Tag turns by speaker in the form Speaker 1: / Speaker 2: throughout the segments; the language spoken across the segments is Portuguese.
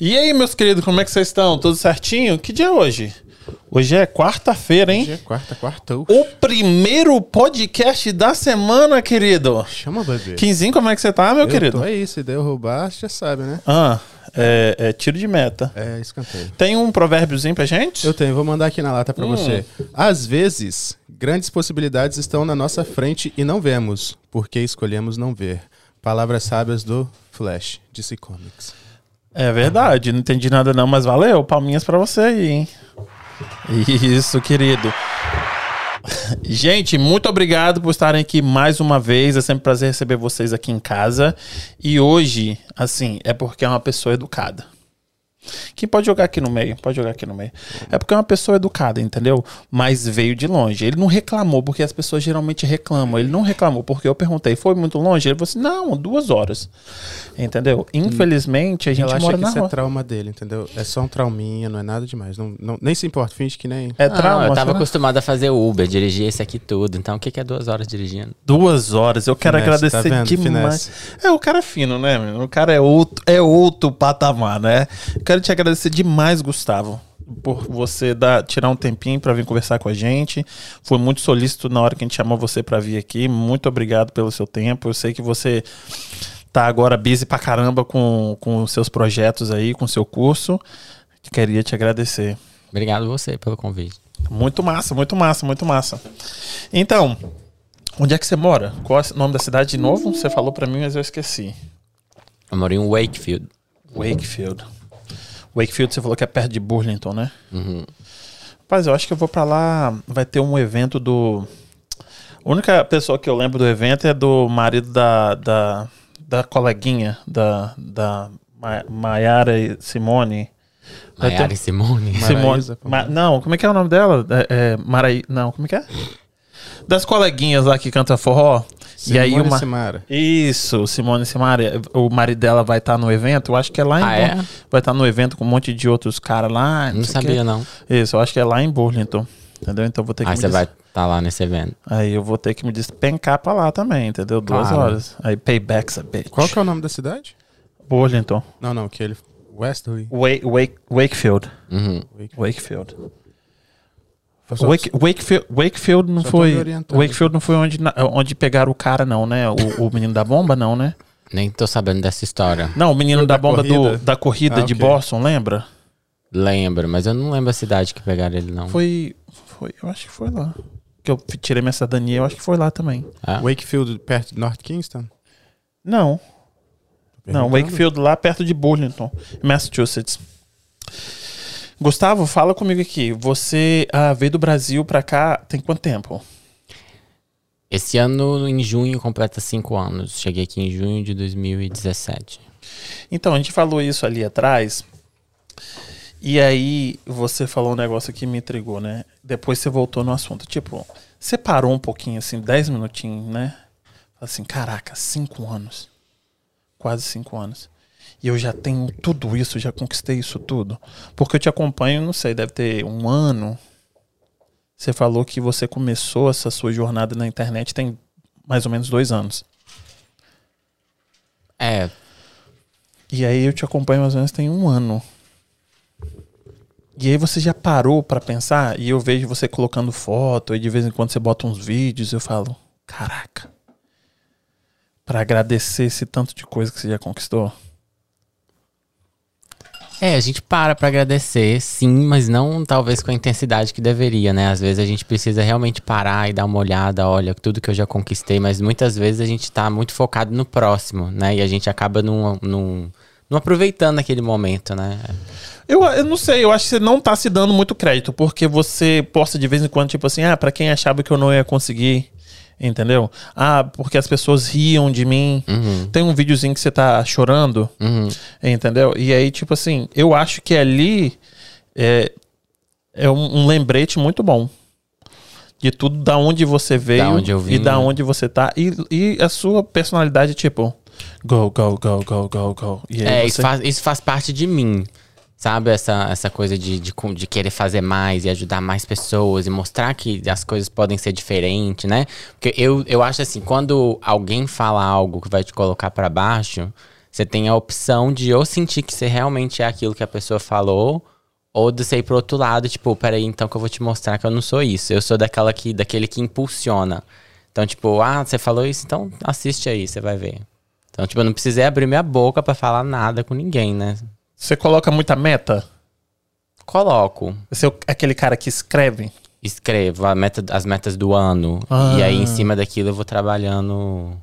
Speaker 1: E aí, meus queridos, como é que vocês estão? Tudo certinho? Que dia é hoje? Hoje é quarta-feira, hein?
Speaker 2: Hoje é quarta, quartou.
Speaker 1: O primeiro podcast da semana, querido.
Speaker 2: Chama, bebê.
Speaker 1: Quinzinho, como é que você tá, meu
Speaker 2: Eu
Speaker 1: querido?
Speaker 2: Tô aí, se der eu roubar, você já sabe, né?
Speaker 1: Ah, é, é tiro de meta.
Speaker 2: É, escanteio.
Speaker 1: Tem um provérbiozinho pra gente?
Speaker 2: Eu tenho, vou mandar aqui na lata pra você. Às vezes, grandes possibilidades estão na nossa frente e não vemos, porque escolhemos não ver. Palavras sábias do Flash, DC Comics.
Speaker 1: É verdade, não entendi nada não, mas valeu. Palminhas pra você aí, hein? Isso, querido. Gente, muito obrigado por estarem aqui mais uma vez. É sempre um prazer receber vocês aqui em casa. E hoje, assim, é porque é uma pessoa educada. Quem pode jogar aqui no meio? Pode jogar aqui no meio. É porque é uma pessoa educada, entendeu? Mas veio de longe. Ele não reclamou, porque as pessoas geralmente reclamam. Ele não reclamou, porque eu perguntei, foi muito longe? Ele falou assim, não, duas horas. Entendeu? Infelizmente, a gente
Speaker 2: Relaxa
Speaker 1: mora
Speaker 2: Hum. que
Speaker 1: na
Speaker 2: isso é
Speaker 1: rua.
Speaker 2: trauma dele, entendeu? É só um trauminha, não é nada demais. Não, não- nem se importa, finge que nem...
Speaker 1: É
Speaker 3: Ah,
Speaker 1: trauma.
Speaker 3: eu tava
Speaker 1: será?
Speaker 3: acostumado a fazer Uber, dirigir esse aqui tudo. Então, o que, que é duas horas dirigindo?
Speaker 1: Duas horas. Eu quero
Speaker 2: Finesse,
Speaker 1: agradecer
Speaker 2: tá vendo?
Speaker 1: demais.
Speaker 2: Finesse.
Speaker 1: É, o cara é fino, né, menino? O cara é outro, é outro patamar, né? Eu quero te agradecer demais, Gustavo, por você dar, tirar um tempinho pra vir conversar com a gente. Foi muito solícito na hora que a gente chamou você pra vir aqui. Muito obrigado pelo seu tempo. Eu sei que você tá agora busy pra caramba com, com os seus projetos aí, com o seu curso. Queria te agradecer.
Speaker 3: Obrigado você pelo convite.
Speaker 1: Muito massa, muito massa, muito massa. Então, onde é que você mora? Qual é o nome da cidade de novo? Você falou pra mim, mas eu esqueci.
Speaker 3: Eu moro em Wakefield.
Speaker 1: Wakefield. Wakefield, você falou que é perto de Burlington, né? Rapaz, eu acho que eu vou pra lá. Vai ter um evento do. A única pessoa que eu lembro do evento é do marido da, da, da coleguinha, da, da Ma- Maiara e Simone. Vai ter- um
Speaker 3: Maiara e Simone.
Speaker 1: Simone.
Speaker 2: Maraísa, pô.
Speaker 1: Ma- não, como é que é o nome dela? É, é, Maraí. Não, como é que é? Das coleguinhas lá que canta forró. e aí
Speaker 2: Simone
Speaker 1: uma.
Speaker 2: Simara.
Speaker 1: Isso, Simone Simaria. O marido dela vai estar no evento. Eu acho que é lá em.
Speaker 3: Ah, é?
Speaker 1: Bur- Vai estar no evento com um monte de outros caras lá.
Speaker 3: Não
Speaker 1: sei o quê.
Speaker 3: sabia, não.
Speaker 1: Isso, eu acho que é lá em Burlington. Entendeu? Então eu vou ter que.
Speaker 3: Aí
Speaker 1: me
Speaker 3: você
Speaker 1: des-
Speaker 3: vai estar tá lá nesse evento.
Speaker 1: Aí eu vou ter que me despencar pra lá também, entendeu? Duas
Speaker 3: Claro.
Speaker 1: horas. Aí payback, essa bitch. então.
Speaker 2: Qual que é o nome da cidade?
Speaker 1: Burlington.
Speaker 2: Não, não, que ele... Wesley.
Speaker 1: Wake, Wake, Wakefield.
Speaker 3: Uhum.
Speaker 1: Wakefield.
Speaker 2: Só-
Speaker 1: Wake, Wakefield, Wakefield não
Speaker 2: Só tô
Speaker 1: foi.
Speaker 2: me orientando.
Speaker 1: Wakefield não foi onde, na- onde pegaram o cara, não, né? O, o menino da bomba, não, né?
Speaker 3: Nem tô sabendo dessa história.
Speaker 1: Não, o menino da,
Speaker 2: Da
Speaker 1: bomba Do,
Speaker 2: corrida.
Speaker 1: da corrida
Speaker 2: Ah,
Speaker 1: de
Speaker 2: ok.
Speaker 1: Boston, lembra?
Speaker 3: Lembro, mas eu não lembro a cidade que pegaram ele,
Speaker 2: Uhum.
Speaker 3: não.
Speaker 1: Foi. Foi. Eu acho que foi lá. Que eu tirei minha cidadania, eu acho que foi lá também.
Speaker 3: Ah,
Speaker 2: Wakefield, perto de North Kingston?
Speaker 1: Não. Não, Wakefield lá perto de Burlington, Massachusetts. Gustavo, fala comigo aqui. Você ah, veio do Brasil pra cá tem quanto tempo?
Speaker 3: Esse ano, em junho, completa cinco anos. Cheguei aqui em junho de 2017.
Speaker 1: Então, a gente falou isso ali atrás. E aí, você falou um negócio que me intrigou, né? Depois você voltou no assunto. Tipo, você parou um pouquinho, assim, 10 minutinhos, né? Assim, caraca, 5 anos. Quase 5 anos. E eu já tenho tudo isso, já conquistei isso tudo. Porque eu te acompanho, não sei, deve ter um ano. Você falou que você começou essa sua jornada na internet tem mais ou menos dois anos.
Speaker 3: É,
Speaker 1: E aí eu te acompanho mais ou menos tem um ano. E aí você já parou pra pensar e eu vejo você colocando foto e de vez em quando você bota uns vídeos e eu falo, caraca. Pra agradecer esse tanto de coisa que você já conquistou.
Speaker 3: É, a gente para pra agradecer, sim, mas não talvez com a intensidade que deveria, né? Às vezes a gente precisa realmente parar e dar uma olhada, olha, tudo que eu já conquistei, mas muitas vezes a gente tá muito focado no próximo, né? E a gente acaba não- não não aproveitando aquele momento, né?
Speaker 1: Eu, eu não sei, eu acho que você não tá se dando muito crédito, porque você posta de vez em quando, tipo assim, ah, pra quem achava que eu não ia conseguir, entendeu? Ah, porque as pessoas riam de mim. Tem um videozinho que você tá chorando,
Speaker 3: Uhum.
Speaker 1: entendeu? E aí, tipo assim, eu acho que ali é, é um, um lembrete muito bom. De tudo, da onde você veio
Speaker 3: onde eu vim,
Speaker 1: e da
Speaker 3: né?
Speaker 1: onde você tá. E, e a sua personalidade, tipo, go, go, go, go, go, go. E aí
Speaker 3: É,
Speaker 1: você-
Speaker 3: isso faz, isso faz parte de mim. Sabe, essa, essa coisa de, de, co- de querer fazer mais e ajudar mais pessoas e mostrar que as coisas podem ser diferentes, né? Porque eu, eu acho assim, quando alguém fala algo que vai te colocar pra baixo, Você tem a opção de ou sentir que você realmente é aquilo que a pessoa falou, ou de você ir pro outro lado, tipo, peraí, então que eu vou te mostrar que eu não sou isso. Eu sou daquela que, daquele que impulsiona. Então, tipo, ah, você falou isso, então assiste aí, você vai ver. Então, tipo, eu não precisei abrir minha boca pra falar nada com ninguém, né?
Speaker 1: Você coloca muita meta?
Speaker 3: Coloco.
Speaker 1: Você é o- aquele cara que escreve?
Speaker 3: escrevo a meta- as metas do ano.
Speaker 1: Ah.
Speaker 3: E aí, em cima daquilo, eu vou trabalhando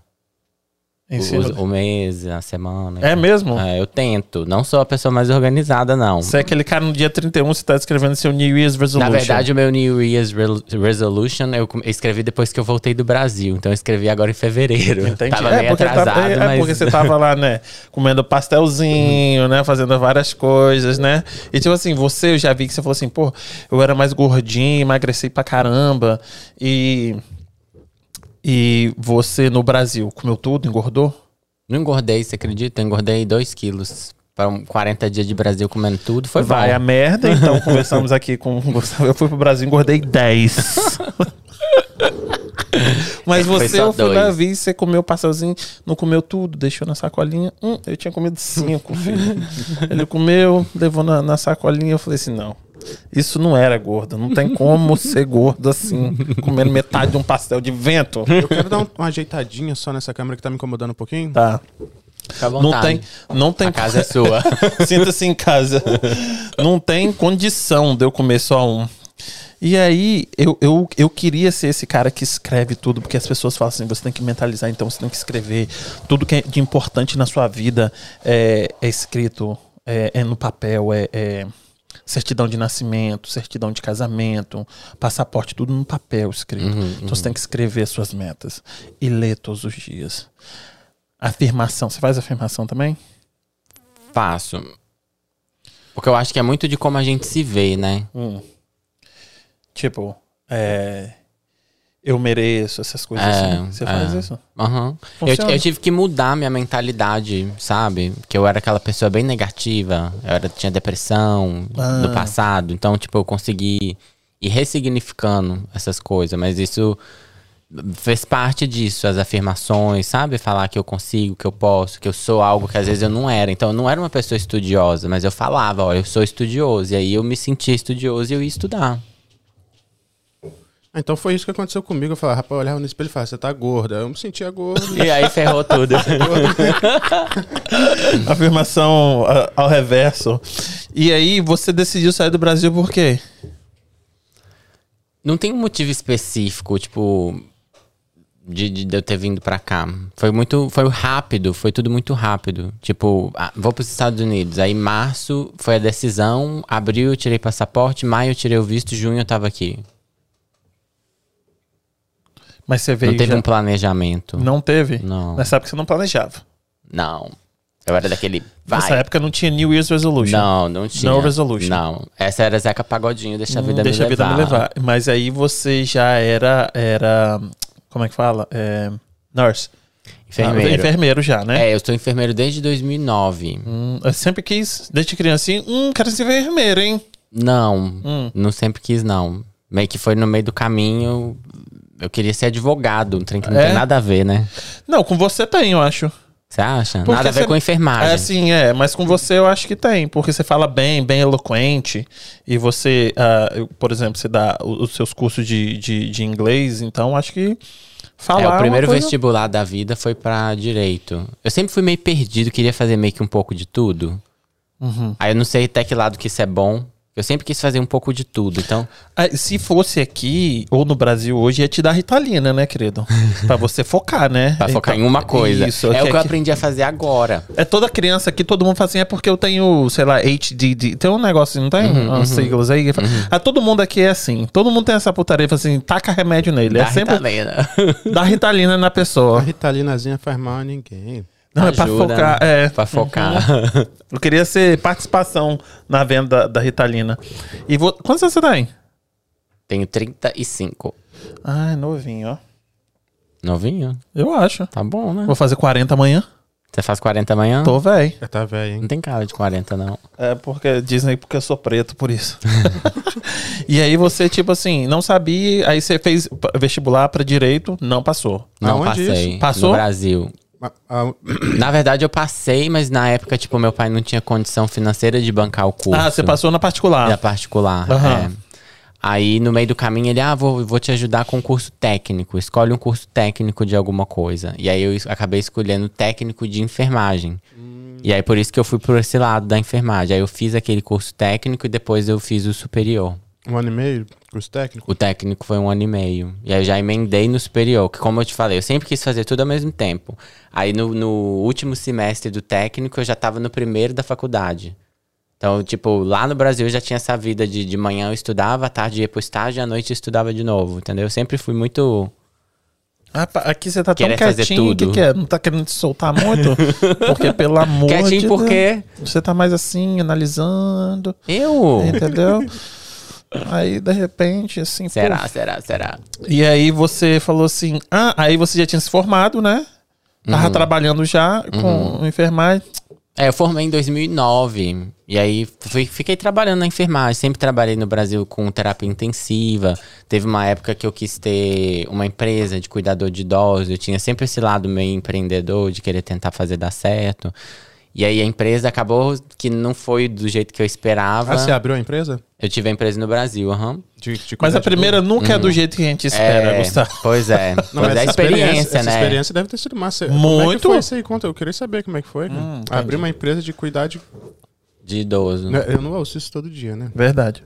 Speaker 1: Em
Speaker 3: o,
Speaker 1: cima
Speaker 3: os-
Speaker 1: do-
Speaker 3: o mês, a semana.
Speaker 1: É mesmo?
Speaker 3: É, eu tento. Não sou a pessoa mais organizada, não.
Speaker 1: Você é aquele cara no dia 31, você tá escrevendo seu New Year's
Speaker 3: Na
Speaker 1: Resolution.
Speaker 3: verdade, o meu New Year's Re- Resolution eu come- escrevi depois que eu voltei do Brasil. Então, eu escrevi agora em fevereiro.
Speaker 1: Entendi.
Speaker 3: Tava meio
Speaker 1: porque
Speaker 3: atrasado,
Speaker 1: tava- é
Speaker 3: mas...
Speaker 1: porque você tava lá, né? Comendo pastelzinho, né? Fazendo várias coisas, né? E tipo assim, você, eu já vi que você falou assim, pô, eu era mais gordinho, emagreci pra caramba. E. E você no Brasil comeu tudo, engordou?
Speaker 3: Não engordei, você acredita? Eu engordei 2 quilos. Para 40 dias de Brasil comendo tudo, foi
Speaker 1: Vai
Speaker 3: bom.
Speaker 1: a merda, então conversamos aqui com o Gustavo. Eu fui pro Brasil e engordei 10. Mas
Speaker 3: É, Foi
Speaker 1: você,
Speaker 3: só
Speaker 1: eu fui
Speaker 3: dois.
Speaker 1: lá, vi, você comeu pastelzinho, não comeu tudo, deixou na sacolinha. Hum, eu tinha comido cinco, filho. Ele comeu, levou na, na sacolinha, eu falei assim, não. Isso não era gordo, não tem como ser gordo assim, comendo metade de um pastel de vento.
Speaker 2: Eu quero dar um- uma ajeitadinha só nessa câmera que tá me incomodando um pouquinho.
Speaker 1: Tá.
Speaker 3: Fica à
Speaker 1: Não
Speaker 3: vontade.
Speaker 1: tem, não tem
Speaker 3: A casa é sua.
Speaker 1: Sinta-se em casa. Não tem condição de eu comer só um. E aí, eu, eu, eu queria ser esse cara que escreve tudo, porque as pessoas falam assim: você tem que mentalizar, então você tem que escrever. Tudo que é de importante na sua vida é, é escrito, é, é no papel, é, é certidão de nascimento, certidão de casamento, passaporte, tudo no papel escrito. Então você tem que escrever as suas metas e ler todos os dias. Afirmação, você faz afirmação também?
Speaker 3: Faço. Porque eu acho que é muito de como a gente se vê, né?
Speaker 1: Tipo, é, eu mereço essas coisas
Speaker 3: É,
Speaker 1: assim. Você
Speaker 3: é.
Speaker 1: faz isso?
Speaker 3: Aham. Eu,
Speaker 1: Funciona.
Speaker 3: eu tive que mudar minha mentalidade, sabe? Que eu era aquela pessoa bem negativa. Eu era, tinha depressão no passado. Então, tipo, eu consegui ir ressignificando essas coisas. Mas isso fez parte disso, as afirmações, sabe? Falar que eu consigo, que eu posso, que eu sou algo que às vezes eu não era. Então, eu não era uma pessoa estudiosa, mas eu falava, olha, eu sou estudioso. E aí eu me sentia estudioso e eu ia estudar.
Speaker 2: Ah, Então foi isso que aconteceu comigo. Eu falava, rapaz, eu olhava no espelho e falava, você tá gorda. Eu me sentia gordo.
Speaker 3: E aí ferrou tudo.
Speaker 1: Afirmação ah, ao reverso. E aí, você decidiu sair do Brasil por quê?
Speaker 3: Não tem um motivo específico, tipo, de, de- de eu ter vindo pra cá. Foi muito, foi rápido, foi tudo muito rápido. Tipo, ah, vou pros Estados Unidos. Aí março foi a decisão, abril eu tirei passaporte, maio eu tirei o visto, junho eu tava aqui.
Speaker 1: Mas você veio.
Speaker 3: Não teve
Speaker 1: já-
Speaker 3: um planejamento.
Speaker 1: Não teve?
Speaker 3: Não.
Speaker 1: Nessa época você não planejava.
Speaker 3: Não. Eu era daquele,
Speaker 1: Nessa
Speaker 3: vai.
Speaker 1: época não tinha New Year's Resolution.
Speaker 3: Não, não tinha.
Speaker 1: No resolution.
Speaker 3: Não. Essa era Zeca Pagodinho, deixa a vida,
Speaker 1: Deixa
Speaker 3: me,
Speaker 1: a vida
Speaker 3: levar.
Speaker 1: me levar. Mas aí você já era. era como é que fala? É, nurse.
Speaker 3: Enfermeiro.
Speaker 1: Ah, enfermeiro já, né?
Speaker 3: É, eu sou enfermeiro desde 2009.
Speaker 1: Hum, eu sempre quis, desde criancinha, hum, quero ser enfermeiro, hein?
Speaker 3: Não,
Speaker 1: Hum.
Speaker 3: não sempre quis, não. Meio que foi no meio do caminho. Eu queria ser advogado, um trem que não
Speaker 1: É?
Speaker 3: tem nada a ver, né?
Speaker 1: Não, com você tem, eu acho.
Speaker 3: Você acha?
Speaker 1: Porque
Speaker 3: nada a ver
Speaker 1: você-
Speaker 3: com enfermagem.
Speaker 1: É, sim, é. Mas com você eu acho que tem, porque você fala bem, bem eloquente. E você, ah, eu- por exemplo, você dá o- os seus cursos de, de, de inglês, então acho que falar.
Speaker 3: É, o
Speaker 1: uma
Speaker 3: primeiro
Speaker 1: coisa-
Speaker 3: vestibular da vida foi pra direito. Eu sempre fui meio perdido, queria fazer meio que um pouco de tudo.
Speaker 1: Uhum.
Speaker 3: Aí eu não sei até que lado que isso é bom. Eu sempre quis fazer um pouco de tudo, então...
Speaker 1: Ah, se fosse aqui ou no Brasil hoje, ia te dar ritalina, né, querido? pra você focar, né?
Speaker 3: Pra focar em
Speaker 1: Então,
Speaker 3: uma coisa.
Speaker 1: Isso,
Speaker 3: é o que eu
Speaker 1: aqui-
Speaker 3: aprendi a fazer agora.
Speaker 1: É toda criança aqui, todo mundo fala assim, é porque eu tenho, sei lá, HDD. Tem um negócio, não tem?
Speaker 3: Uhum,
Speaker 1: Umas siglas aí. Ah, todo mundo aqui é assim. Todo mundo tem essa putaria, fala assim, taca remédio nele.
Speaker 3: Da
Speaker 1: é sempre
Speaker 3: Ritalina.
Speaker 1: dá ritalina na
Speaker 2: A
Speaker 1: pessoa.
Speaker 2: ritalinazinha faz mal a ninguém.
Speaker 1: Não, é pra
Speaker 3: Ajuda,
Speaker 1: focar.
Speaker 3: né?
Speaker 1: É.
Speaker 3: Pra focar.
Speaker 1: Eu queria ser participação na venda da ritalina. E vou... Quantos anos você tem?
Speaker 3: Tenho 35.
Speaker 1: Ah, é novinho, ó.
Speaker 3: Novinho?
Speaker 1: Eu acho.
Speaker 3: Tá bom, né?
Speaker 1: Vou fazer 40 amanhã.
Speaker 3: Você faz 40 amanhã?
Speaker 1: Tô velho.
Speaker 2: Já tá velho, hein?
Speaker 3: Não tem cara de 40, não.
Speaker 1: É porque dizem porque eu sou preto, por isso. e aí você, tipo assim, não sabia, aí você fez vestibular pra direito, não passou.
Speaker 3: Não
Speaker 2: Aonde
Speaker 3: passei.
Speaker 1: isso? Passou?
Speaker 3: No Brasil.
Speaker 2: A- a-
Speaker 3: Na verdade, eu passei, mas na época, tipo, meu pai não tinha condição financeira de bancar o curso.
Speaker 1: Ah, você passou na
Speaker 3: Da
Speaker 1: particular.
Speaker 3: particular.
Speaker 1: Aham.
Speaker 3: é. Aí, no meio do caminho, ele, ah, vou, vou te ajudar com um curso técnico. Escolhe um curso técnico de alguma coisa. E aí, eu es- acabei escolhendo técnico de enfermagem.
Speaker 1: Hum.
Speaker 3: E aí, por isso que eu fui por esse lado da enfermagem. Aí, eu fiz aquele curso técnico e depois eu fiz o superior.
Speaker 2: um ano e meio, curso técnico.
Speaker 3: O técnico foi um ano e meio. E aí eu já emendei no superior, que como eu te falei, eu sempre quis fazer tudo ao mesmo tempo. Aí no, no último semestre do técnico, eu já tava no primeiro da faculdade. Então, tipo, lá no Brasil eu já tinha essa vida de, de manhã eu estudava, à tarde ia pro estágio e à noite eu estudava de novo, entendeu? Eu sempre fui muito.
Speaker 1: Ah, pa- aqui você tá tão
Speaker 3: Querer É. fazer
Speaker 1: quietinho. O que,
Speaker 3: tudo.
Speaker 1: que é? Não tá querendo te soltar muito? Porque, pelo amor
Speaker 3: quietinho
Speaker 1: de Deus,
Speaker 3: porque
Speaker 1: Você tá mais assim, analisando,
Speaker 3: eu.
Speaker 1: entendeu? Aí, de repente, assim. pô,
Speaker 3: será, será, será?
Speaker 1: E aí você falou assim, ah, aí você já tinha se formado, né?
Speaker 3: Uhum.
Speaker 1: Tava trabalhando já com enfermagem.
Speaker 3: É, eu formei em 2009. E aí fui- fiquei trabalhando na enfermagem. Sempre trabalhei no Brasil com terapia intensiva. Teve uma época que eu quis ter uma empresa de cuidador de idosos. Eu tinha sempre esse lado meio empreendedor, de querer tentar fazer dar certo. E aí a empresa acabou que não foi do jeito que eu esperava.
Speaker 2: Ah, você abriu a empresa?
Speaker 3: Eu tive a empresa no Brasil, aham.
Speaker 2: De- de
Speaker 1: Mas
Speaker 2: cuidar
Speaker 1: a
Speaker 2: de
Speaker 1: primeira nunca é do jeito que a gente espera,
Speaker 3: É,
Speaker 1: Gustavo.
Speaker 3: Pois é.
Speaker 2: Não,
Speaker 3: pois
Speaker 2: mas
Speaker 3: é a
Speaker 2: essa
Speaker 3: experiência,
Speaker 2: essa
Speaker 3: né?
Speaker 2: experiência deve ter sido massa. Como é que
Speaker 1: Muito. Hum,
Speaker 2: foi isso aí? Conta, eu queria saber como é que foi. cara. Abrir uma empresa de cuidar de... né,
Speaker 3: De idoso.
Speaker 2: Eu não ouço isso todo dia, né?
Speaker 1: Verdade.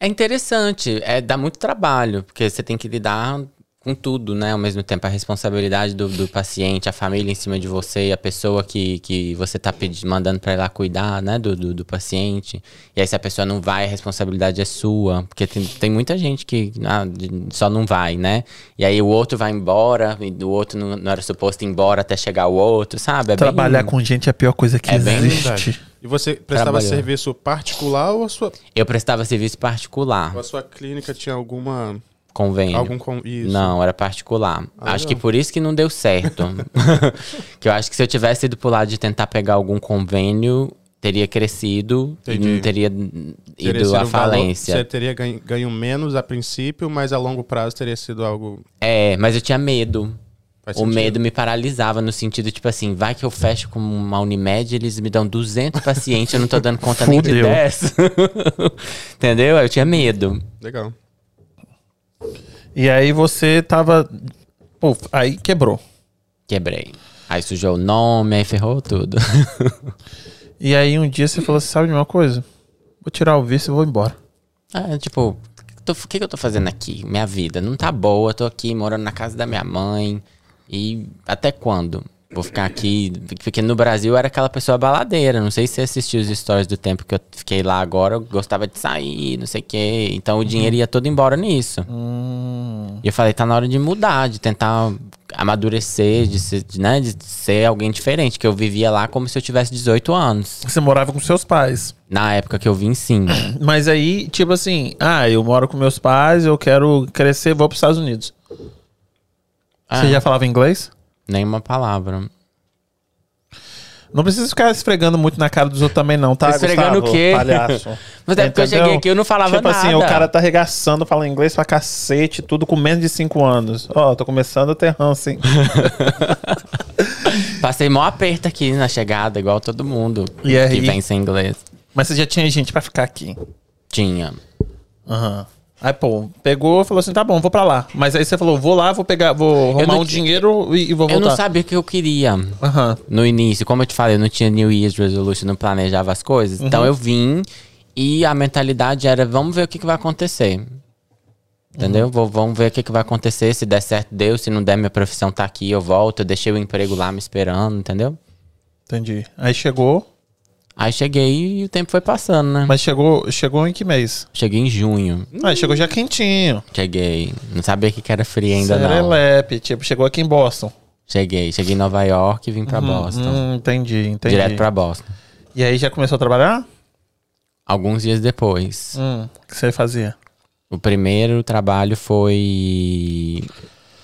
Speaker 3: É interessante, é, dá muito trabalho, porque você tem que lidar com tudo, né? Ao mesmo tempo, a responsabilidade do, do paciente, a família em cima de você, a pessoa que, que você tá pedi- mandando pra ir lá cuidar, né? Do, do, do paciente. E aí, se a pessoa não vai, a responsabilidade é sua. Porque tem, tem muita gente que ah, de- só não vai, né? E aí, o outro vai embora, e o outro não, não era suposto ir embora até chegar o outro, sabe? É bem-
Speaker 1: Trabalhar com gente é a pior coisa que
Speaker 3: É bem
Speaker 1: existe.
Speaker 2: E você prestava
Speaker 3: Trabalhou.
Speaker 2: serviço particular ou a sua,
Speaker 3: Eu prestava serviço particular,
Speaker 2: ou a sua clínica tinha alguma...
Speaker 3: convênio.
Speaker 2: Algum com... Isso.
Speaker 3: Não, era particular.
Speaker 2: Ah,
Speaker 3: acho
Speaker 2: não.
Speaker 3: que por isso que não deu certo. que eu acho que se eu tivesse ido pro lado de tentar pegar algum convênio, teria crescido
Speaker 2: Entendi.
Speaker 3: e não teria
Speaker 2: Teria
Speaker 3: ido
Speaker 2: sido
Speaker 3: à
Speaker 2: um valor-
Speaker 3: falência.
Speaker 2: você teria ganho, ganho menos a princípio, mas a longo prazo teria sido algo...
Speaker 3: É, mas eu tinha medo.
Speaker 2: faz
Speaker 3: o
Speaker 2: sentido.
Speaker 3: medo me paralisava no sentido, tipo assim, vai que eu fecho com uma Unimed, eles me dão 200 pacientes, eu não tô dando conta nem de
Speaker 1: Fudeu.
Speaker 3: 10. Entendeu? Eu tinha medo.
Speaker 2: Legal.
Speaker 1: E aí você tava. Pô, aí quebrou.
Speaker 3: Quebrei. Aí sujou o nome, aí ferrou tudo.
Speaker 1: E aí um dia você falou assim: sabe de uma coisa? Vou tirar o visto e vou embora.
Speaker 3: Ah, tipo, tô- o que, que eu tô fazendo aqui? Minha vida não tá boa, tô aqui morando na casa da minha mãe. E até quando? Vou ficar aqui. Porque no Brasil eu era aquela pessoa baladeira. Não sei se você assistiu os stories do tempo que eu fiquei lá agora. Eu gostava de sair, não sei o quê. Então o dinheiro ia todo embora nisso. E eu falei, tá na hora de mudar, de tentar amadurecer, de ser, de, né, de ser alguém diferente. Que eu vivia lá como se eu tivesse 18 anos.
Speaker 1: Você morava com seus pais.
Speaker 3: Na época que eu vim, sim.
Speaker 1: Mas aí, tipo assim, ah, eu moro com meus pais, eu quero crescer, vou pros Estados Unidos.
Speaker 3: Ah,
Speaker 1: Você já falava inglês?
Speaker 3: Nenhuma palavra.
Speaker 1: Não precisa ficar esfregando muito na cara dos outros também, não, tá?
Speaker 3: Esfregando
Speaker 1: Gustavo?
Speaker 3: o quê?
Speaker 1: Palhaço.
Speaker 3: Mas é porque eu
Speaker 1: Entendeu?
Speaker 3: cheguei aqui, eu não falava
Speaker 1: tipo
Speaker 3: nada.
Speaker 1: assim, o cara tá arregaçando, fala inglês pra cacete, tudo com menos de 5 anos. Ó, tô começando a ter ranço, hein?
Speaker 3: Passei mó aperto aqui na chegada, igual todo mundo
Speaker 1: E é aí?
Speaker 3: que vem sem inglês.
Speaker 1: Mas você já tinha gente pra ficar aqui.
Speaker 3: Tinha.
Speaker 1: Aham. Aí, pô, pegou falou assim: tá bom, vou pra lá. Mas aí você falou: vou lá, vou pegar, vou arrumar
Speaker 3: não
Speaker 1: um
Speaker 3: ti-
Speaker 1: dinheiro e, e vou
Speaker 3: Eu
Speaker 1: voltar.
Speaker 3: não sabia o que eu queria
Speaker 1: Aham.
Speaker 3: no início. Como eu te falei, eu não tinha New Year's Resolution, não planejava as coisas. Então
Speaker 1: Uhum.
Speaker 3: eu vim e a mentalidade era: vamos ver o que, que vai acontecer. Entendeu?
Speaker 1: Uhum.
Speaker 3: Vou- vamos ver o que, que vai acontecer. Se der certo, deu. Se não der, minha profissão tá aqui, eu volto. Eu deixei o emprego lá me esperando, entendeu?
Speaker 1: Entendi. Aí chegou.
Speaker 3: Aí cheguei e o tempo foi passando, né?
Speaker 1: Mas chegou, chegou em que mês?
Speaker 3: Cheguei em junho.
Speaker 1: Aí chegou já quentinho.
Speaker 3: Cheguei. Não sabia que que era frio ainda, não.
Speaker 1: Serelepe, tipo, chegou aqui em Boston.
Speaker 3: Cheguei, cheguei em Nova York e vim pra Boston.
Speaker 1: Hum, entendi, entendi.
Speaker 3: Direto pra Boston.
Speaker 1: E aí já começou a trabalhar?
Speaker 3: Alguns dias depois.
Speaker 1: Hum, o que você fazia?
Speaker 3: O primeiro trabalho foi.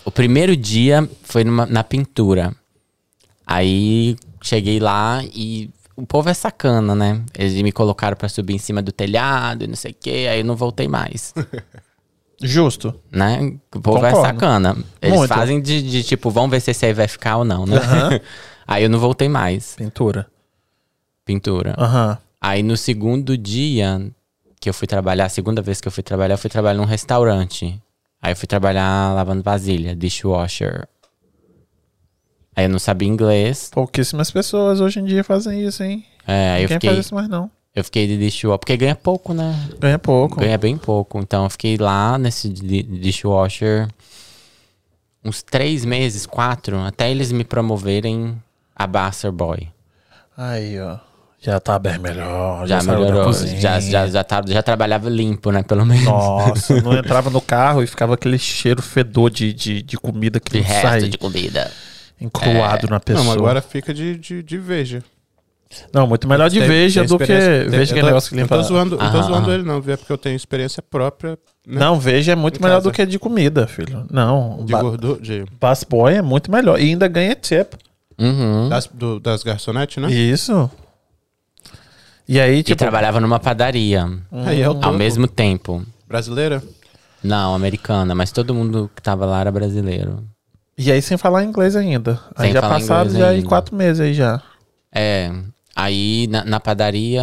Speaker 3: O primeiro dia foi numa- na pintura. Aí cheguei lá e o povo é sacana, né? Eles me colocaram pra subir em cima do telhado e não sei o quê, aí eu não voltei mais.
Speaker 1: Justo.
Speaker 3: né? O povo
Speaker 1: Concordo.
Speaker 3: é sacana. Eles
Speaker 1: Muito.
Speaker 3: fazem de, de, tipo, vão ver se esse aí vai ficar ou não, né?
Speaker 1: Aham.
Speaker 3: aí eu não voltei mais.
Speaker 1: Pintura.
Speaker 3: Pintura.
Speaker 1: Aham.
Speaker 3: Aí no segundo dia que eu fui trabalhar, a segunda vez que eu fui trabalhar, eu fui trabalhar num restaurante. Aí eu fui trabalhar lavando vasilha, dishwasher. Aí eu não sabia inglês.
Speaker 1: Pouquíssimas pessoas hoje em dia fazem isso, hein?
Speaker 3: É, aí eu
Speaker 1: Ninguém
Speaker 3: fiquei,
Speaker 1: faz isso mais não.
Speaker 3: eu fiquei de dishwasher. Porque ganha pouco, né?
Speaker 1: Ganha pouco.
Speaker 3: Ganha bem pouco. Então eu fiquei lá nesse di- dishwasher uns três meses, quatro, até eles me promoverem a Basser Boy.
Speaker 1: Aí, ó. Já tá bem melhor.
Speaker 3: Já
Speaker 1: saiu da
Speaker 3: melhorou.
Speaker 1: cozinha.
Speaker 3: Já, já, já, tá- já trabalhava limpo, né? Pelo menos.
Speaker 1: Nossa, não entrava no carro e ficava aquele cheiro fedor de, de, de comida que
Speaker 3: De
Speaker 1: não
Speaker 3: resto
Speaker 1: sai
Speaker 3: de comida.
Speaker 1: encruado na pessoa.
Speaker 2: Não,
Speaker 1: Não,
Speaker 2: agora fica de, de, de veja.
Speaker 1: muito melhor de
Speaker 2: Tem-
Speaker 1: veja
Speaker 2: tem
Speaker 1: do que
Speaker 2: experiência- tem-
Speaker 1: veja que é
Speaker 2: eu tô-
Speaker 1: negócio que limpa.
Speaker 2: Eu tô zoando, eu tô
Speaker 3: Aham,
Speaker 2: zoando
Speaker 3: aham.
Speaker 2: ele não, viu? É porque eu tenho experiência própria né,
Speaker 1: Não, veja é muito
Speaker 2: Em
Speaker 1: melhor
Speaker 2: casa.
Speaker 1: do que de comida, filho. Não, o
Speaker 2: de
Speaker 1: ba
Speaker 2: gordura, de,
Speaker 1: Bass Boy é muito melhor e ainda ganha tip.
Speaker 3: Uhum.
Speaker 2: das, do- das garçonetes, né?
Speaker 1: Isso. E aí,
Speaker 3: E
Speaker 1: tipo,
Speaker 3: trabalhava numa padaria
Speaker 1: Hum.
Speaker 2: Aí é o
Speaker 3: ao
Speaker 2: dobro.
Speaker 3: mesmo tempo.
Speaker 2: Brasileira?
Speaker 3: Não, americana, mas todo mundo que tava lá era brasileiro.
Speaker 1: e aí sem falar inglês ainda. aí
Speaker 3: Sem
Speaker 1: já
Speaker 3: falar
Speaker 1: passaram
Speaker 3: inglês
Speaker 1: já aí
Speaker 3: ainda.
Speaker 1: quatro meses aí já.
Speaker 3: É. Aí na, na padaria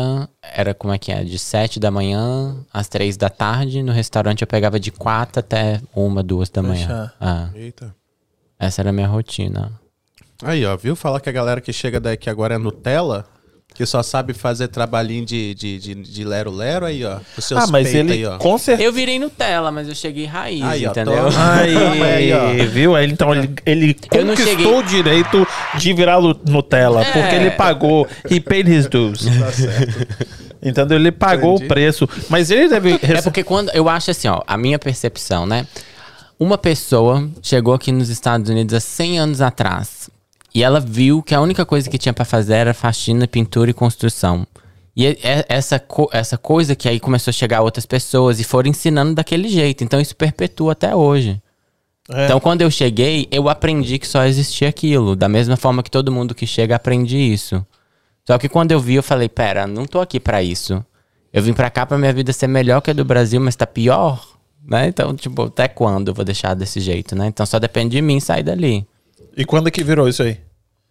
Speaker 3: era como é que é? De 7 da manhã às 3 da tarde. No restaurante eu pegava de 4 até 1, 2 da manhã.
Speaker 1: Poxa.
Speaker 3: Ah,
Speaker 2: Eita.
Speaker 3: essa era a minha rotina.
Speaker 2: Aí, ó, viu? Falar que a galera que chega daqui agora é Nutella, que só sabe fazer trabalhinho de, de, de, de lero lero aí, ó. Os seus
Speaker 1: Ah, mas
Speaker 2: peitos
Speaker 1: ele
Speaker 2: aí, ó.
Speaker 1: com certeza.
Speaker 3: Eu virei Nutella, mas eu cheguei raiz,
Speaker 2: Aí, ó,
Speaker 3: entendeu?
Speaker 2: tô-
Speaker 1: Aí,
Speaker 2: Aí, ó.
Speaker 1: viu? Aí, então ele, ele
Speaker 3: Eu não
Speaker 1: conquistou
Speaker 3: cheguei.
Speaker 1: o direito de virar lu- Nutella,
Speaker 3: É.
Speaker 1: porque ele pagou. He paid his dues. Entendeu? Ele pagou o
Speaker 2: Entendi.
Speaker 1: preço. Mas ele deve.
Speaker 3: É porque quando. Eu acho assim, ó, a minha percepção, né? Uma pessoa chegou aqui nos Estados Unidos há 100 anos atrás e ela viu que a única coisa que tinha pra fazer era faxina, pintura e construção. E é- é- essa, co- essa coisa que aí começou a chegar a outras pessoas e foram ensinando daquele jeito. Então isso perpetua até hoje.
Speaker 1: É.
Speaker 3: Então quando eu cheguei, eu aprendi que só existia aquilo. Da mesma forma que todo mundo que chega aprende isso. Só que quando eu vi, eu falei, pera, não tô aqui pra isso. Eu vim pra cá pra minha vida ser melhor que a do Brasil, mas tá pior, né? Então, tipo, até quando eu vou deixar desse jeito, né? Então só depende de mim sair dali.
Speaker 1: E quando é que virou isso aí?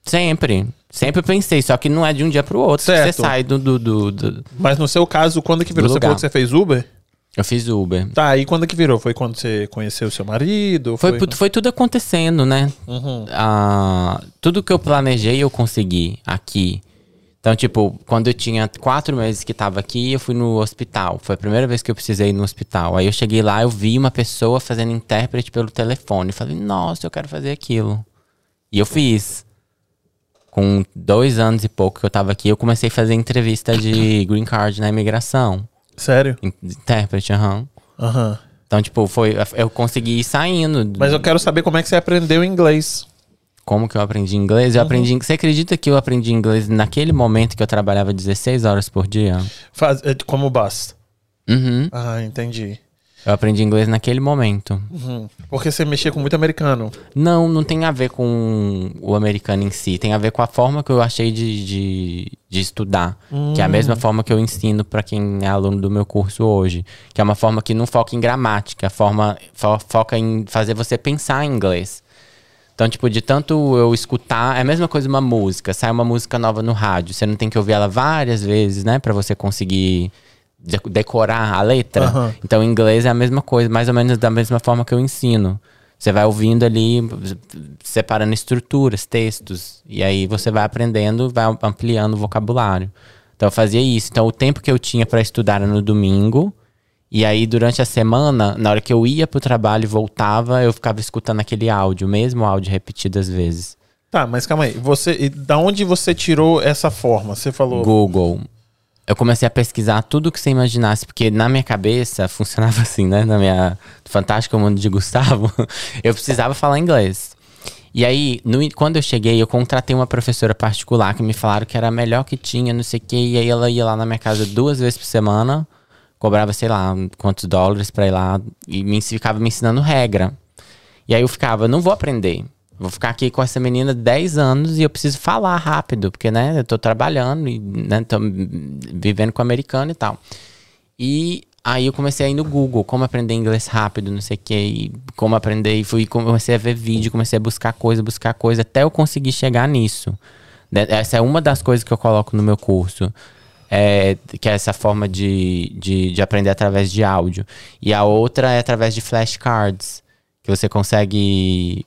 Speaker 3: Sempre. Sempre pensei, só que não é de um dia pro outro que
Speaker 1: Certo.
Speaker 3: você sai do, do, do- do-
Speaker 1: Mas no seu caso, quando que virou?
Speaker 3: Do
Speaker 1: Você falou
Speaker 3: lugar.
Speaker 1: que você fez Uber?
Speaker 3: Eu fiz Uber.
Speaker 1: Tá, e quando que virou? Foi quando você conheceu seu marido?
Speaker 3: Foi, pu- foi tudo acontecendo, né?
Speaker 1: né? Uhum.
Speaker 3: Ah, tudo que eu planejei eu consegui aqui. Então, tipo, quando eu tinha quatro meses que tava aqui, eu fui no hospital. Foi a primeira vez que eu precisei ir no hospital. Aí eu cheguei lá, eu vi uma pessoa fazendo intérprete pelo telefone. Falei, nossa, eu quero fazer aquilo. E eu fiz. Com dois anos e pouco que eu tava aqui, eu comecei a fazer entrevista de green card na imigração.
Speaker 1: Sério?
Speaker 3: In- Intérprete, aham.
Speaker 1: Aham.
Speaker 3: Então, tipo, foi, eu consegui ir saindo.
Speaker 1: Mas eu quero saber como é que você aprendeu inglês.
Speaker 3: Como que eu aprendi inglês? Eu aprendi. Você acredita que eu aprendi inglês naquele momento que eu trabalhava 16 horas por dia?
Speaker 1: Faz, é, como basta.
Speaker 3: Uhum.
Speaker 1: Ah, entendi.
Speaker 3: Eu aprendi inglês naquele momento.
Speaker 1: Uhum. Porque você mexia com muito americano.
Speaker 3: Não, não tem a ver com o americano em si. Tem a ver com a forma que eu achei de, de, de estudar. Que é a mesma forma que eu ensino pra quem é aluno do meu curso hoje. Que é uma forma que não foca em gramática, forma, fo- foca em fazer você pensar em inglês. Então, tipo, de tanto eu escutar, é a mesma coisa uma música. Sai uma música nova no rádio. Você não tem que ouvir ela várias vezes, né? Pra você conseguir de- decorar a letra.
Speaker 1: Aham.
Speaker 3: Então, em inglês é a mesma coisa, mais ou menos da mesma forma que eu ensino. Você vai ouvindo ali, separando estruturas, textos, e aí você vai aprendendo, vai ampliando o vocabulário. Então, eu fazia isso. Então, o tempo que eu tinha pra estudar era no domingo, e aí, durante a semana, na hora que eu ia pro trabalho e voltava, eu ficava escutando aquele áudio, o mesmo áudio repetidas vezes.
Speaker 1: Tá, mas calma aí. Você, e da onde você tirou essa forma? Você falou.
Speaker 3: Google. Eu comecei a pesquisar tudo que você imaginasse, porque na minha cabeça funcionava assim, né? Na minha Fantástico Mundo de Gustavo, eu precisava falar inglês. E aí, no in- quando eu cheguei, eu contratei uma professora particular que me falaram que era a melhor que tinha, não sei o quê. E aí ela ia lá na minha casa duas vezes por semana, cobrava, sei lá, quantos dólares pra ir lá, e me, ens- ficava me ensinando regra. E aí eu ficava, não vou aprender. Vou ficar aqui com essa menina 10 anos e eu preciso falar rápido, porque, né, eu tô trabalhando e né, tô hum, vivendo com americano e tal. E Aí eu comecei a ir no Google, como aprender inglês rápido, não sei o que, e como aprender, e fui, comecei a ver vídeo, comecei a buscar coisa, buscar coisa, até eu conseguir chegar nisso. Né, Essa é uma das coisas que eu coloco no meu curso, é, que é essa forma de, de, de aprender através de áudio. E a outra é através de flashcards, que você consegue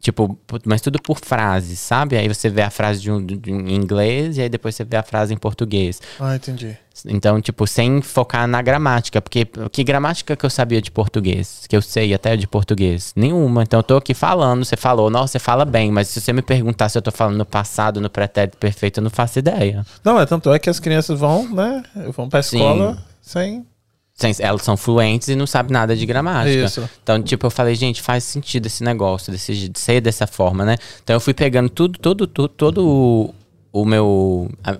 Speaker 3: Tipo, put- mas tudo por frases, sabe? Aí você vê a frase de um, de- de- em inglês e aí depois você vê a frase em português.
Speaker 1: Ah, entendi.
Speaker 3: Então, tipo, sem focar na gramática, porque que gramática que eu sabia de português? Que eu sei até de português? Nenhuma. Então eu tô aqui falando, você falou, nossa, você fala bem, mas se você me perguntar se eu tô falando no passado, no pretérito perfeito, eu não faço ideia.
Speaker 1: Não, é tanto é que as crianças vão, né? Vão pra
Speaker 3: Sim.
Speaker 1: escola sem.
Speaker 3: Sem- Elas são fluentes e não sabem nada de gramática.
Speaker 1: Isso.
Speaker 3: Então, tipo, eu falei, gente, faz sentido esse negócio, desse, je- de ser dessa forma, né? Então eu fui pegando tudo, tudo, tudo, todo o, o meu. A,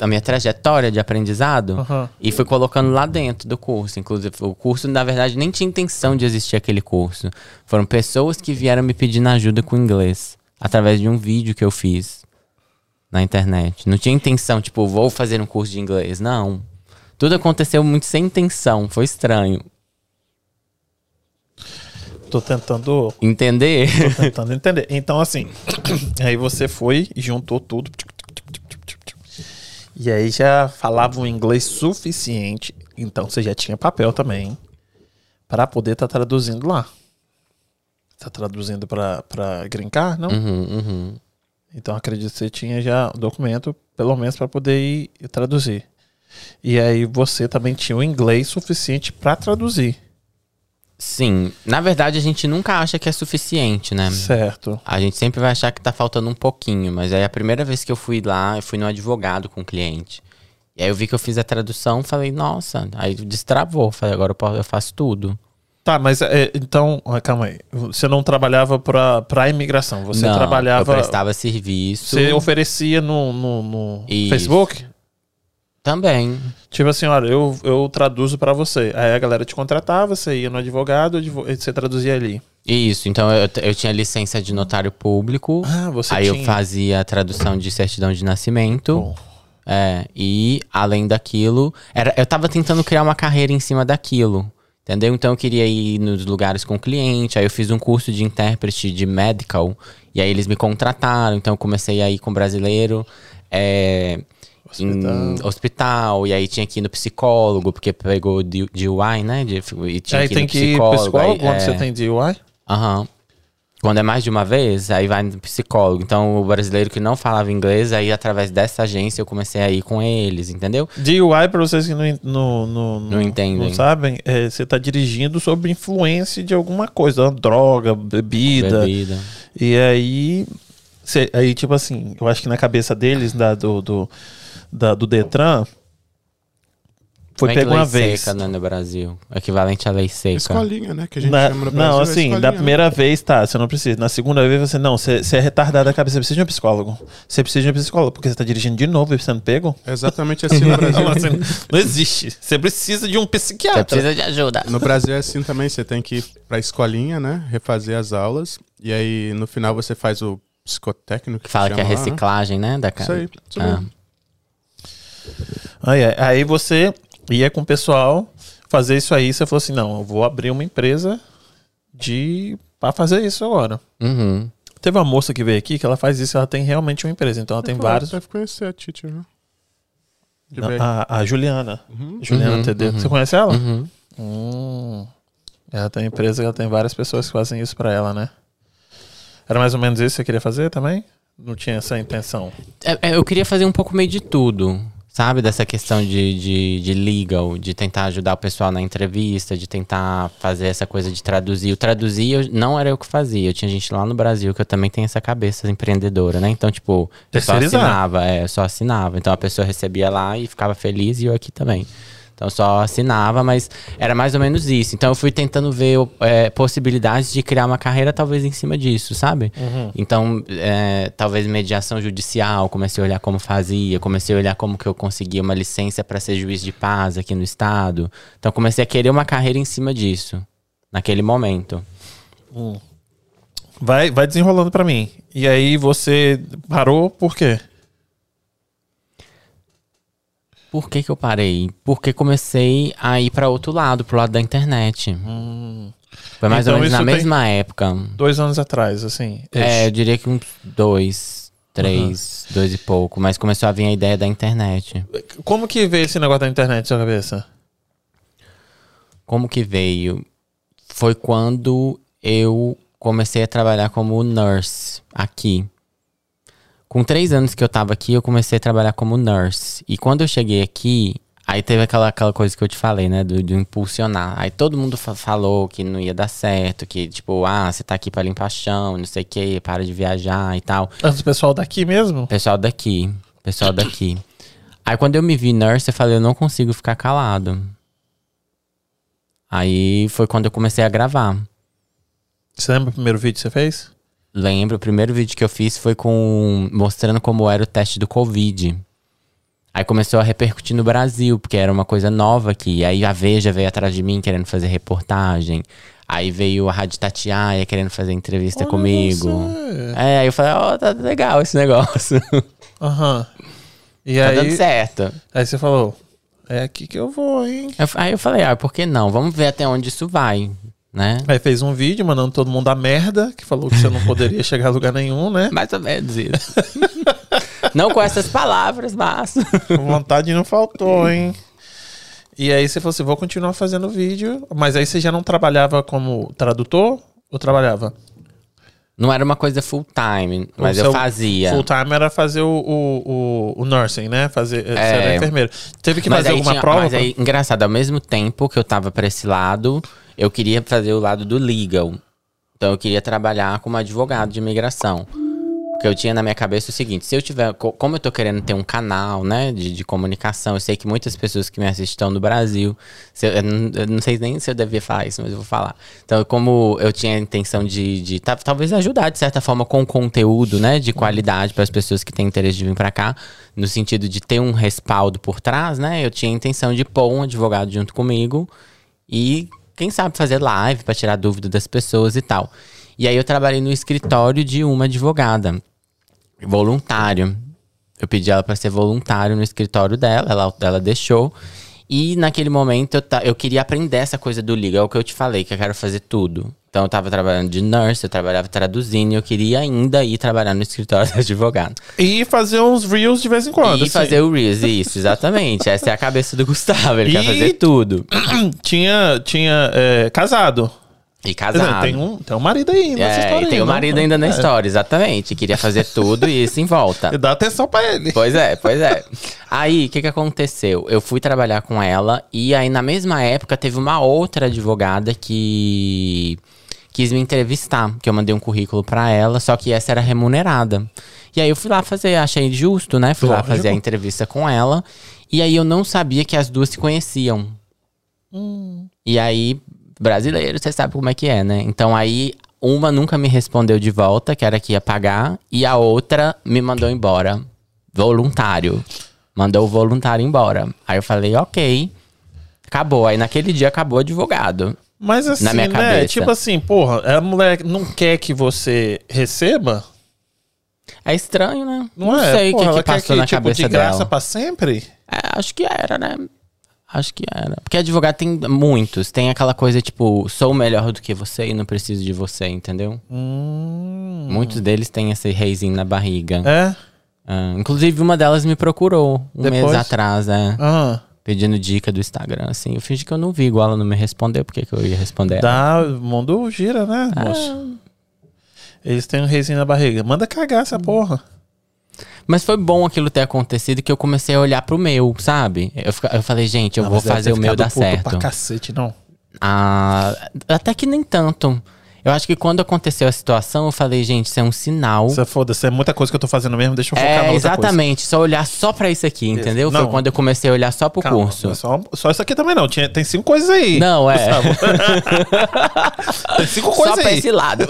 Speaker 3: a minha trajetória de aprendizado
Speaker 1: Aham.
Speaker 3: e fui colocando lá dentro do curso. Inclusive, o curso, na verdade, nem tinha intenção de existir aquele curso. Foram pessoas que vieram me pedindo ajuda com inglês através de um vídeo que eu fiz na internet. Não tinha intenção, tipo, vou fazer um curso de inglês. Não. Tudo aconteceu muito sem intenção, foi estranho.
Speaker 1: Tô tentando,
Speaker 3: Entender?
Speaker 1: tentando entender. Então, assim, aí você foi e juntou tudo. E aí já falava um inglês suficiente. Então você já tinha papel também pra poder estar traduzindo lá. Tá traduzindo pra, pra grincar? Não?
Speaker 3: Uhum, uhum.
Speaker 1: Então acredito que você tinha já o documento, pelo menos para poder ir, ir traduzir. E aí você também tinha o inglês suficiente para traduzir,
Speaker 3: Sim. Na verdade, a gente nunca acha que é suficiente, né?
Speaker 1: certo?
Speaker 3: A gente sempre vai achar que tá faltando um pouquinho, mas aí a primeira vez que eu fui lá, eu fui no advogado com o cliente. E aí eu vi que eu fiz a tradução, falei, nossa, aí destravou, falei, agora eu po- eu faço tudo.
Speaker 1: Tá, mas é, então, ah, calma aí. Você não trabalhava para a imigração, você
Speaker 3: Não, Eu
Speaker 1: trabalhava.
Speaker 3: prestava serviço
Speaker 1: Você oferecia no, no, no
Speaker 3: Isso.
Speaker 1: Facebook?
Speaker 3: também.
Speaker 1: Tipo assim, olha, eu, eu traduzo para você. Aí a galera te contratava, você ia no advogado, advo- você traduzia ali.
Speaker 3: Isso, então eu, t- eu tinha licença de notário público.
Speaker 1: Ah, você
Speaker 3: aí eu
Speaker 1: tinha.
Speaker 3: fazia a tradução de certidão de nascimento.
Speaker 1: Bom.
Speaker 3: É, e além daquilo, era, eu tava tentando criar uma carreira em cima daquilo. Entendeu? Então eu queria ir nos lugares com cliente, aí eu fiz um curso de intérprete de medical, e aí eles me contrataram, então eu comecei a ir com brasileiro é, em
Speaker 1: Hospital.
Speaker 3: hospital, e aí tinha que ir no psicólogo, porque pegou de DUI, né? De, e tinha
Speaker 1: Aí
Speaker 3: que ir
Speaker 1: tem
Speaker 3: no
Speaker 1: que ir pro
Speaker 3: psicólogo. aí-
Speaker 1: psicólogo quando
Speaker 3: é.
Speaker 1: você tem DUI?
Speaker 3: Aham. Quando é mais de uma vez, aí vai no psicólogo. Então, o brasileiro que não falava inglês, aí através dessa agência eu comecei a ir com eles, entendeu?
Speaker 1: DUI, para vocês que não, en- não, não,
Speaker 3: Não entendem.
Speaker 1: não sabem, é, você tá dirigindo sob influência de alguma coisa, uma droga, bebida.
Speaker 3: Bebida.
Speaker 1: E aí, cê- aí, tipo assim, eu acho que na cabeça deles, da, do, do, da- do Detran, foi
Speaker 3: Como é que
Speaker 1: pego uma
Speaker 3: lei
Speaker 1: vez.
Speaker 3: seca, né, no Brasil. Equivalente à lei seca.
Speaker 2: Escolinha, né? Que a gente
Speaker 1: Na-
Speaker 2: chama no Brasil.
Speaker 1: não,
Speaker 2: é
Speaker 1: assim,
Speaker 2: escolinha,
Speaker 1: da
Speaker 2: né?
Speaker 1: primeira vez, tá, você não precisa. Na segunda vez, você não, você você é retardado da cabeça, você precisa de um psicólogo. Você precisa de um psicólogo, porque você tá dirigindo de novo e sendo pego.
Speaker 2: É exatamente assim no Brasil.
Speaker 1: Não, assim, não existe. Você precisa de um
Speaker 3: Você
Speaker 1: psiquiatra.
Speaker 3: precisa de ajuda.
Speaker 2: No Brasil é assim também, você tem que ir pra escolinha, né? Refazer as aulas. E aí, no final, você faz o psicotécnico.
Speaker 3: Que fala que é
Speaker 2: chama lá, né?
Speaker 3: reciclagem, né? Da
Speaker 2: Isso aí.
Speaker 3: cara. Ah.
Speaker 2: Isso mesmo.
Speaker 1: Aí, aí- aí você ia com o pessoal fazer isso aí. Você falou assim: não, eu vou abrir uma empresa de para fazer isso agora.
Speaker 3: Uhum.
Speaker 1: Teve uma moça que veio aqui que ela faz isso, ela tem realmente uma empresa. Então ela tem
Speaker 2: Pô,
Speaker 1: vários.
Speaker 2: Deve conhecer a Titi, né? Que
Speaker 1: Não,
Speaker 2: veio aqui.
Speaker 1: A, a Juliana. Juliana
Speaker 3: Uhum,
Speaker 1: TD.
Speaker 3: uhum.
Speaker 1: Você conhece ela?
Speaker 3: Uhum.
Speaker 1: Hum. Ela tem empresa que ela tem várias pessoas que fazem isso pra ela, né? Era mais ou menos isso que você queria fazer também? Não tinha essa intenção.
Speaker 3: É, é, Eu queria fazer um pouco meio de tudo, sabe? Dessa questão de, de, de legal, de tentar ajudar o pessoal na entrevista, de tentar fazer essa coisa de traduzir. O traduzir eu, não era eu que fazia. Eu tinha gente lá no Brasil que eu também tenho essa cabeça empreendedora, né? Então, tipo, eu só
Speaker 1: Terceirizar.
Speaker 3: assinava, é, eu só assinava. Então a pessoa recebia lá e ficava feliz e eu aqui também. Então só assinava, mas era mais ou menos isso. Então eu fui tentando ver é, possibilidades de criar uma carreira talvez em cima disso, sabe? Então é, talvez mediação judicial, comecei a olhar como fazia, comecei a olhar como que eu conseguia uma licença para ser juiz de paz aqui no estado. Então comecei a querer uma carreira em cima disso naquele momento.
Speaker 1: Vai, vai desenrolando pra mim. E aí você parou por quê?
Speaker 3: Por que, que eu parei? Porque comecei a ir pra outro lado, pro lado da internet. Foi mais
Speaker 1: Então
Speaker 3: ou menos na
Speaker 1: isso tem-
Speaker 3: mesma época.
Speaker 1: Dois anos atrás, assim.
Speaker 3: É, eu
Speaker 1: Ixi.
Speaker 3: diria que uns dois, três, dois e pouco. Mas começou a vir a ideia da internet.
Speaker 1: Como que veio esse negócio da internet na sua cabeça?
Speaker 3: Como que veio? Foi quando eu comecei a trabalhar como nurse aqui. Com três anos que eu tava aqui, eu comecei a trabalhar como nurse. E quando eu cheguei aqui, aí teve aquela, aquela coisa que eu te falei, né? Do, do impulsionar. Aí todo mundo fa- falou que não ia dar certo, que tipo, ah, você tá aqui pra limpar chão, não sei o que, para de viajar e tal.
Speaker 1: Antes do pessoal daqui mesmo?
Speaker 3: Pessoal daqui, pessoal daqui. Aí quando eu me vi nurse, eu falei, eu não consigo ficar calado. Aí foi quando eu comecei a gravar.
Speaker 1: Você lembra o primeiro vídeo que você fez?
Speaker 3: Lembro, o primeiro vídeo que eu fiz foi com mostrando como era o teste do Covid. Aí começou a repercutir no Brasil, porque era uma coisa nova aqui. Aí a Veja veio atrás de mim querendo fazer reportagem. Aí veio a Rádio Tatiaia querendo fazer entrevista
Speaker 1: Olha
Speaker 3: É comigo.
Speaker 1: você.
Speaker 3: É, aí eu falei, ó, tá legal esse negócio.
Speaker 1: Aham. E
Speaker 3: tá dando
Speaker 1: aí,
Speaker 3: certo.
Speaker 1: aí você falou, é aqui que eu vou, hein?
Speaker 3: Eu- aí eu falei, ah, por que não? Vamos ver até onde isso vai, né?
Speaker 1: Aí fez um vídeo mandando todo mundo a merda, que falou que você não poderia chegar a lugar nenhum, né?
Speaker 3: Mais ou menos isso. não com essas palavras, mas.
Speaker 1: Vontade não faltou, hein? E aí você falou assim, vou continuar fazendo vídeo, mas aí você já não trabalhava como tradutor? Ou trabalhava?
Speaker 3: Não era uma coisa full time, mas
Speaker 1: Ou
Speaker 3: eu
Speaker 1: seu
Speaker 3: fazia.
Speaker 1: Full time era fazer o, o, o, o nursing, né? Fazer, Você era enfermeiro. Teve que
Speaker 3: É. mas
Speaker 1: fazer
Speaker 3: aí
Speaker 1: alguma
Speaker 3: tinha-
Speaker 1: prova?
Speaker 3: Mas aí, engraçado, ao mesmo tempo que eu tava pra esse lado, eu queria fazer o lado do legal. Então eu queria trabalhar como advogado de imigração. Porque eu tinha na minha cabeça o seguinte, se eu tiver. co- Como eu tô querendo ter um canal, né, de, de comunicação, eu sei que muitas pessoas que me assistem estão no Brasil. se eu, eu não, eu não sei nem se eu devia falar isso, mas eu vou falar. Então, como eu tinha a intenção de, de ta- talvez ajudar, de certa forma, com conteúdo, né, de qualidade para as pessoas que têm interesse de vir para cá, no sentido de ter um respaldo por trás, né, eu tinha a intenção de pôr um advogado junto comigo e quem sabe fazer live para tirar dúvida das pessoas e tal. E aí eu trabalhei no escritório de uma advogada, voluntário. Eu pedi ela para ser voluntário no escritório dela, ela, ela deixou. E naquele momento eu, ta- eu queria aprender essa coisa do legal, é o que eu te falei, que eu quero fazer tudo. Então eu tava trabalhando de nurse, eu trabalhava traduzindo, e eu queria ainda ir trabalhar no escritório de advogado.
Speaker 1: E fazer uns reels de vez em quando.
Speaker 3: e
Speaker 1: assim.
Speaker 3: fazer o Reels, isso, exatamente. Essa é a cabeça do Gustavo, ele quer
Speaker 1: E-
Speaker 3: fazer tudo.
Speaker 1: Tinha, tinha é, casado.
Speaker 3: E casado.
Speaker 1: Não, tem, um, tem um marido aí nessa
Speaker 3: É,
Speaker 1: história
Speaker 3: e tem
Speaker 1: aí,
Speaker 3: o
Speaker 1: não?
Speaker 3: marido ainda na
Speaker 1: É.
Speaker 3: história, exatamente. Queria fazer tudo e isso em volta.
Speaker 1: Dá atenção pra ele.
Speaker 3: Pois é, pois é. Aí, o que, que aconteceu? Eu fui trabalhar com ela e aí na mesma época teve uma outra advogada que quis me entrevistar, que eu mandei um currículo pra ela, só que essa era remunerada. E aí eu fui lá fazer, achei justo, né? Fui
Speaker 1: Lógico.
Speaker 3: lá fazer a entrevista com ela. E aí eu não sabia que as duas se conheciam.
Speaker 1: Hum.
Speaker 3: E aí, brasileiro, você sabe como é que é, né? Então aí, uma nunca me respondeu de volta, que era que ia pagar, e a outra me mandou embora. Voluntário. Mandou o voluntário embora. Aí eu falei, ok. Acabou. Aí naquele dia acabou o advogado.
Speaker 1: Mas assim, né?
Speaker 3: minha cabeça.
Speaker 1: Tipo assim, porra, a mulher não quer que você receba?
Speaker 3: É estranho, né?
Speaker 1: Não, é?
Speaker 3: sei o
Speaker 1: Porra,
Speaker 3: que, que
Speaker 1: ela quer
Speaker 3: passou na
Speaker 1: tipo,
Speaker 3: cabeça
Speaker 1: de graça
Speaker 3: dela.
Speaker 1: pra sempre?
Speaker 3: É, acho que era, né? Acho que era. Porque advogado tem muitos. Tem aquela coisa, tipo, sou melhor do que você e não preciso de você, entendeu?
Speaker 1: Hum.
Speaker 3: Muitos deles têm esse reizinho na barriga.
Speaker 1: É?
Speaker 3: Ah, inclusive, uma delas me procurou um
Speaker 1: Depois?
Speaker 3: mês atrás, né?
Speaker 1: Ah,
Speaker 3: Pedindo dica do Instagram, assim. Eu fingi que eu não vi, igual ela não me respondeu, porque que eu ia responder ela?
Speaker 1: dá, o mundo gira, né,
Speaker 3: É.
Speaker 1: moço? Eles têm um reizinho na barriga. Manda cagar essa porra.
Speaker 3: Mas foi bom aquilo ter acontecido que eu comecei a olhar pro meu, sabe? Eu, fica- eu falei, gente, eu
Speaker 1: Não,
Speaker 3: vou
Speaker 1: Ah, mas deve
Speaker 3: fazer
Speaker 1: ter
Speaker 3: o meu
Speaker 1: ficado
Speaker 3: dar
Speaker 1: puto Pra
Speaker 3: certo. Uh.
Speaker 1: cacete, não.
Speaker 3: Ah, até que nem tanto. Eu acho que quando aconteceu a situação, eu falei, gente, isso é um sinal.
Speaker 1: Você foda-se, é muita coisa que eu tô fazendo mesmo, deixa eu focar na
Speaker 3: É,
Speaker 1: outra coisa.
Speaker 3: exatamente, só olhar só pra isso aqui, entendeu?
Speaker 1: Não.
Speaker 3: Foi quando eu comecei a olhar só pro
Speaker 1: Calma,
Speaker 3: curso.
Speaker 1: mas Só, só isso aqui também não. Tinha, tem cinco coisas aí.
Speaker 3: Não, é.
Speaker 1: Tem cinco
Speaker 3: Só
Speaker 1: coisas
Speaker 3: pra
Speaker 1: aí.
Speaker 3: esse lado.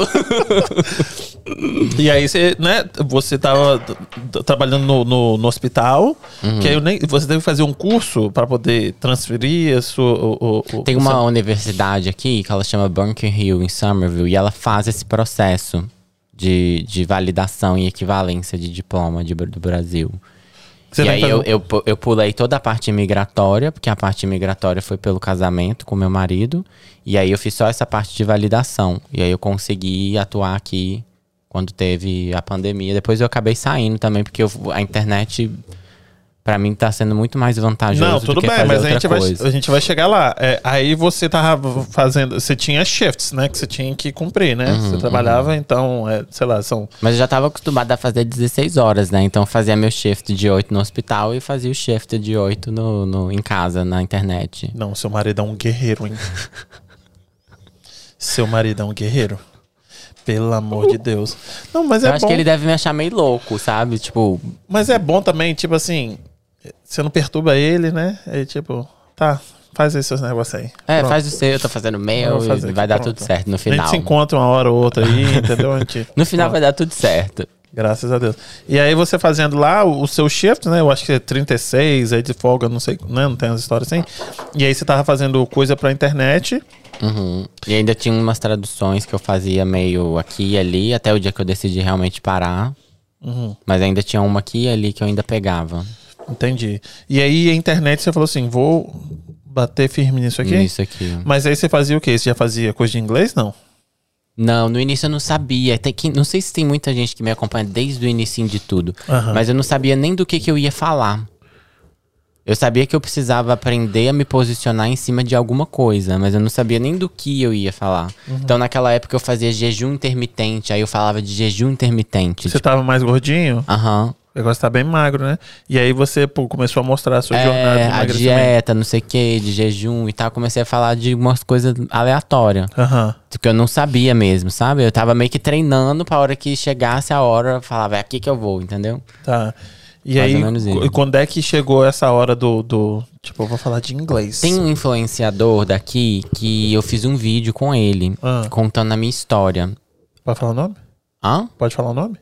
Speaker 1: E aí você, né? Você tava t- t- trabalhando no, no, no hospital,
Speaker 3: Uhum.
Speaker 1: que aí eu nem, você teve que fazer um curso pra poder transferir a sua. O, o- o-
Speaker 3: Tem
Speaker 1: o
Speaker 3: uma
Speaker 1: seu-
Speaker 3: universidade aqui que ela chama Bunker Hill, em Somerville, e ela faz esse processo de, de validação e equivalência de diploma de, do Brasil.
Speaker 1: Você
Speaker 3: e
Speaker 1: tem
Speaker 3: aí
Speaker 1: que fazer
Speaker 3: eu, é
Speaker 1: um-
Speaker 3: eu, pu- eu pulei toda a parte migratória, porque a parte migratória foi pelo casamento com meu marido. E aí eu fiz só essa parte de validação. E aí eu consegui atuar aqui quando teve a pandemia. Depois eu acabei saindo também, porque eu- a internet, pra mim, tá sendo muito mais vantajoso
Speaker 1: Não, tudo
Speaker 3: do que
Speaker 1: bem,
Speaker 3: fazer
Speaker 1: mas a
Speaker 3: outra
Speaker 1: gente, vai,
Speaker 3: coisa.
Speaker 1: a gente vai chegar lá. É, aí você tava fazendo. Você tinha shifts, né? Que você tinha que cumprir, né?
Speaker 3: Uhum,
Speaker 1: você trabalhava, então, é, sei lá, são.
Speaker 3: Mas eu já tava acostumado a fazer 16 horas, né? Então eu fazia meu shift de 8 no hospital e fazia o shift de 8 no, no- em casa, na internet.
Speaker 1: Não, seu marido é um guerreiro, hein? seu marido é um guerreiro. Pelo amor de Deus. Não, mas é
Speaker 3: eu acho
Speaker 1: bom.
Speaker 3: que ele deve me achar meio louco, sabe? Tipo,
Speaker 1: Mas é bom também, tipo assim, você não perturba ele, né? Aí, tipo, tá, faz aí seus negócios aí.
Speaker 3: é,
Speaker 1: Pronto.
Speaker 3: faz o seu, eu tô fazendo o
Speaker 1: Eu
Speaker 3: meu
Speaker 1: vou fazer aqui,
Speaker 3: e É, vai dar
Speaker 1: pronto.
Speaker 3: tudo certo no
Speaker 1: A gente
Speaker 3: final. né?
Speaker 1: se encontra uma hora ou outra aí, entendeu? A gente-
Speaker 3: No final vai dar tudo certo.
Speaker 1: Graças a Deus. E aí você fazendo lá o, o seu shift, né? Eu acho que é 36, aí de folga, não sei, né? Não tem as histórias assim. E aí você tava fazendo coisa pra internet.
Speaker 3: Uhum. E ainda tinha umas traduções que eu fazia meio aqui e ali, até o dia que eu decidi realmente parar.
Speaker 1: Uhum.
Speaker 3: Mas ainda tinha uma aqui e ali que eu ainda pegava.
Speaker 1: Entendi. E aí a internet você falou assim, vou bater firme nisso aqui.
Speaker 3: Nisso aqui.
Speaker 1: Mas aí você fazia o quê? Você já fazia coisa de inglês? Não.
Speaker 3: Não, no início eu não sabia. Tem que, não sei se tem muita gente que me acompanha desde o início de tudo.
Speaker 1: Aham.
Speaker 3: Mas eu não sabia nem do que, que eu ia falar. Eu sabia que eu precisava aprender a me posicionar em cima de alguma coisa, mas eu não sabia nem do que eu ia falar.
Speaker 1: Uhum.
Speaker 3: Então naquela época eu fazia jejum intermitente, aí eu falava de jejum intermitente.
Speaker 1: Você
Speaker 3: tipo,
Speaker 1: tava mais gordinho?
Speaker 3: Aham.
Speaker 1: Agora você tá bem magro, né? E aí você pô, começou a mostrar a sua jornada de
Speaker 3: É, a
Speaker 1: emagrecimento.
Speaker 3: dieta, não sei o que, de jejum e tal. Comecei a falar de umas coisas aleatórias.
Speaker 1: Aham.
Speaker 3: Que eu não sabia mesmo, sabe? Eu tava meio que treinando pra hora que chegasse a hora, eu falava, é aqui que eu vou, entendeu?
Speaker 1: Tá. E
Speaker 3: Mais
Speaker 1: aí,
Speaker 3: ou menos isso.
Speaker 1: qu- quando é que chegou essa hora do. do tipo, eu vou falar de inglês.
Speaker 3: Tem um influenciador daqui que eu fiz um vídeo com ele,
Speaker 1: Ah.
Speaker 3: contando a minha história.
Speaker 1: Pode falar o nome?
Speaker 3: Hã?
Speaker 1: Pode falar o nome?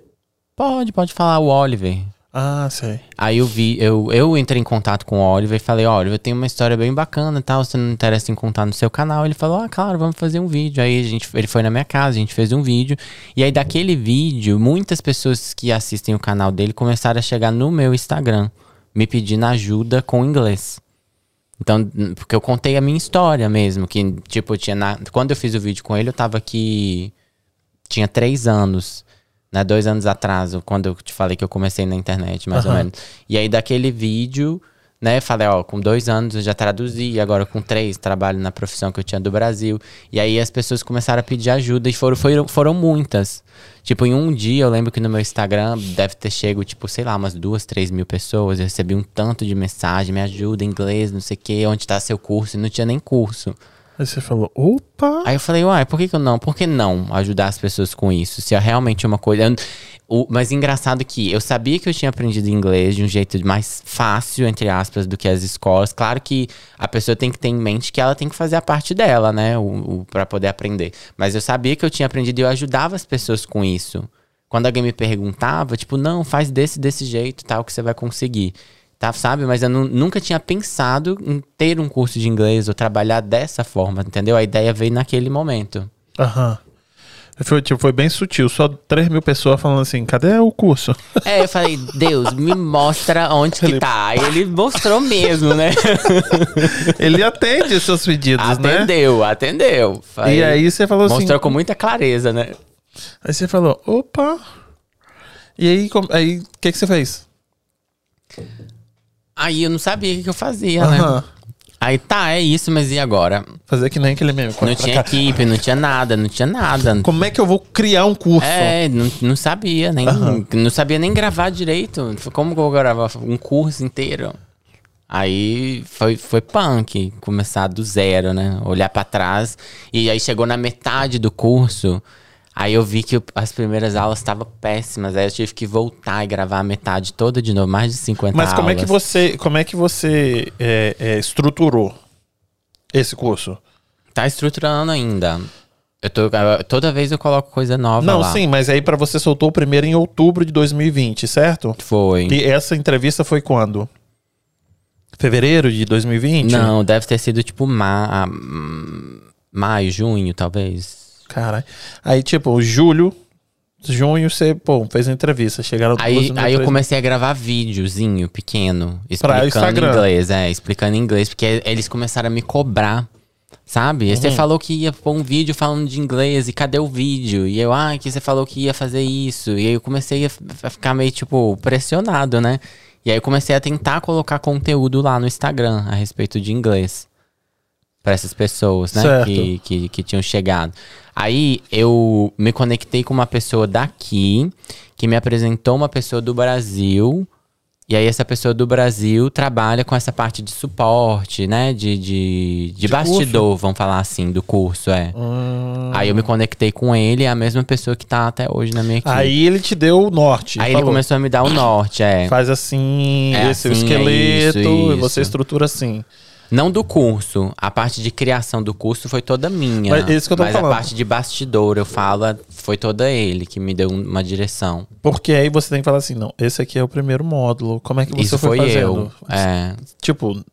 Speaker 3: Pode, pode falar o Oliver.
Speaker 1: Ah, sei.
Speaker 3: Aí eu vi, eu, eu entrei em contato com o Oliver e falei, Oliver, eu tenho uma história bem bacana e tal, você não interessa em contar no seu canal? Ele falou, ah, claro, vamos fazer um vídeo. Aí a gente, ele foi na minha casa, a gente fez um vídeo. E aí daquele vídeo, muitas pessoas que assistem o canal dele começaram a chegar no meu Instagram, me pedindo ajuda com inglês. Então, n- porque eu contei a minha história mesmo, que tipo, eu tinha na- quando eu fiz o vídeo com ele, eu tava aqui, tinha três anos, né, dois anos atrás, quando eu te falei que eu comecei na internet, mais ou
Speaker 1: Aham.
Speaker 3: menos. E aí daquele vídeo, né, eu falei, ó, com dois anos eu já traduzi, agora com três trabalho na profissão que eu tinha do Brasil. E aí as pessoas começaram a pedir ajuda e foram, foram, foram muitas. Tipo, em um dia eu lembro que no meu Instagram deve ter chego, tipo, sei lá, umas duas, três mil pessoas. Eu recebi um tanto de mensagem, me ajuda, inglês, não sei o quê, onde tá seu curso? E não tinha nem curso.
Speaker 1: Aí você falou, opa!
Speaker 3: Aí eu falei, uai, por que, que eu não? Por que não ajudar as pessoas com isso? Se é realmente uma coisa. eu- o- mas engraçado que eu sabia que eu tinha aprendido inglês de um jeito mais fácil, entre aspas, do que as escolas. Claro que a pessoa tem que ter em mente que ela tem que fazer a parte dela, né? O, o, pra poder aprender. Mas eu sabia que eu tinha aprendido e eu ajudava as pessoas com isso. Quando alguém me perguntava, tipo, não, faz desse, desse jeito, tal, que você vai conseguir. Tá, sabe? Mas eu nu- nunca tinha pensado em ter um curso de inglês ou trabalhar dessa forma, entendeu? A ideia veio naquele momento.
Speaker 1: Aham. Foi, tipo, foi bem sutil, só 3 mil pessoas falando assim, cadê o curso?
Speaker 3: É, eu falei, Deus, me mostra onde que tá. E ele mostrou mesmo, né?
Speaker 1: Ele atende os seus pedidos, né?
Speaker 3: atendeu, atendeu. Falei,
Speaker 1: E aí você falou assim.
Speaker 3: mostrou com muita clareza, né?
Speaker 1: Aí você falou, opa! E aí, com- aí o que, que você fez?
Speaker 3: Aí eu não sabia o que que eu fazia, né?
Speaker 1: Aham.
Speaker 3: Aí tá, é isso, mas e agora?
Speaker 1: Fazer que nem aquele meme.
Speaker 3: Não tinha equipe, não tinha nada, não tinha nada.
Speaker 1: Como é que eu vou criar um curso?
Speaker 3: É, não, não sabia, nem. Não sabia nem gravar direito. Como que eu vou gravar um curso inteiro? Aí foi, foi punk, começar do zero, né? Olhar pra trás. E aí chegou na metade do curso. Aí eu vi que eu- as primeiras aulas estavam péssimas. Aí eu tive que voltar e gravar a metade toda de novo, mais de 50
Speaker 1: Mas como é que
Speaker 3: aulas.
Speaker 1: você, como é que você é, é, estruturou esse curso?
Speaker 3: Tá estruturando ainda. Eu tô, toda vez eu coloco coisa nova.
Speaker 1: Não,
Speaker 3: lá.
Speaker 1: sim, mas aí pra você soltou o primeiro em outubro de 2020, certo?
Speaker 3: Foi.
Speaker 1: E essa entrevista foi quando? Fevereiro de 2020?
Speaker 3: Não, deve ter sido tipo ma... hum, maio, junho, talvez.
Speaker 1: Cara, aí tipo, julho junho você, pô, fez uma entrevista. Chegaram duas,
Speaker 3: Aí,
Speaker 1: duas,
Speaker 3: aí eu
Speaker 1: três-
Speaker 3: comecei a gravar videozinho pequeno, explicando
Speaker 1: Instagram.
Speaker 3: inglês, é, explicando inglês, porque eles começaram a me cobrar, sabe? E
Speaker 1: Uhum.
Speaker 3: Você falou que ia pôr um vídeo falando de inglês, e cadê o vídeo? E eu, ah, que você falou que ia fazer isso. E aí eu comecei a, f- a ficar meio, tipo, pressionado, né? E aí eu comecei a tentar colocar conteúdo lá no Instagram a respeito de inglês. Pra essas pessoas, né?
Speaker 1: Certo.
Speaker 3: Que, que, que tinham chegado. Aí eu me conectei com uma pessoa daqui que me apresentou uma pessoa do Brasil. E aí essa pessoa do Brasil trabalha com essa parte de suporte, né? De, de, de, bastidor, vamos falar assim, do curso, é.
Speaker 1: Hum. Ah.
Speaker 3: Aí eu me conectei com ele, é a mesma pessoa que tá até hoje na minha equipe. Aí,
Speaker 1: Aí ele te deu o norte.
Speaker 3: ele
Speaker 1: falou,
Speaker 3: começou a me dar o norte, é.
Speaker 1: Faz assim,
Speaker 3: É
Speaker 1: esse é o
Speaker 3: assim, é
Speaker 1: esqueleto,
Speaker 3: isso,
Speaker 1: e você
Speaker 3: isso.
Speaker 1: estrutura assim.
Speaker 3: Não do curso. A parte de criação do curso foi toda minha.
Speaker 1: Mas é isso que eu tô
Speaker 3: Mas
Speaker 1: falando.
Speaker 3: a parte de bastidor, eu falo, foi toda ele que me deu uma direção.
Speaker 1: Porque aí você tem que falar assim, não, esse aqui é o primeiro módulo. Como é que você
Speaker 3: isso
Speaker 1: foi,
Speaker 3: foi
Speaker 1: fazendo?
Speaker 3: eu. É.
Speaker 1: Tipo,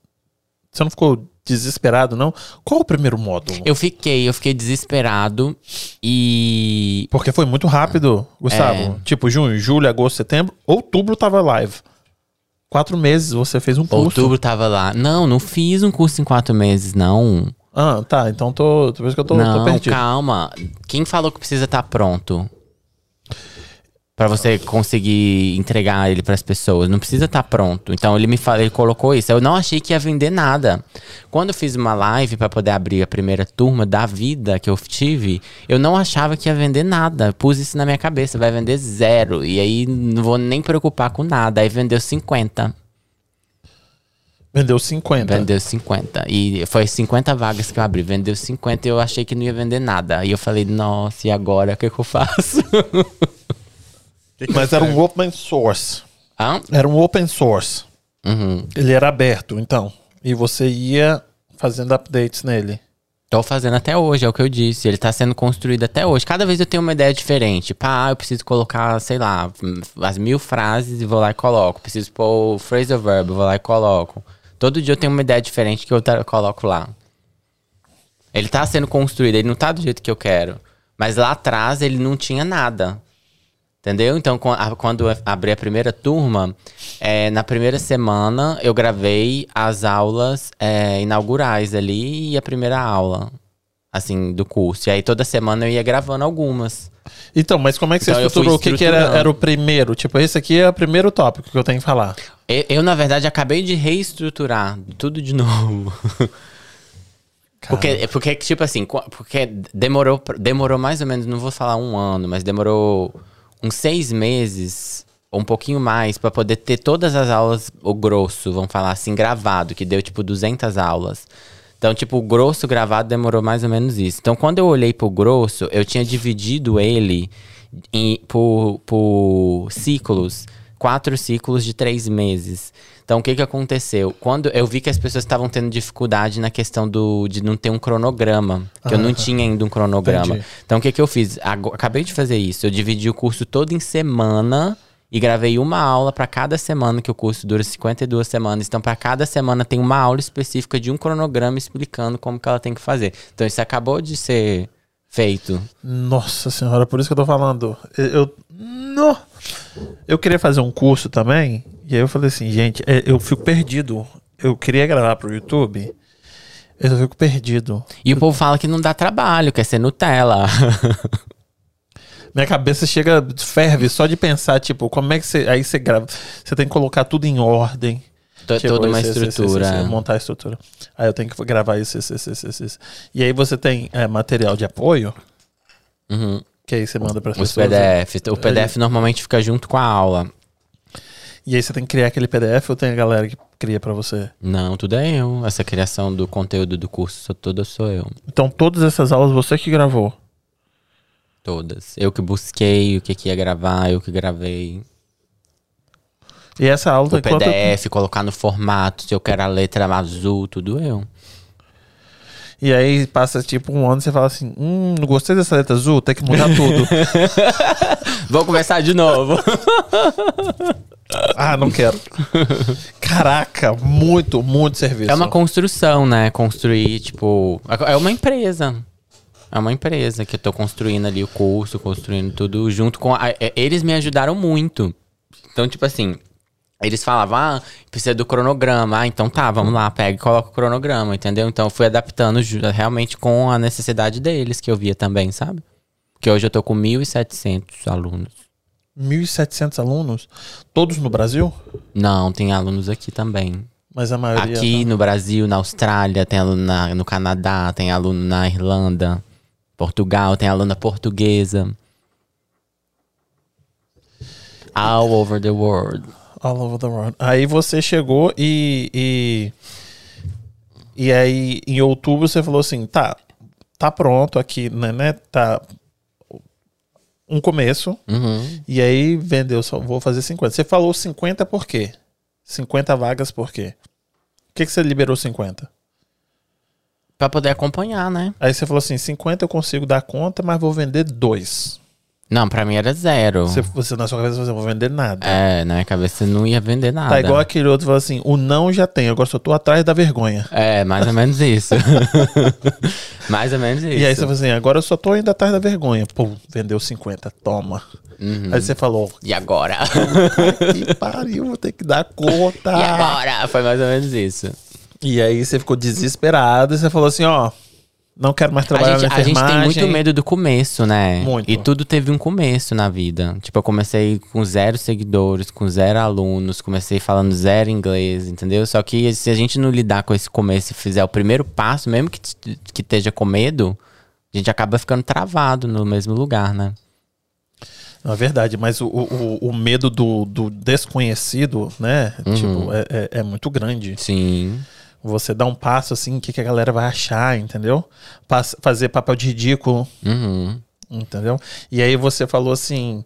Speaker 1: você não ficou desesperado, não? Qual o primeiro módulo?
Speaker 3: Eu fiquei, eu fiquei desesperado e.
Speaker 1: Porque foi muito rápido,
Speaker 3: É.
Speaker 1: Gustavo. Tipo, junho, julho, agosto, setembro, outubro tava live. Quatro meses você fez um curso.
Speaker 3: Outubro tava lá. Não, não fiz um curso em quatro meses, não.
Speaker 1: Ah, tá. Então tô. Por isso que eu tô, tô
Speaker 3: não,
Speaker 1: perdido.
Speaker 3: calma. Quem falou que precisa estar pronto? Pra você conseguir entregar ele pras pessoas. Não precisa estar pronto. Então ele me fala, ele colocou isso. Eu não achei que ia vender nada. Quando eu fiz uma live pra poder abrir a primeira turma da vida que eu tive, eu não achava que ia vender nada. Pus isso na minha cabeça, vai vender zero. E aí não vou nem preocupar com nada. Aí vendeu 50.
Speaker 1: Vendeu 50.
Speaker 3: Vendeu 50. E foi 50 vagas que eu abri. Vendeu 50 e eu achei que não ia vender nada. E eu falei, nossa, e agora? O que, que eu faço?
Speaker 1: Mas era um open source.
Speaker 3: Hã?
Speaker 1: Era um open source.
Speaker 3: Ah, Uhum.
Speaker 1: Ele era aberto, então. E você ia fazendo updates nele.
Speaker 3: Tô fazendo até hoje, é o que eu disse. Ele tá sendo construído até hoje. Cada vez eu tenho uma ideia diferente. Pá, eu preciso colocar, sei lá, as mil frases e vou lá e coloco. Preciso pôr o phrasal verb, vou lá e coloco. Todo dia eu tenho uma ideia diferente que eu tra- coloco lá. Ele tá sendo construído, ele não tá do jeito que eu quero. Mas lá atrás ele não tinha nada. Entendeu? Então, quan- a- quando eu abri a primeira turma, é, na primeira semana eu gravei as aulas é, inaugurais ali e a primeira aula, assim, do curso. E aí toda semana eu ia gravando algumas.
Speaker 1: Então, mas como é que você
Speaker 3: Então, eu fui
Speaker 1: estruturou? O que, que era,
Speaker 3: estruturando.
Speaker 1: era o primeiro? Tipo, esse aqui é o primeiro tópico que eu tenho que falar.
Speaker 3: E- Eu, na verdade, acabei de reestruturar tudo de novo. Porque, porque, tipo assim, co- porque demorou, pra- demorou mais ou menos, não vou falar um ano, mas demorou uns seis meses, ou um pouquinho mais, pra poder ter todas as aulas, o grosso, vamos falar assim, gravado, que deu tipo 200 aulas. Então, tipo, o grosso gravado demorou mais ou menos isso. Então, quando eu olhei pro grosso, eu tinha dividido ele em- por, por ciclos. Quatro ciclos de três meses. Então, o que, que aconteceu? Quando eu vi que as pessoas estavam tendo dificuldade na questão do, de não ter um cronograma, que eu não tinha ainda um cronograma.
Speaker 1: Ah. Entendi.
Speaker 3: Então, o que, que eu fiz? Ago- acabei de fazer isso. Eu dividi o curso todo em semana e gravei uma aula para cada semana, que o curso dura 52 semanas. Então, para cada semana tem uma aula específica de um cronograma explicando como que ela tem que fazer. Então, isso acabou de ser feito.
Speaker 1: Nossa senhora, por isso que eu tô falando. Eu, eu, Nó! eu queria fazer um curso também, e aí eu falei assim, gente, é, eu fico perdido. Eu queria gravar pro YouTube, eu só fico perdido.
Speaker 3: E o povo fala que não dá trabalho, quer ser Nutella.
Speaker 1: Minha cabeça chega, ferve só de pensar, tipo, como é que você. Aí você grava. Você tem que colocar tudo em ordem.
Speaker 3: To-
Speaker 1: Tipo,
Speaker 3: É toda uma
Speaker 1: esse, esse, esse,
Speaker 3: estrutura. é.
Speaker 1: esse, montar a estrutura. Aí eu tenho que gravar isso, isso, isso, isso, isso, isso. E aí você tem é, material de apoio,
Speaker 3: Uhum.
Speaker 1: que aí você manda para
Speaker 3: Os
Speaker 1: pessoas.
Speaker 3: PDFs. O PDF normalmente fica junto com a aula.
Speaker 1: E aí você tem que criar aquele PDF ou tem a galera que cria para você?
Speaker 3: Não, tudo é eu. Essa criação do conteúdo do curso sou- toda sou eu.
Speaker 1: Então todas essas aulas você que gravou.
Speaker 3: Todas. Eu que busquei o que, que ia gravar, eu que gravei.
Speaker 1: E essa aula tem
Speaker 3: O
Speaker 1: quanto-
Speaker 3: PDF, colocar no formato, se eu quero a letra azul, tudo eu.
Speaker 1: E aí passa tipo um ano e você fala assim: hum, não gostei dessa letra azul, tem que mudar tudo.
Speaker 3: Vou começar de novo.
Speaker 1: ah, não quero. Caraca, muito, muito serviço.
Speaker 3: é uma construção, né? Construir, tipo. É uma é empresa. É uma empresa que eu tô construindo ali o curso, construindo tudo junto com. a- é- eles me ajudaram muito. Então, tipo assim, eles falavam, ah, precisa do cronograma. Ah, então tá, vamos lá, pega e coloca o cronograma, entendeu? Então eu fui adaptando ju- realmente com a necessidade deles, que eu via também, sabe? Porque hoje eu tô com 1.700 alunos.
Speaker 1: 1.700 alunos, todos no Brasil,
Speaker 3: Não, tem alunos aqui também.
Speaker 1: mas a maioria.
Speaker 3: Aqui no Brasil, na Austrália, tem aluno na- no Canadá, tem aluno na Irlanda, Portugal, tem aluna portuguesa. All over the world.
Speaker 1: All over the world. Aí você chegou e. E, e aí, em outubro, você falou assim: tá, tá pronto aqui, né? né tá um começo.
Speaker 3: Uhum.
Speaker 1: E aí vendeu, só vou fazer 50. Você falou 50 por quê? 50 vagas por quê? Por que, que você liberou 50?
Speaker 3: Pra poder acompanhar, né?
Speaker 1: Aí você falou assim: 50 eu consigo dar conta, mas vou vender dois.
Speaker 3: Não, pra mim era zero.
Speaker 1: Você, você na sua cabeça, você não vou vender nada.
Speaker 3: É, na minha cabeça não ia vender nada.
Speaker 1: Tá igual aquele outro que falou assim: o não já tem, agora só tô atrás da vergonha.
Speaker 3: É, mais ou menos isso. mais ou menos isso.
Speaker 1: E aí você falou assim: agora eu só tô indo atrás da vergonha. Pô, vendeu 50, toma.
Speaker 3: Uhum.
Speaker 1: Aí você falou:
Speaker 3: E agora?
Speaker 1: que pariu, vou ter que dar conta.
Speaker 3: E agora? Foi mais ou menos isso.
Speaker 1: E aí você ficou desesperado e você falou assim: ó, não quero mais trabalhar
Speaker 3: a gente,
Speaker 1: na
Speaker 3: a gente
Speaker 1: enfermagem.
Speaker 3: tem muito medo do começo, né?
Speaker 1: Muito.
Speaker 3: E tudo teve um começo na vida. Tipo, eu comecei com zero seguidores, com zero alunos, comecei falando zero inglês, entendeu? Só que se a gente não lidar com esse começo e fizer o primeiro passo, mesmo que, t- que esteja com medo, a gente acaba ficando travado no mesmo lugar, né?
Speaker 1: Não, é verdade, mas o, o, o- o medo do, do desconhecido, né?
Speaker 3: Uhum.
Speaker 1: Tipo, é, é- é muito grande.
Speaker 3: Sim.
Speaker 1: Você dá um passo assim, o que, que a galera vai achar, entendeu? Pas- fazer papel de ridículo,
Speaker 3: Uhum.
Speaker 1: entendeu? E aí você falou assim.